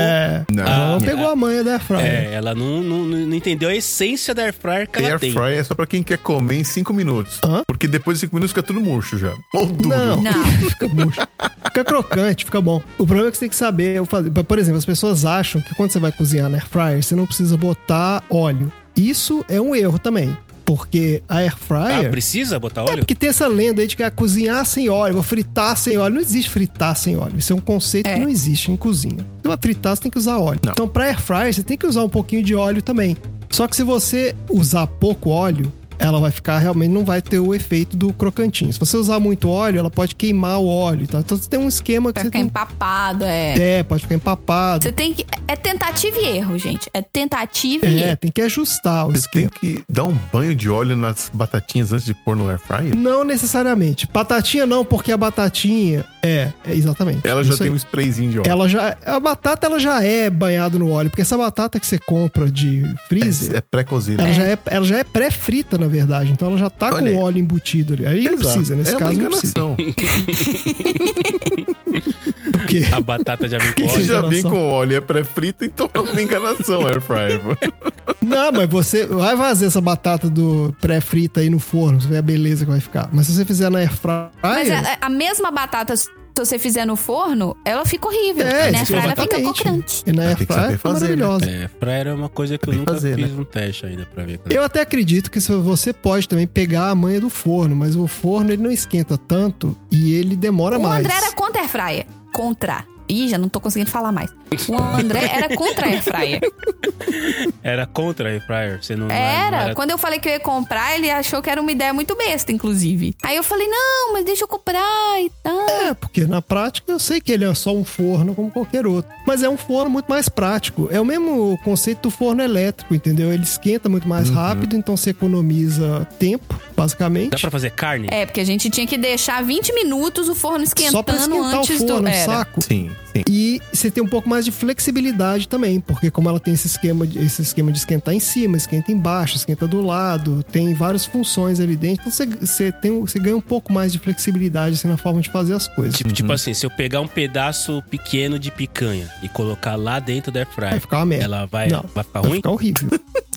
Speaker 3: É.
Speaker 4: Não.
Speaker 3: Ela não pegou a manha da airfryer.
Speaker 1: ela não, não, não entendeu a essência da airfryer que ela
Speaker 4: Air
Speaker 1: tem.
Speaker 4: fryer é só pra quem quer comer em 5 minutos.
Speaker 3: Hã?
Speaker 4: Porque depois de 5 minutos fica tudo murcho já. Ou duro.
Speaker 3: Não,
Speaker 2: Não.
Speaker 3: fica murcho. Fica crocante, fica bom. O problema é que você tem que saber eu fazer. Por exemplo, as pessoas acham que quando você vai cozinhar na air fryer, você não precisa botar óleo. Isso é um erro também. Porque a air
Speaker 1: Ah,
Speaker 3: fryer.
Speaker 1: precisa botar
Speaker 3: É
Speaker 1: óleo?
Speaker 3: porque tem essa lenda aí de que ah, cozinhar sem óleo, vou fritar sem óleo. Não existe fritar sem óleo. Isso é um conceito que não existe em cozinha. Se vai fritar, você tem que usar óleo. Então, pra air fryer, você tem que usar um pouquinho de óleo também. Só que se você usar pouco óleo, ela vai ficar realmente não vai ter o efeito do crocantinho. Se você usar muito óleo, ela pode queimar o óleo, e tal. Então você tem um esquema que
Speaker 2: Pra
Speaker 3: você
Speaker 2: ficar
Speaker 3: tem
Speaker 2: empapado, é.
Speaker 3: é, pode ficar empapado.
Speaker 2: Você tem que. É tentativa e erro, gente. É tentativa e
Speaker 3: É,
Speaker 2: erro.
Speaker 3: tem que ajustar o
Speaker 4: Você
Speaker 3: esquema.
Speaker 4: tem que dar um banho de óleo nas batatinhas antes de pôr no air fryer?
Speaker 3: Não necessariamente. Batatinha não, porque a batatinha é, é exatamente.
Speaker 4: Ela já
Speaker 3: Isso
Speaker 4: tem
Speaker 3: aí.
Speaker 4: um sprayzinho de óleo.
Speaker 3: Ela já. A batata ela já é banhada no óleo, porque essa batata que você compra de freezer,
Speaker 4: É, é pré-cozida.
Speaker 3: ela já é, ela já é pré-frita, na verdade. Então ela já tá
Speaker 4: Olha aí.
Speaker 3: com o óleo embutido ali. Aí não
Speaker 4: Exato.
Speaker 3: precisa, nesse
Speaker 4: É uma
Speaker 3: caso não precisa.
Speaker 4: enganação.
Speaker 3: Porque
Speaker 4: Ah.
Speaker 1: A batata já vem com
Speaker 4: Quem
Speaker 1: óleo.
Speaker 4: já vem
Speaker 3: Enganação. É,
Speaker 4: com óleo é pré-frito, então é uma enganação, air fryer. pô.
Speaker 3: Não, mas você vai fazer essa batata do pré-frita aí no forno, você vê a beleza que vai ficar. Mas se você fizer na airfryer,
Speaker 2: Mas a, a mesma batata, se você fizer no forno, ela fica horrível.
Speaker 3: é,
Speaker 2: né? Ela fica
Speaker 3: exatamente.
Speaker 2: crocante.
Speaker 3: E na
Speaker 4: tem que
Speaker 3: airfryer
Speaker 4: saber
Speaker 3: fica
Speaker 4: fazer, né?
Speaker 3: maravilhosa.
Speaker 1: É, fryer é uma coisa que eu
Speaker 4: Tem que
Speaker 1: nunca
Speaker 4: fazer,
Speaker 1: fiz
Speaker 4: né?
Speaker 1: um teste ainda pra ver.
Speaker 4: É.
Speaker 3: Eu até acredito que isso- você pode também pegar a manha do forno, mas o forno ele não esquenta tanto e ele demora
Speaker 2: O
Speaker 3: mais.
Speaker 2: André era contra a airfryer. Contra. Ih, já não tô conseguindo falar mais. O André era contra a airfryer.
Speaker 1: Era contra a airfryer, você não não
Speaker 2: Era. Quando eu falei que eu ia comprar, ele achou que era uma ideia muito besta, inclusive. Aí eu falei, não, mas deixa eu comprar e tal.
Speaker 3: É, porque na prática eu sei que ele é só um forno como qualquer outro. Mas é um forno muito mais prático. É o mesmo conceito do forno elétrico, entendeu? Ele esquenta muito
Speaker 1: Uhum.
Speaker 3: mais rápido, então você economiza tempo, basicamente.
Speaker 1: Dá pra fazer carne?
Speaker 2: É, porque a gente tinha que deixar 20 minutos o forno esquentando
Speaker 3: só pra esquentar o
Speaker 2: antes
Speaker 3: forno,
Speaker 2: do. Era.
Speaker 3: saco.
Speaker 4: Sim, sim.
Speaker 3: E você tem um pouco mais de flexibilidade também, porque como ela tem esse esquema, de, esse esquema de esquentar em cima, esquenta embaixo, esquenta do lado, tem várias funções ali dentro, então você, você, tem, um- você ganha um pouco mais de flexibilidade assim, na forma de fazer as coisas.
Speaker 1: Tipo, tipo assim, se eu pegar um pedaço pequeno de picanha e colocar lá dentro da
Speaker 3: Vai
Speaker 1: airfryer,
Speaker 3: ficar uma merda.
Speaker 1: ela vai,
Speaker 3: Não,
Speaker 1: vai ficar
Speaker 3: vai
Speaker 1: ruim?
Speaker 3: ficar horrível.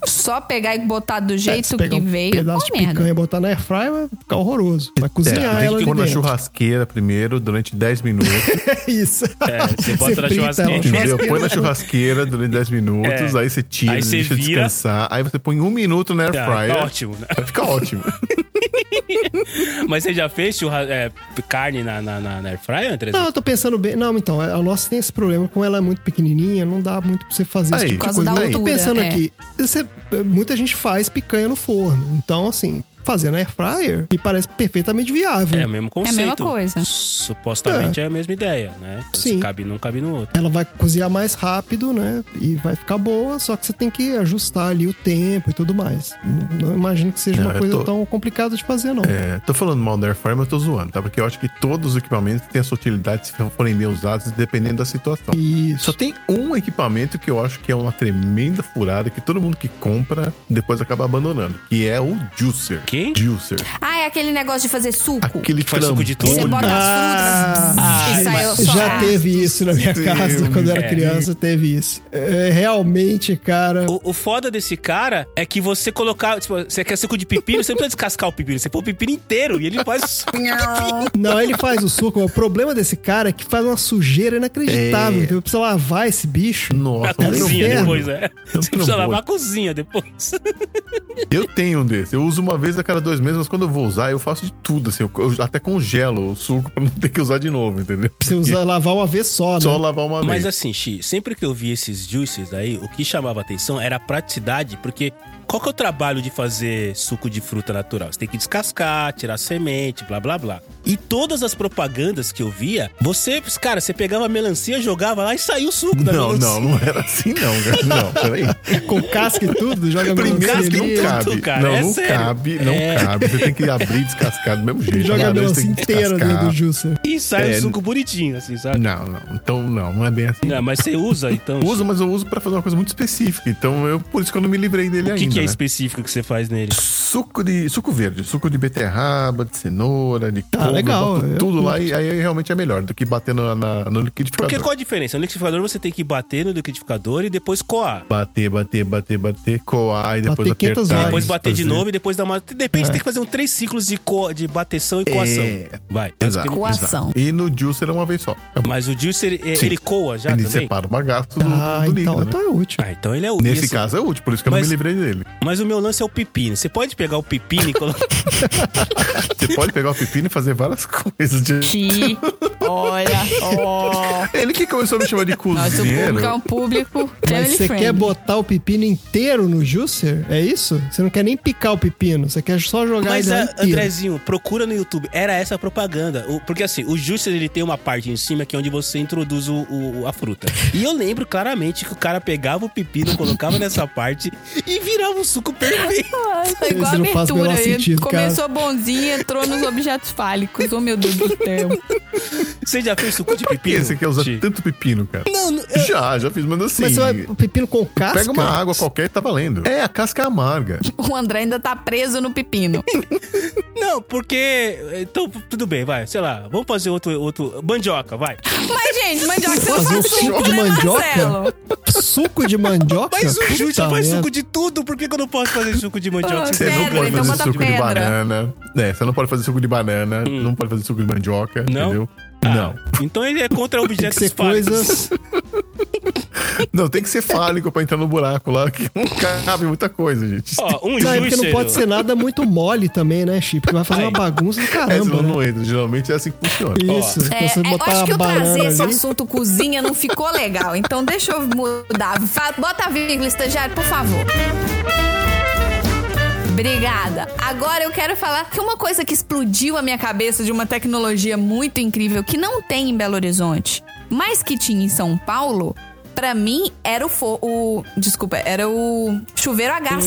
Speaker 2: Só pegar e botar do
Speaker 3: É, se
Speaker 2: jeito
Speaker 3: pegar
Speaker 2: que
Speaker 3: um
Speaker 2: veio.
Speaker 3: pedaço de
Speaker 2: uma merda.
Speaker 3: picanha e botar na airfryer vai ficar horroroso. Vai
Speaker 4: É,
Speaker 3: cozinhar
Speaker 4: tem
Speaker 3: ela
Speaker 4: que
Speaker 3: ali
Speaker 4: pôr na
Speaker 3: dentro.
Speaker 4: churrasqueira primeiro durante 10 minutos.
Speaker 3: É isso.
Speaker 1: É, você bota na
Speaker 3: frita
Speaker 1: churrasqueira.
Speaker 3: ela.
Speaker 4: Entendeu? Põe na churrasqueira durante 10 minutos,
Speaker 1: É.
Speaker 4: aí você tira,
Speaker 1: Aí você
Speaker 4: deixa
Speaker 1: vira.
Speaker 4: descansar, aí você põe um minuto na air
Speaker 1: Tá,
Speaker 4: fryer.
Speaker 1: tá ótimo, né?
Speaker 4: Vai ficar ótimo.
Speaker 1: Mas você já fez churra- é, carne na, na, na, na airfryer, André?
Speaker 3: Não, eu tô pensando bem. Não, então, a nossa tem esse problema. Como ela é muito pequenininha, não dá muito pra você fazer esse
Speaker 4: Aí,
Speaker 3: tipo
Speaker 4: Por
Speaker 3: de coisa.
Speaker 4: causa da
Speaker 3: Mas eu tô
Speaker 2: altura,
Speaker 3: pensando
Speaker 2: é.
Speaker 3: aqui. você- muita gente faz picanha no forno. Então, assim, fazer na air fryer me parece perfeitamente viável.
Speaker 1: É o mesmo conceito.
Speaker 2: mesma coisa.
Speaker 1: Supostamente é, a mesma ideia, né? Se
Speaker 3: Sim.
Speaker 1: cabe num, cabe no outro.
Speaker 3: Ela vai cozinhar mais rápido, né? E vai ficar boa, só que você tem que ajustar ali o tempo e tudo mais. Não, não imagino que seja
Speaker 4: Não,
Speaker 3: uma
Speaker 4: eu
Speaker 3: coisa
Speaker 4: tô-
Speaker 3: tão complicada de fazer, não.
Speaker 4: É, tô falando mal da air fryer, mas eu tô zoando, tá? Porque eu acho que todos os equipamentos têm a sua utilidade se forem bem usados, dependendo da situação.
Speaker 3: Isso.
Speaker 4: Só tem um equipamento que eu acho que é uma tremenda furada que todo mundo que compra depois acaba abandonando, que é o juicer.
Speaker 1: Quem? Ah,
Speaker 4: Juicer.
Speaker 2: Ah, é aquele negócio de fazer suco.
Speaker 4: Aquele
Speaker 1: faz suco de
Speaker 4: trambolho.
Speaker 2: Você bota
Speaker 3: Ah,
Speaker 2: as frutas. e sai o
Speaker 1: mas-
Speaker 2: sol.
Speaker 3: Já teve isso na minha casa quando eu era
Speaker 1: É.
Speaker 3: criança, teve isso. É, realmente, cara.
Speaker 1: O, o foda desse cara é que você colocar. Tipo, você quer suco de pepino, você não precisa descascar o pepino. Você põe o pepino inteiro e ele faz suco de pepino.
Speaker 3: Não, ele faz o suco. O problema desse cara é que faz uma sujeira inacreditável.
Speaker 4: É.
Speaker 3: entendeu? Precisa lavar esse bicho.
Speaker 1: Na
Speaker 4: Nossa, um
Speaker 1: cozinha
Speaker 4: trambolho.
Speaker 1: depois, né? Você precisa
Speaker 4: trambolho.
Speaker 1: lavar a cozinha depois.
Speaker 4: Eu tenho um desse. Eu uso uma vez a cada dois meses, mas quando eu vou usar, eu faço de tudo, assim. Eu, eu até congelo o suco pra não ter que usar de novo, entendeu?
Speaker 3: Você usa lavar uma vez só, né?
Speaker 4: Só lavar uma
Speaker 1: Mas
Speaker 4: vez.
Speaker 1: assim, Xi, sempre que eu vi esses juices aí, o que chamava atenção era a praticidade, porque qual que é o trabalho de fazer suco de fruta natural? Você tem que descascar, tirar a semente, blá blá blá. E todas as propagandas que eu via, você, cara, você pegava a melancia, jogava lá e saiu o suco da
Speaker 4: Não,
Speaker 1: melancia.
Speaker 4: não, não era assim, não, cara. Não, peraí.
Speaker 3: Com casca e tudo, joga
Speaker 4: Primeiro
Speaker 3: melancia
Speaker 4: que um não
Speaker 3: ali,
Speaker 4: cabe.
Speaker 1: cara,
Speaker 4: não,
Speaker 1: é
Speaker 4: não
Speaker 1: sério.
Speaker 4: cabe, não
Speaker 1: É.
Speaker 4: cabe. Você tem que abrir e descascar do mesmo jeito.
Speaker 3: Joga a
Speaker 4: Laranja
Speaker 3: melancia
Speaker 4: tem que
Speaker 3: inteira
Speaker 4: descascar.
Speaker 3: dentro do Jussa.
Speaker 1: E sai
Speaker 4: É.
Speaker 1: o suco bonitinho, assim, sabe?
Speaker 4: Não, não. Então, não, não é bem assim.
Speaker 1: Não, mas você usa, então.
Speaker 4: Eu Uso, mas eu uso pra fazer uma coisa muito específica. Então, eu, por isso que eu não me livrei dele
Speaker 1: O que,
Speaker 4: ainda.
Speaker 1: que é
Speaker 4: né?
Speaker 1: específico que você faz nele?
Speaker 4: Suco de suco verde, suco de beterraba, de cenoura,
Speaker 1: Ah,
Speaker 4: de couve,
Speaker 3: legal,
Speaker 4: eu boto
Speaker 3: eu
Speaker 4: tudo lá e aí realmente é melhor do que bater no, na- no liquidificador.
Speaker 1: Porque qual a diferença? No liquidificador você tem que bater no liquidificador e depois coar.
Speaker 4: Bater, bater, bater, bater, coar e depois
Speaker 3: Bater 500
Speaker 4: apertar.
Speaker 3: vezes.
Speaker 1: Depois bater de
Speaker 4: fazer. É.
Speaker 1: novo e depois dar uma. Depende, tem que fazer um três ciclos de, co... de bateção e coação. Vai.
Speaker 4: Exato.
Speaker 2: Coação.
Speaker 4: exato. E no juicer é uma vez só.
Speaker 1: Mas o juicer, ele, é,
Speaker 4: Sim.
Speaker 1: ele coa já
Speaker 4: ele
Speaker 1: também?
Speaker 4: separa o bagaço do,
Speaker 3: Ah,
Speaker 4: do líquido.
Speaker 3: então,
Speaker 4: né?
Speaker 3: então é útil.
Speaker 1: Ah, então ele é o
Speaker 4: Nesse
Speaker 1: esse-
Speaker 4: caso é útil, por isso que eu
Speaker 1: Mas-
Speaker 4: não me livrei dele.
Speaker 1: Mas o meu lance é o pepino. Você pode pegar o pepino e colocar.
Speaker 4: Você pode pegar o pepino e fazer várias coisas. de-
Speaker 2: Ti. Olha, ó.
Speaker 4: Ele que começou a me chamar de
Speaker 2: Nosso
Speaker 4: cozinheiro.
Speaker 2: público é um público
Speaker 3: Mas
Speaker 2: family
Speaker 3: você
Speaker 2: friendly.
Speaker 3: quer botar o pepino inteiro no juicer? É isso? Você não quer nem picar o pepino, você quer só jogar
Speaker 1: Mas,
Speaker 4: é,
Speaker 3: ele lá
Speaker 1: ah,
Speaker 3: inteiro.
Speaker 1: Andrezinho, procura no YouTube. Era essa a propaganda. O- porque assim, o juicer ele tem uma parte em cima que é onde você introduz o, o- a fruta. E eu lembro claramente que o cara pegava o pepino, colocava nessa parte e virava um suco perfeito.
Speaker 2: Ai, Foi igual a
Speaker 3: Isso não faz o
Speaker 2: abertura.
Speaker 3: menor
Speaker 2: ele
Speaker 3: sentido, cara.
Speaker 2: começou bonzinho, entrou nos objetos fálicos. Oh, meu Deus do céu.
Speaker 1: Você já fez suco de
Speaker 4: Por que
Speaker 1: pepino?
Speaker 4: você quer usar
Speaker 1: Ti?
Speaker 4: tanto pepino, cara?
Speaker 1: Não, não, eu-
Speaker 4: Já, já fiz, mas assim.
Speaker 3: Mas você vai o pepino com casca?
Speaker 4: Pega uma água qualquer e tá valendo. É, a casca é amarga.
Speaker 2: O André ainda tá preso no pepino.
Speaker 1: não, porque. Então, tudo bem, vai. Sei lá, vamos fazer outro. outro mandioca, vai.
Speaker 2: Mas, gente,
Speaker 1: Tá
Speaker 2: mandioca, você não
Speaker 3: Fazer um
Speaker 2: faz
Speaker 3: suco
Speaker 2: suco,
Speaker 3: de
Speaker 2: né,
Speaker 3: mandioca?
Speaker 2: Marcelo?
Speaker 3: Suco de mandioca?
Speaker 1: Mas o
Speaker 3: Puta
Speaker 1: Júlio já faz
Speaker 3: merda.
Speaker 1: suco de tudo, por que, que eu não posso fazer suco de mandioca?
Speaker 2: Ah,
Speaker 1: Você
Speaker 4: Você
Speaker 2: Pedra,
Speaker 4: não pode
Speaker 2: então
Speaker 4: fazer
Speaker 2: bota
Speaker 4: suco de
Speaker 2: pedra.
Speaker 4: banana. É, você não pode fazer suco de banana, não pode fazer suco de mandioca,
Speaker 1: Hum. Não?
Speaker 4: entendeu?
Speaker 1: Ah,
Speaker 4: Não.
Speaker 1: Então ele é contra
Speaker 3: Tem que
Speaker 1: objetos
Speaker 3: ser
Speaker 1: fálicos.
Speaker 3: coisas...
Speaker 4: Não, tem que ser fálico pra entrar no buraco lá, que não cabe muita coisa, gente.
Speaker 1: Ó, um
Speaker 3: Não, é porque
Speaker 1: juiz.
Speaker 3: não pode ser nada muito mole também, né, Chip? Porque vai fazer uma
Speaker 1: Ai.
Speaker 3: bagunça do
Speaker 4: É, senão
Speaker 3: caramba, né?
Speaker 4: não entra. Geralmente é assim que funciona.
Speaker 3: Isso,
Speaker 2: É,
Speaker 3: Então você
Speaker 2: é, eu
Speaker 3: botar
Speaker 2: acho que
Speaker 3: a
Speaker 2: eu trazer
Speaker 3: banana
Speaker 2: esse
Speaker 3: ali...
Speaker 2: assunto cozinha não ficou legal. Então deixa eu mudar. Fa- Bota a vírgula, estagiário, por favor. Obrigada. Agora eu quero falar que uma coisa que explodiu a minha cabeça de uma tecnologia muito incrível que não tem em Belo Horizonte, mas que tinha em São Paulo, pra mim era o, fo- o- desculpa, era o chuveiro a gás,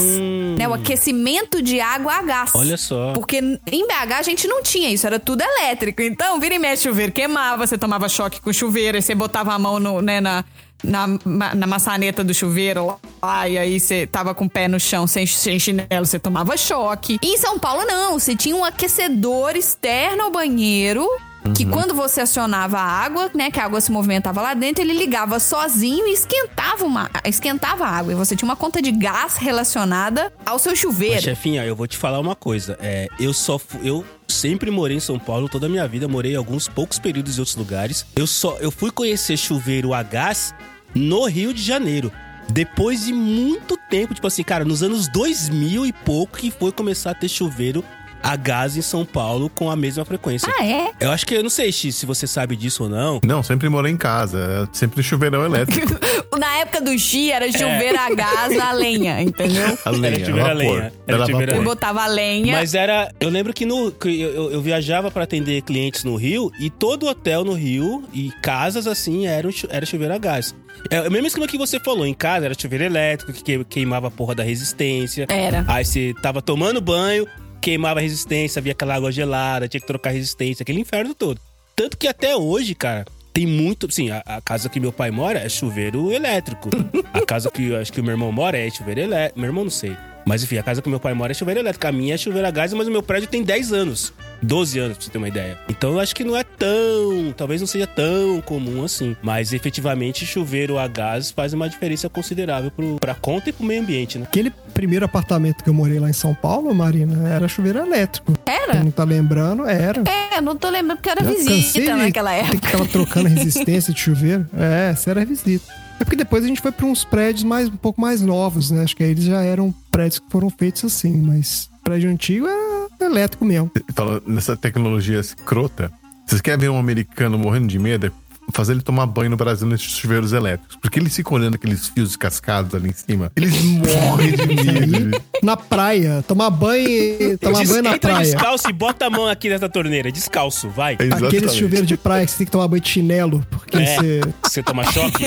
Speaker 2: né? O aquecimento de água a gás.
Speaker 1: Hum. Olha só.
Speaker 2: Porque em BH a gente não tinha isso, era tudo elétrico. Então, vira e mexe chuveiro, queimava, você tomava choque com o chuveiro, aí você botava a mão no, né, na, na, ma- na maçaneta do chuveiro lá, e aí você tava com o pé no chão sem, sem chinelo, você tá- tomava choque. E em São Paulo, não, você tinha um aquecedor externo ao banheiro.
Speaker 3: Uhum.
Speaker 2: Que quando você acionava a água, né? Que a água se movimentava lá dentro, ele ligava sozinho e esquentava, uma, esquentava a água. E você tinha uma conta de gás relacionada ao seu
Speaker 1: Mas,
Speaker 2: chuveiro.
Speaker 1: chefinha, eu vou te falar uma coisa. É, eu só fu- eu sempre morei em São Paulo toda a minha vida, morei em alguns poucos períodos em outros lugares. Eu só eu fui conhecer chuveiro a gás no Rio de Janeiro. Depois de muito tempo, tipo assim, cara, nos anos 2000 e pouco que foi começar a ter chuveiro a gás em São Paulo com a mesma frequência.
Speaker 2: Ah, é?
Speaker 1: Eu acho que eu não sei X, se você sabe disso ou não.
Speaker 4: Não, sempre morei em casa. é Sempre chuveirão elétrico.
Speaker 2: Na época do Xi
Speaker 3: É.
Speaker 2: era chuveiro a gás a lenha, entendeu?
Speaker 4: A lenha,
Speaker 1: chuveiro a
Speaker 4: vapor.
Speaker 1: lenha, era
Speaker 4: Era
Speaker 1: chuveiro a
Speaker 2: Eu
Speaker 4: vapor.
Speaker 2: botava a lenha.
Speaker 1: Mas era. Eu lembro que, no, que eu, eu- eu viajava pra atender clientes no Rio e todo hotel no Rio e casas assim eram, chu- era chuveiro a gás. É o mesmo esquema que você falou, em casa era chuveiro elétrico que que- queimava a porra da resistência.
Speaker 2: Era.
Speaker 1: Aí você tava tomando banho, queimava a resistência, havia aquela água gelada, tinha que trocar a resistência, aquele inferno todo. Tanto que até hoje, cara, tem muito. Sim, a, a casa que meu pai mora é chuveiro elétrico. A casa que eu acho que o meu irmão mora é chuveiro elétrico. Meu irmão não sei. Mas enfim, a casa que meu pai mora é chuveiro elétrico. A minha é chuveiro a gás, mas o meu prédio tem 10 anos. 12 anos, pra você ter uma ideia. Então eu acho que não é tão. Talvez não seja tão comum assim. Mas efetivamente, chuveiro a gás faz uma diferença considerável pro, pra conta e pro meio ambiente, né?
Speaker 3: Aquele primeiro apartamento que eu morei lá em São Paulo, Marina, era chuveiro elétrico. Quem
Speaker 2: Era?
Speaker 3: não tá lembrando, era.
Speaker 2: É, não tô lembrando porque era
Speaker 3: Eu cansei
Speaker 2: visita
Speaker 3: de
Speaker 2: naquela
Speaker 3: Tem
Speaker 2: época.
Speaker 3: que tava trocando a resistência de chuveiro. É, essa era a visita. É porque depois a gente foi pra uns prédios mais, um pouco mais novos, né? Acho que aí eles já eram prédios que foram feitos assim, mas prédio antigo era elétrico mesmo.
Speaker 4: Fala nessa tecnologia escrota. Vocês querem ver um americano morrendo de medo? É Fazer ele tomar banho no Brasil nesses chuveiros elétricos. Porque ele fica olhando aqueles fios cascados ali em cima. Eles morrem de medo.
Speaker 3: Na praia, tomar banho, e- tomar
Speaker 1: Des-
Speaker 3: banho Tá na
Speaker 1: entra
Speaker 3: praia.
Speaker 1: descalço e bota a mão aqui nessa torneira. Descalço, vai.
Speaker 3: Aquele
Speaker 4: Exatamente.
Speaker 3: chuveiro de praia que você tem que tomar banho de chinelo, porque
Speaker 1: É.
Speaker 3: você.
Speaker 1: Você toma choque?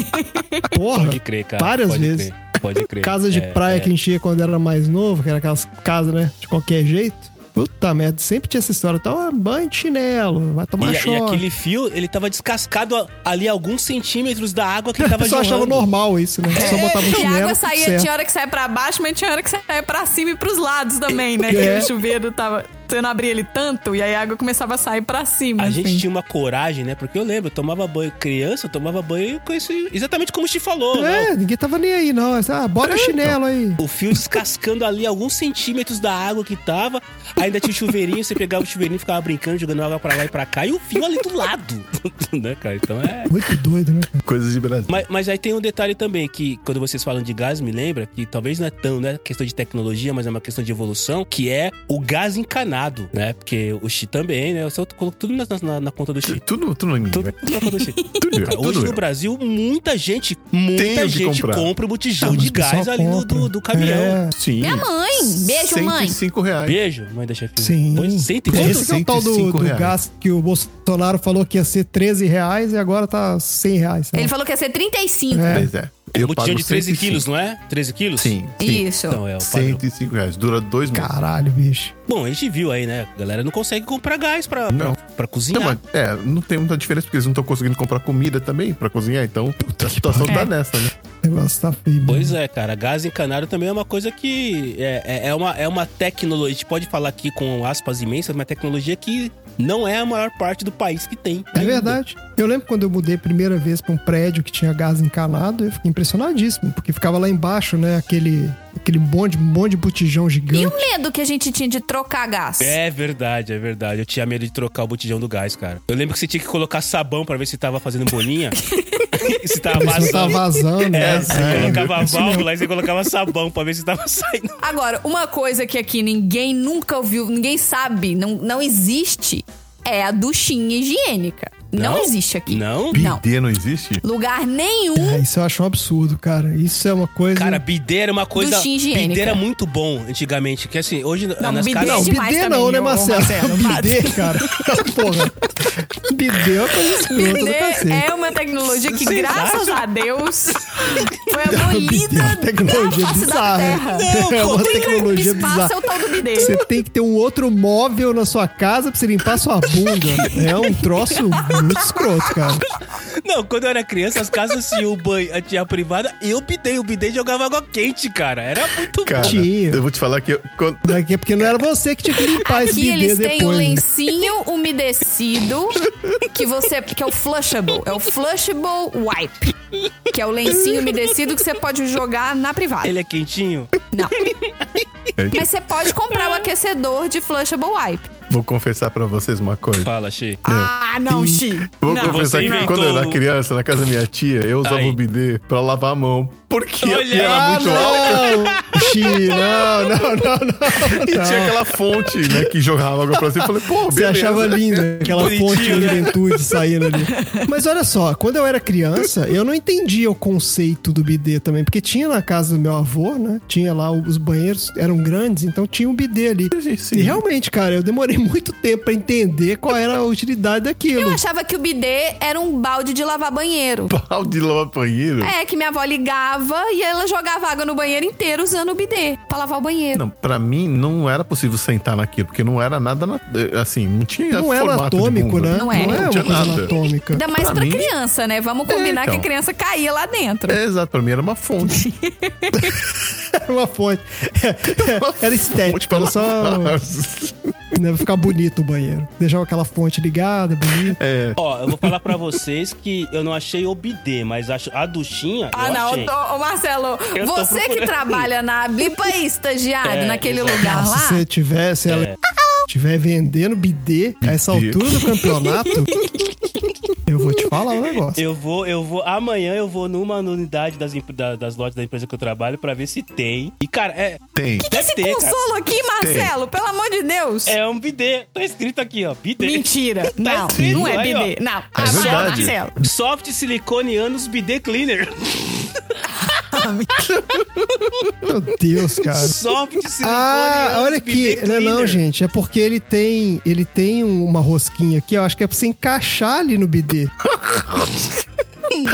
Speaker 3: Porra,
Speaker 1: Pode crer, cara.
Speaker 3: várias
Speaker 1: Pode
Speaker 3: vezes.
Speaker 1: crer, Pode crer.
Speaker 3: Casa de
Speaker 1: É,
Speaker 3: praia
Speaker 1: é.
Speaker 3: que a gente ia quando era mais novo, que era aquelas casas, né? De qualquer jeito. Puta merda, sempre tinha essa história. Toma banho de chinelo, vai tomar
Speaker 1: E, e
Speaker 3: choque.
Speaker 1: aquele fio, ele tava descascado a- ali alguns centímetros da água que
Speaker 3: A
Speaker 1: tava
Speaker 3: pessoa achava
Speaker 1: jorrando.
Speaker 3: normal isso, né? Só botava um
Speaker 2: E
Speaker 3: chinelo.
Speaker 2: a água
Speaker 3: tudo
Speaker 2: É, saía,
Speaker 3: certo.
Speaker 2: tinha hora que saia pra baixo, mas tinha hora que saia pra cima e pros lados também, né?
Speaker 3: É.
Speaker 2: Porque o chuveiro tava. Você não abria ele tanto e aí a água começava a sair pra
Speaker 3: né,
Speaker 2: cima.
Speaker 1: A gente
Speaker 2: assim.
Speaker 1: tinha uma coragem, né? Porque eu lembro, eu tomava banho criança, eu tomava banho com isso exatamente como o Chi falou, né?
Speaker 3: É, ninguém tava nem aí, não. Ah, bota
Speaker 1: É,
Speaker 3: o chinelo aí.
Speaker 1: O fio descascando ali alguns centímetros da água que tava. Ainda tinha o chuveirinho, você pegava o chuveirinho, ficava brincando, jogando água pra lá e pra cá, e o fio ali do lado. né, cara? Então é.
Speaker 3: Muito doido, né? cara?
Speaker 4: Coisas de Brasil.
Speaker 1: Mas, mas aí tem um detalhe também, que quando vocês falam de gás, me lembra que talvez não é tão, né, questão de tecnologia, mas é uma questão de evolução, que é o gás encanado, né? Porque o Xi também, né? Eu só coloco tudo na, na- na conta do Xi.
Speaker 4: Tudo, tudo em mim,
Speaker 1: Tudo
Speaker 4: velho.
Speaker 1: tudo na conta do Xi.
Speaker 4: Tudo,
Speaker 1: Cara,
Speaker 4: tudo
Speaker 1: Hoje no
Speaker 4: eu.
Speaker 1: Brasil, muita gente, muita
Speaker 4: Tem o que
Speaker 1: gente
Speaker 4: comprar.
Speaker 1: compra o botijão
Speaker 3: Mas
Speaker 1: de
Speaker 3: o pessoal
Speaker 1: gás ali no,
Speaker 3: compra.
Speaker 1: do, do caminhão.
Speaker 3: É.
Speaker 4: Sim.
Speaker 5: Minha mãe! Beijo, mãe!
Speaker 4: 105 reais.
Speaker 1: Beijo, mãe da chefinha.
Speaker 3: Sim.
Speaker 1: Pois, cento e quanto?
Speaker 3: Esse que é o tal do,
Speaker 4: 105
Speaker 3: do
Speaker 4: reais.
Speaker 3: gás que o Bolsonaro falou que ia ser 13 reais e agora tá 100 reais. sei lá.
Speaker 5: Ele falou que ia ser 35.
Speaker 3: É.
Speaker 4: Pois é. Eu
Speaker 1: Botijão
Speaker 4: pago
Speaker 1: de 13
Speaker 4: 105.
Speaker 1: quilos, não é? 13 quilos?
Speaker 4: Sim. sim.
Speaker 5: Isso.
Speaker 1: Então, é o padrão.
Speaker 4: 105 reais. Dura dois meses.
Speaker 3: Caralho, bicho.
Speaker 1: Bom, a gente viu aí, né? A galera não consegue comprar gás pra,
Speaker 4: Não.
Speaker 1: pra, pra
Speaker 4: Não,
Speaker 1: cozinhar.
Speaker 4: mas, é, não tem muita diferença porque eles não estão conseguindo comprar comida também pra cozinhar, então a situação tá nessa, né?
Speaker 3: O negócio tá feio.
Speaker 1: Pois é, cara. Gás encanado também é uma coisa que é, é- é uma, é uma tecnologia. A gente pode falar aqui com aspas imensas, é uma tecnologia que não é a maior parte do país que tem.
Speaker 3: É verdade. Eu lembro quando eu mudei a primeira vez pra um prédio que tinha gás encanado, eu fiquei impressionadíssimo, porque ficava lá embaixo, né, aquele aquele bonde, um bonde de botijão
Speaker 5: E
Speaker 3: gigante.
Speaker 5: o medo que a gente tinha de trocar gás?
Speaker 1: É verdade, é verdade. Eu tinha medo de trocar o botijão do gás, cara. Eu lembro que você tinha que colocar sabão pra ver se tava fazendo bolinha. e se tava
Speaker 3: Mas não tava
Speaker 1: vazando.
Speaker 3: vazando, né?
Speaker 1: É, você colocava a válvula e você colocava sabão pra ver se tava saindo.
Speaker 2: Agora, uma coisa que aqui ninguém nunca ouviu, ninguém sabe, não, não existe, é a duchinha higiênica. Não,
Speaker 1: Não?
Speaker 2: existe aqui.
Speaker 1: Não?
Speaker 2: Não.
Speaker 4: Bidê não existe?
Speaker 2: Lugar nenhum.
Speaker 3: É, isso eu acho um absurdo, cara. Isso é uma coisa.
Speaker 1: Cara, bidê era uma coisa.
Speaker 2: Duchinha higiênica.
Speaker 1: Bidê era muito bom antigamente. Que assim, hoje nas
Speaker 2: bidê
Speaker 1: casas.
Speaker 3: não,
Speaker 2: é demais
Speaker 3: bidê
Speaker 2: também,
Speaker 3: não, né,
Speaker 2: ô,
Speaker 3: Marcelo?
Speaker 2: Marcelo?
Speaker 3: bidê, cara. Porra. Bidê é uma coisa escrota do
Speaker 2: Bidê
Speaker 3: cacete.
Speaker 2: é uma tecnologia que,
Speaker 1: Vocês
Speaker 2: graças a Deus, foi abolida
Speaker 3: é Uma tecnologia
Speaker 2: da face da
Speaker 3: bizarra.
Speaker 2: terra.
Speaker 3: é uma tecnologia
Speaker 2: Espaço
Speaker 3: bizarra.
Speaker 2: é o tal do bidê.
Speaker 3: Você tem que ter um outro móvel na sua casa pra você limpar sua bunda. É um troço muito escroto, cara.
Speaker 1: Não, quando eu era criança, as casas tinham o banho, tinha a privada e eu bidei. O bidei jogava água quente, cara. Era muito
Speaker 4: Cara,
Speaker 1: bom.
Speaker 3: Tio.
Speaker 4: eu vou te falar que eu, quando-
Speaker 3: Daqui é porque não era você que tinha que limpar esse bidê
Speaker 5: Aqui Ah, eles têm um o
Speaker 3: depois. né?
Speaker 5: lencinho umedecido que você que é o flushable, é o flushable wipe, que é o lencinho umedecido que você pode jogar na privada.
Speaker 1: Ele é quentinho?
Speaker 5: Mas você pode comprar o aquecedor de flushable wipe.
Speaker 4: vou confessar pra vocês uma coisa.
Speaker 1: Fala, Che.
Speaker 3: É.
Speaker 2: Ah, não, Xi.
Speaker 4: Vou
Speaker 2: Não,
Speaker 1: você
Speaker 4: confessar que
Speaker 1: inventou.
Speaker 4: quando eu era criança, na casa da minha tia, eu usava
Speaker 1: Aí.
Speaker 4: o bidê pra lavar a mão. Porque
Speaker 1: Olha,
Speaker 4: aqui era
Speaker 1: ah,
Speaker 4: muito alto
Speaker 3: Não! Xi, não, não, não, não.
Speaker 4: e tinha aquela fonte, né, que jogava água pra cima. Eu falei, pô,
Speaker 3: Você
Speaker 4: beleza. né?
Speaker 3: achava linda aquela
Speaker 1: bonitinho,
Speaker 3: fonte de
Speaker 1: né?
Speaker 3: juventude saindo ali. Mas olha só, quando eu era criança, eu não entendia o conceito do bidê também, porque tinha na casa do meu avô, né? Tinha lá os banheiros, eram grandes, então tinha um bidê ali. E realmente, cara, eu demorei muito tempo pra entender qual era a utilidade
Speaker 5: Eu
Speaker 3: daquilo.
Speaker 5: achava que o bidê era um balde de lavar banheiro.
Speaker 4: Balde de lavar banheiro.
Speaker 5: É, que minha avó ligava e ela jogava água no banheiro inteiro usando o bidê pra lavar o banheiro.
Speaker 4: Não, pra mim não era possível sentar naquilo, porque não era nada na- assim, não tinha
Speaker 3: Não era
Speaker 4: formato de
Speaker 3: atômico,
Speaker 4: bunda.
Speaker 3: né?
Speaker 5: Não é.
Speaker 3: Não
Speaker 4: Não
Speaker 3: é uma
Speaker 4: tinha
Speaker 3: coisa
Speaker 4: nada.
Speaker 3: anatômica.
Speaker 5: Ainda mais
Speaker 4: pra
Speaker 5: pra,
Speaker 4: mim-
Speaker 5: criança, né? Vamos combinar
Speaker 4: então.
Speaker 5: que a criança caía lá dentro.
Speaker 4: É, exato, pra mim era uma fonte.
Speaker 3: Era uma fonte. Era
Speaker 4: fonte
Speaker 3: estético.
Speaker 4: pra
Speaker 3: Era só um-
Speaker 4: lavar.
Speaker 3: né, ficar bonito o banheiro. Deixava aquela fonte ligada, bonita.
Speaker 1: Ó, eu vou falar pra vocês que eu não achei o bidê, mas acho a duchinha.
Speaker 2: Ah,
Speaker 1: eu
Speaker 2: não,
Speaker 1: achei.
Speaker 2: ô, ô, Marcelo,
Speaker 1: Eu tô
Speaker 5: Você que
Speaker 1: procurando.
Speaker 5: trabalha na Blipa aí, estagiário,
Speaker 1: É,
Speaker 5: naquele
Speaker 1: exato.
Speaker 2: Tá
Speaker 5: lugar
Speaker 3: Se
Speaker 5: lá.
Speaker 3: você tiver, se ela
Speaker 1: É.
Speaker 3: tiver vendendo bidê a essa
Speaker 4: Bidê.
Speaker 3: altura do campeonato, Eu vou te falar o negócio.
Speaker 1: Eu vou, eu vou. Amanhã eu vou numa unidade das, imp- da- das lojas da empresa que eu trabalho pra ver se tem. E, cara, é.
Speaker 4: Tem.
Speaker 2: Que
Speaker 1: Deve
Speaker 2: esse
Speaker 1: ter, cara.
Speaker 2: consolo aqui, Marcelo, pelo amor de Deus.
Speaker 1: É um bidê. Tá escrito aqui, ó. Bidê.
Speaker 2: Mentira. Não,
Speaker 1: escrito
Speaker 2: não é
Speaker 1: aí, ó.
Speaker 2: BD. Não,
Speaker 4: É
Speaker 2: Marcelo,
Speaker 4: verdade.
Speaker 2: Marcelo.
Speaker 1: Soft silicone anos bidê cleaner.
Speaker 3: Meu Deus, cara.
Speaker 1: Soft silicone
Speaker 3: Ah,
Speaker 1: anos
Speaker 3: olha
Speaker 1: bidê
Speaker 3: aqui. Não,
Speaker 1: cleaner.
Speaker 3: não, gente. É porque ele tem, ele tem um, uma rosquinha aqui. Eu acho que é pra você encaixar ali no bidê.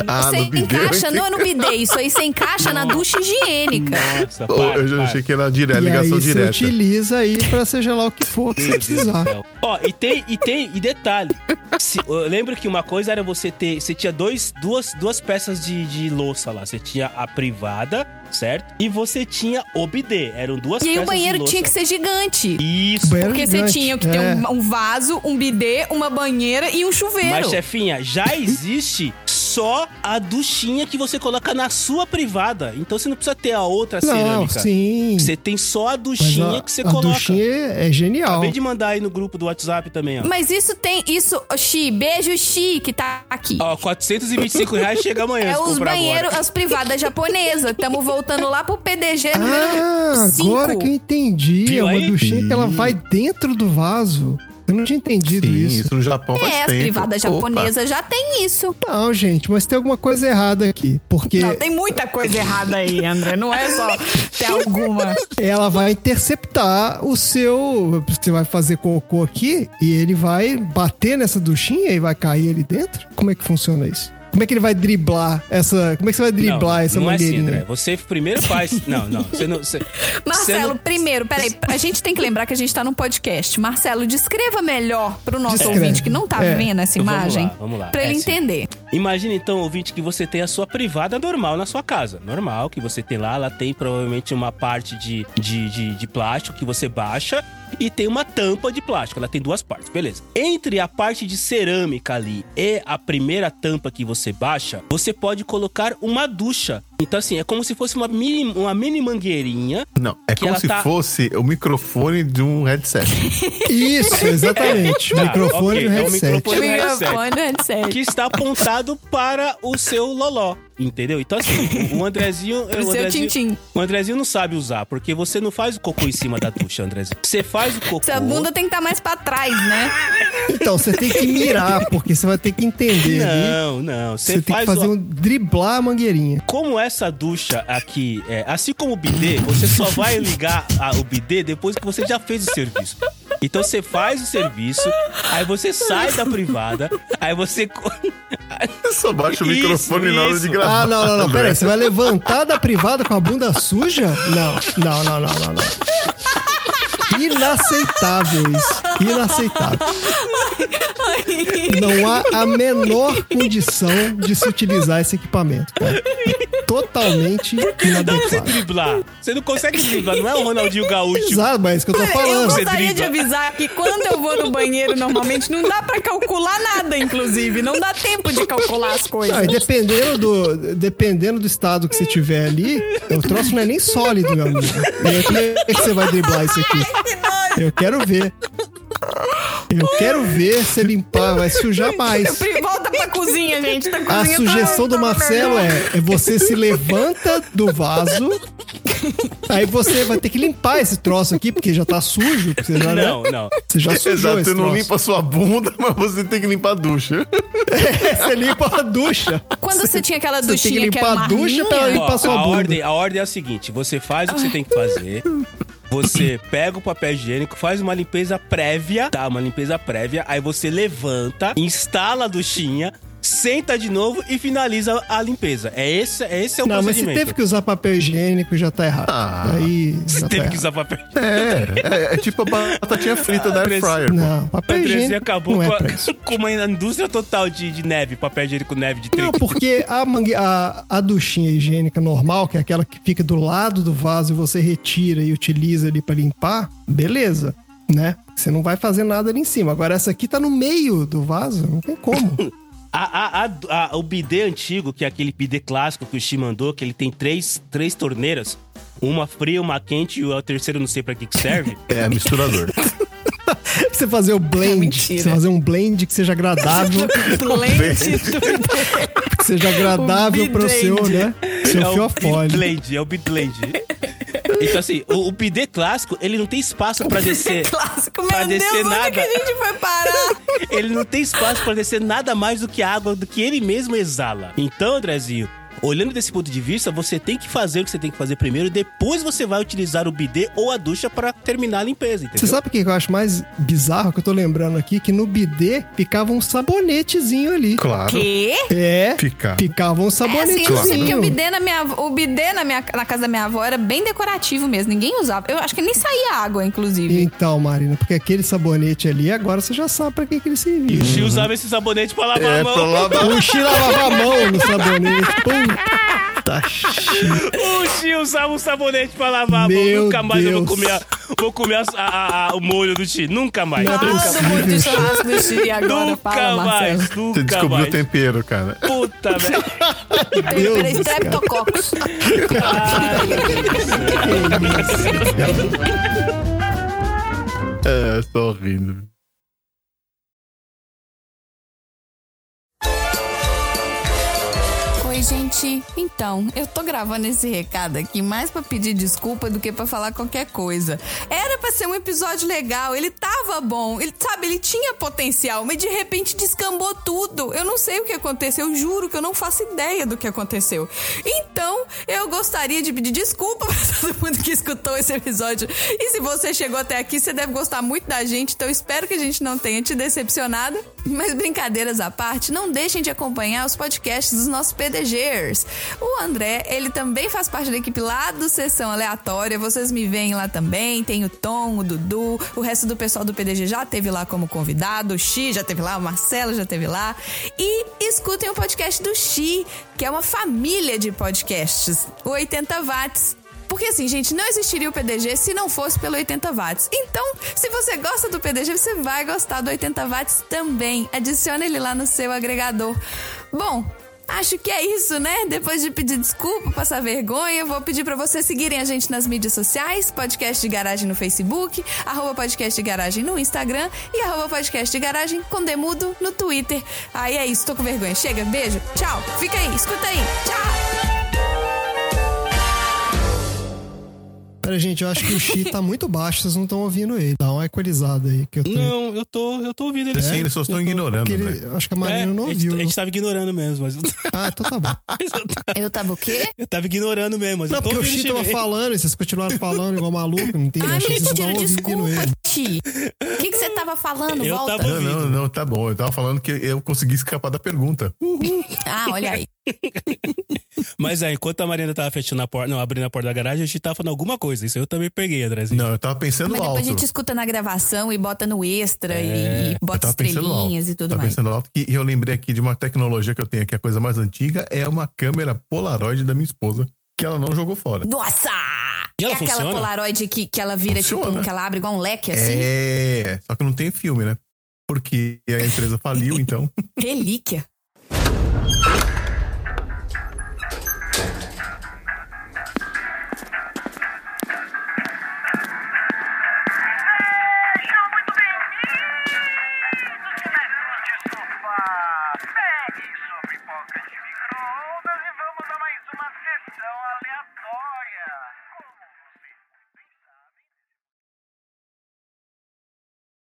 Speaker 4: Ah,
Speaker 5: Você
Speaker 4: no bidê.
Speaker 5: encaixa, não é no bidê, isso aí você encaixa na ducha higiênica.
Speaker 1: Nossa,
Speaker 4: Oh,
Speaker 1: para,
Speaker 4: eu já
Speaker 1: para.
Speaker 4: achei que era dire-
Speaker 3: e aí
Speaker 4: É
Speaker 3: você
Speaker 4: ligação direta.
Speaker 3: utiliza aí pra seja lá o que for que você precisar.
Speaker 1: Ó, e tem, e tem, e detalhe. se- eu lembro que uma coisa era você ter. Você tinha dois, duas, duas peças de, de louça lá. Você tinha a privada, certo? E você tinha o bidê. Eram duas
Speaker 5: E aí
Speaker 1: peças
Speaker 5: o banheiro
Speaker 1: de
Speaker 5: tinha que
Speaker 1: louça.
Speaker 5: ser gigante.
Speaker 1: Isso.
Speaker 3: Banheiro
Speaker 5: Porque você
Speaker 3: gigante.
Speaker 5: tinha que ter
Speaker 3: É.
Speaker 5: um, um vaso, um bidê, uma banheira e um chuveiro.
Speaker 1: Mas, chefinha, já existe só a duchinha que você coloca na sua privada. Então você não precisa ter a outra
Speaker 3: Não,
Speaker 1: cerâmica.
Speaker 3: sim.
Speaker 1: Você tem só a
Speaker 3: Mas
Speaker 1: duchinha
Speaker 3: a,
Speaker 1: que você
Speaker 3: a
Speaker 1: coloca.
Speaker 3: duchinha é genial.
Speaker 1: Acabei de mandar aí no grupo do WhatsApp também, ó.
Speaker 5: Mas isso tem. Isso, Ô, Xi, beijo, Xi, que tá aqui.
Speaker 1: Ó, 425 reais chega amanhã.
Speaker 5: É
Speaker 1: se
Speaker 5: os
Speaker 1: comprar agora.
Speaker 5: banheiros, as privadas japonesas. Estamos voltando lá pro PDG
Speaker 3: Ah,
Speaker 5: número 5.
Speaker 3: agora que eu entendi.
Speaker 1: Viu
Speaker 3: é uma
Speaker 1: aí?
Speaker 3: duchinha que ela vai dentro do vaso. Eu não tinha entendido
Speaker 4: Sim,
Speaker 3: isso.
Speaker 4: isso no Japão faz
Speaker 5: É, as
Speaker 4: tempo.
Speaker 5: privadas
Speaker 4: Opa.
Speaker 5: japonesas já tem isso.
Speaker 3: Não, gente, mas tem alguma coisa errada aqui. Porque
Speaker 2: Não, tem muita coisa errada aí, André. Não é só ter alguma.
Speaker 3: ela vai interceptar o seu. Você vai fazer cocô aqui e ele vai bater nessa duchinha e vai cair ali dentro? Como é que funciona isso? Como é que ele vai driblar essa. Como é que você vai driblar essa
Speaker 1: não É assim,
Speaker 3: mangueirinha?
Speaker 1: André. Você primeiro faz. não, não. Você não. Você, você
Speaker 5: Marcelo,
Speaker 1: não-
Speaker 5: primeiro, peraí, a gente tem que lembrar que a gente tá num podcast. Marcelo, descreva melhor pro nosso
Speaker 3: Descreve.
Speaker 5: ouvinte que não tá
Speaker 3: É.
Speaker 5: vendo essa
Speaker 1: Então Vamos lá,
Speaker 5: imagem.
Speaker 1: vamos lá.
Speaker 5: Pra
Speaker 1: É
Speaker 5: ele
Speaker 1: assim.
Speaker 5: entender.
Speaker 1: Imagina então, ouvinte, que você tem a sua privada normal na sua casa. Normal, que você tem lá, ela tem provavelmente uma parte de, de, de, de plástico que você baixa e tem uma tampa de plástico. Ela tem duas partes, beleza. Entre a parte de cerâmica ali e a primeira tampa que você baixa, você pode colocar uma ducha. Então, assim, é como se fosse uma mini, uma mini mangueirinha.
Speaker 4: Não, é
Speaker 1: Que
Speaker 4: como
Speaker 1: ela
Speaker 4: se
Speaker 1: tá-
Speaker 4: fosse o microfone de um headset.
Speaker 3: Isso, exatamente.
Speaker 1: Tá,
Speaker 3: microfone
Speaker 1: ok,
Speaker 3: e o
Speaker 1: é um
Speaker 3: headset.
Speaker 1: microfone. Pois não é certo.
Speaker 5: Microfone, headset.
Speaker 1: que está apontado para o seu loló. Entendeu? Então, assim, o- o Andrezinho.
Speaker 5: Pro
Speaker 1: o
Speaker 5: seu
Speaker 1: Andrezinho-
Speaker 5: tintim.
Speaker 1: O Andrezinho não sabe usar, porque você não faz o cocô em cima da ducha, Andrezinho. Você faz o cocô.
Speaker 5: Sua bunda tem que estar mais pra trás, né?
Speaker 3: Então, você tem que mirar, porque você vai ter que entender ali.
Speaker 1: Não, não.
Speaker 3: Você,
Speaker 1: Você
Speaker 3: tem que
Speaker 1: faz
Speaker 3: fazer
Speaker 1: o-
Speaker 3: um driblar a mangueirinha.
Speaker 1: Como essa ducha aqui, é, assim como o bidê, você só vai ligar a- o bidê depois que você já fez o serviço. Então você faz o serviço, aí você sai da privada, aí você. co-
Speaker 4: Eu só baixo o
Speaker 1: Isso,
Speaker 4: microfone na hora
Speaker 1: isso.
Speaker 4: de gravar.
Speaker 3: Ah, não, não, não.
Speaker 4: velho.
Speaker 3: Peraí, você vai levantar da privada com a bunda suja? Não, não, não, não, não, não. Inaceitável isso. Inaceitável. Não há a menor condição de se utilizar esse equipamento. Cara. Totalmente
Speaker 1: Dá pra você
Speaker 3: inadequado.
Speaker 1: driblar. Você não consegue driblar, não é o Ronaldinho Gaúcho.
Speaker 3: Exato, mas é isso que eu tô
Speaker 2: Eu
Speaker 3: falando.
Speaker 1: dribla.
Speaker 2: gostaria de avisar que quando eu vou no banheiro, normalmente não dá pra calcular nada, inclusive. Não dá tempo de calcular as coisas.
Speaker 3: Não, e dependendo do, dependendo do estado que você tiver ali, o troço não é nem sólido, meu amigo. E aí, como é que você vai driblar isso aqui? Eu quero ver. Eu quero ver você limpar, vai sujar mais.
Speaker 2: Pri, Volta pra cozinha, gente. Tá
Speaker 3: A
Speaker 2: cozinha
Speaker 3: sugestão do Marcelo é, é você se levanta do vaso, aí você vai ter que limpar esse troço aqui, porque já tá sujo, porque você já, né?
Speaker 1: Não, não.
Speaker 3: Você já sujou
Speaker 4: Exato,
Speaker 3: esse
Speaker 4: você não
Speaker 3: troço.
Speaker 4: limpa a sua bunda, mas você tem que limpar a ducha.
Speaker 3: Você limpa a ducha.
Speaker 5: Quando você tinha aquela
Speaker 3: Você tem que
Speaker 5: duchinha que,
Speaker 3: limpar
Speaker 5: era uma
Speaker 3: a ducha
Speaker 5: ducha
Speaker 3: pra
Speaker 1: Ó,
Speaker 3: limpar a sua
Speaker 1: a,
Speaker 3: bunda.
Speaker 1: ordem, a ordem é a seguinte: você faz o que você tem que fazer. Você pega o papel higiênico, faz uma limpeza prévia, tá? Uma limpeza prévia. Aí você levanta, instala a duchinha, senta de novo e finaliza a limpeza. É esse, é esse é o
Speaker 3: Não, mas se
Speaker 1: procedimento.
Speaker 3: teve que usar papel higiênico, já tá errado.
Speaker 4: Ah.
Speaker 3: Aí.
Speaker 1: Você
Speaker 3: já
Speaker 1: teve
Speaker 3: tá
Speaker 1: que
Speaker 3: errado.
Speaker 1: usar papel.
Speaker 4: É, é, é tipo a batatinha frita da air fryer. pô.
Speaker 3: Não,
Speaker 1: O
Speaker 3: papel
Speaker 1: Andrezinho
Speaker 3: higiênico.
Speaker 1: acabou
Speaker 3: não é
Speaker 1: com,
Speaker 3: pra
Speaker 1: a-
Speaker 3: isso.
Speaker 1: com uma indústria total de, de neve, papel higiênico neve de
Speaker 3: Não,
Speaker 1: trigo.
Speaker 3: porque a, mangue... a, a duchinha higiênica normal, que é aquela que fica do lado do vaso e você retira e utiliza ali pra limpar, beleza, né? Você não vai fazer nada ali em cima. Agora, essa aqui tá no meio do vaso, não tem como.
Speaker 1: A- a- a- a- o bidê antigo, que é aquele bidê clássico que o Xi mandou, que ele tem três, três torneiras. Uma fria, uma quente e o terceiro não sei pra que que serve.
Speaker 4: É, misturador.
Speaker 3: Você fazer o
Speaker 1: É
Speaker 3: blend.
Speaker 2: mentira.
Speaker 3: você fazer um blend que seja agradável.
Speaker 2: Blend do-
Speaker 3: que seja agradável
Speaker 2: O
Speaker 3: pro seu, né? Seu
Speaker 1: Um é o
Speaker 3: fiofólio.
Speaker 1: Bidland, é o Bidland. Então assim, o, o bidê clássico, ele não tem espaço pra descer.
Speaker 2: Clássico,
Speaker 1: Pra
Speaker 2: meu
Speaker 1: descer
Speaker 2: Deus, onde
Speaker 1: nada.
Speaker 2: que a gente foi parar?
Speaker 1: Ele não tem espaço pra descer nada mais do que a água do que ele mesmo exala. Então, Andrezinho, olhando desse ponto de vista, você tem que fazer o que você tem que fazer primeiro, depois você vai utilizar o bidê ou a ducha pra terminar a limpeza,
Speaker 3: Você
Speaker 1: entendeu?
Speaker 3: sabe o que eu acho mais bizarro que eu tô lembrando aqui? Que no bidê ficava um sabonetezinho ali.
Speaker 4: Claro.
Speaker 2: Quê?
Speaker 3: É,
Speaker 4: Fica.
Speaker 3: ficava um
Speaker 2: É assim, eu sei que o
Speaker 3: sabonetezinho.
Speaker 2: bidê, na minha, o bidê na, minha, na casa da minha avó era bem decorativo mesmo. Ninguém usava. Eu acho que nem saía água, inclusive.
Speaker 3: Então, Marina, porque aquele sabonete ali, agora você já sabe pra que, que ele
Speaker 1: E o
Speaker 3: servia.
Speaker 1: Chico usava esse sabonete pra lavar
Speaker 4: É,
Speaker 1: a mão.
Speaker 4: pra lavar.
Speaker 3: O Xi lavava a mão no sabonete. Puta Xi.
Speaker 1: O Chico usava um sabonete pra lavar a mão.
Speaker 3: Meu
Speaker 1: Nunca mais eu vou
Speaker 3: Deus.
Speaker 1: comer, a- vou comer as- a- a- a- o molho do Chico. Nunca mais.
Speaker 3: Não é
Speaker 1: nunca
Speaker 2: Todo mundo de churrasco do Chile agora.
Speaker 1: Nunca
Speaker 2: fala, Marcelo.
Speaker 1: mais, nunca
Speaker 4: Você descobriu
Speaker 1: mais.
Speaker 4: o tempero, cara.
Speaker 1: Puta, velho.
Speaker 3: Deus
Speaker 2: Peraí,
Speaker 3: do céu.
Speaker 2: Streptococcus.
Speaker 4: É, tô rindo.
Speaker 2: Oi, gente. Então, eu tô gravando esse recado aqui mais pra pedir desculpa do que pra falar qualquer coisa. Era pra ser um episódio legal, ele tava bom, ele, sabe, ele tinha potencial, mas de repente descambou tudo. Eu não sei o que aconteceu, eu juro que eu não faço ideia do que aconteceu. Então, eu gostaria de pedir desculpa pra todo mundo que escutou esse episódio. E se você chegou até aqui, você deve gostar muito da gente, então espero que a gente não tenha te decepcionado. Mas brincadeiras à parte, não deixem de acompanhar os podcasts dos nossos PDGers. O André, ele também faz parte da equipe lá do Sessão Aleatória. Vocês me veem lá também. Tem o Tom, o Dudu, o resto do pessoal do PDG já teve lá como convidado. O Xi já teve lá, o Marcelo já teve lá. E escutem o podcast do Xi, que é uma família de podcasts. O 80 Watts. Porque assim, gente, não existiria o PDG se não fosse pelo 80 watts. Então, se você gosta do PDG, você vai gostar do 80 watts também. Adiciona ele lá no seu agregador. Bom, acho que é isso, né? Depois de pedir desculpa, passar vergonha, eu vou pedir pra vocês seguirem a gente nas mídias sociais, podcast de garagem no Facebook, arroba podcast de garagem no Instagram e arroba podcast de garagem com demudo no Twitter. Aí é isso, tô com vergonha. Chega, beijo, tchau. Fica aí, escuta aí. Tchau.
Speaker 3: Pera, gente, eu acho que o Xi tá muito baixo, vocês não estão ouvindo ele. Dá uma equalizada aí que eu tenho.
Speaker 1: Não, eu tô, eu tô
Speaker 2: É?
Speaker 1: ouvindo ele
Speaker 4: Sim, eles só estão ignorando,
Speaker 3: Porque
Speaker 4: né? velho.
Speaker 3: ele- É? Ah, eu acho que a
Speaker 1: É,
Speaker 3: Marina não
Speaker 1: a, gente,
Speaker 3: ouviu.
Speaker 1: a gente tava ignorando mesmo, mas eu tava-
Speaker 3: Ah, então tá bom.
Speaker 2: Eu tava o quê?
Speaker 1: eu tava ignorando mesmo. Mas
Speaker 3: Não,
Speaker 1: eu tô
Speaker 3: porque o
Speaker 1: ouvindo
Speaker 3: Chi tava
Speaker 1: ele.
Speaker 3: falando e vocês continuaram falando igual maluco, não tem
Speaker 2: Ah,
Speaker 3: acho que é vocês não
Speaker 2: mentira,
Speaker 3: tão ouvindo
Speaker 2: desculpa,
Speaker 3: ele.
Speaker 2: Ti. O que, que você tava falando?
Speaker 1: Eu
Speaker 2: Volta.
Speaker 1: tava
Speaker 4: Não,
Speaker 1: ouvindo.
Speaker 4: não, não, tá bom. Eu tava falando que eu consegui escapar da pergunta.
Speaker 2: Ah, olha aí.
Speaker 1: Mas aí, enquanto a Marina tava fechando a porta, não, abrindo a porta da garagem, a gente tava falando alguma coisa. Isso eu também peguei, Andrezinho.
Speaker 4: Não, eu tava pensando
Speaker 2: Mas depois
Speaker 4: alto.
Speaker 2: a gente escuta na gravação e bota no extra e- e
Speaker 4: É, Eu
Speaker 2: bota
Speaker 4: tava pensando
Speaker 2: estrelinhas
Speaker 4: alto.
Speaker 2: e tudo
Speaker 4: Tava
Speaker 2: mais.
Speaker 4: pensando alto que eu lembrei aqui de uma tecnologia que eu tenho aqui, a coisa mais antiga, é uma câmera Polaroid da minha esposa, que ela não jogou fora.
Speaker 2: Nossa!
Speaker 1: E ela
Speaker 2: é aquela
Speaker 1: funciona?
Speaker 2: Polaroid que, que ela vira, tipo,
Speaker 4: Funciona.
Speaker 2: um, que ela abre igual um leque, assim.
Speaker 4: É, só que não tem filme, né? Porque a empresa faliu, então.
Speaker 2: Relíquia.
Speaker 6: Sejam muito bem-vindos, negão de sofá. Pegue sua pipoca de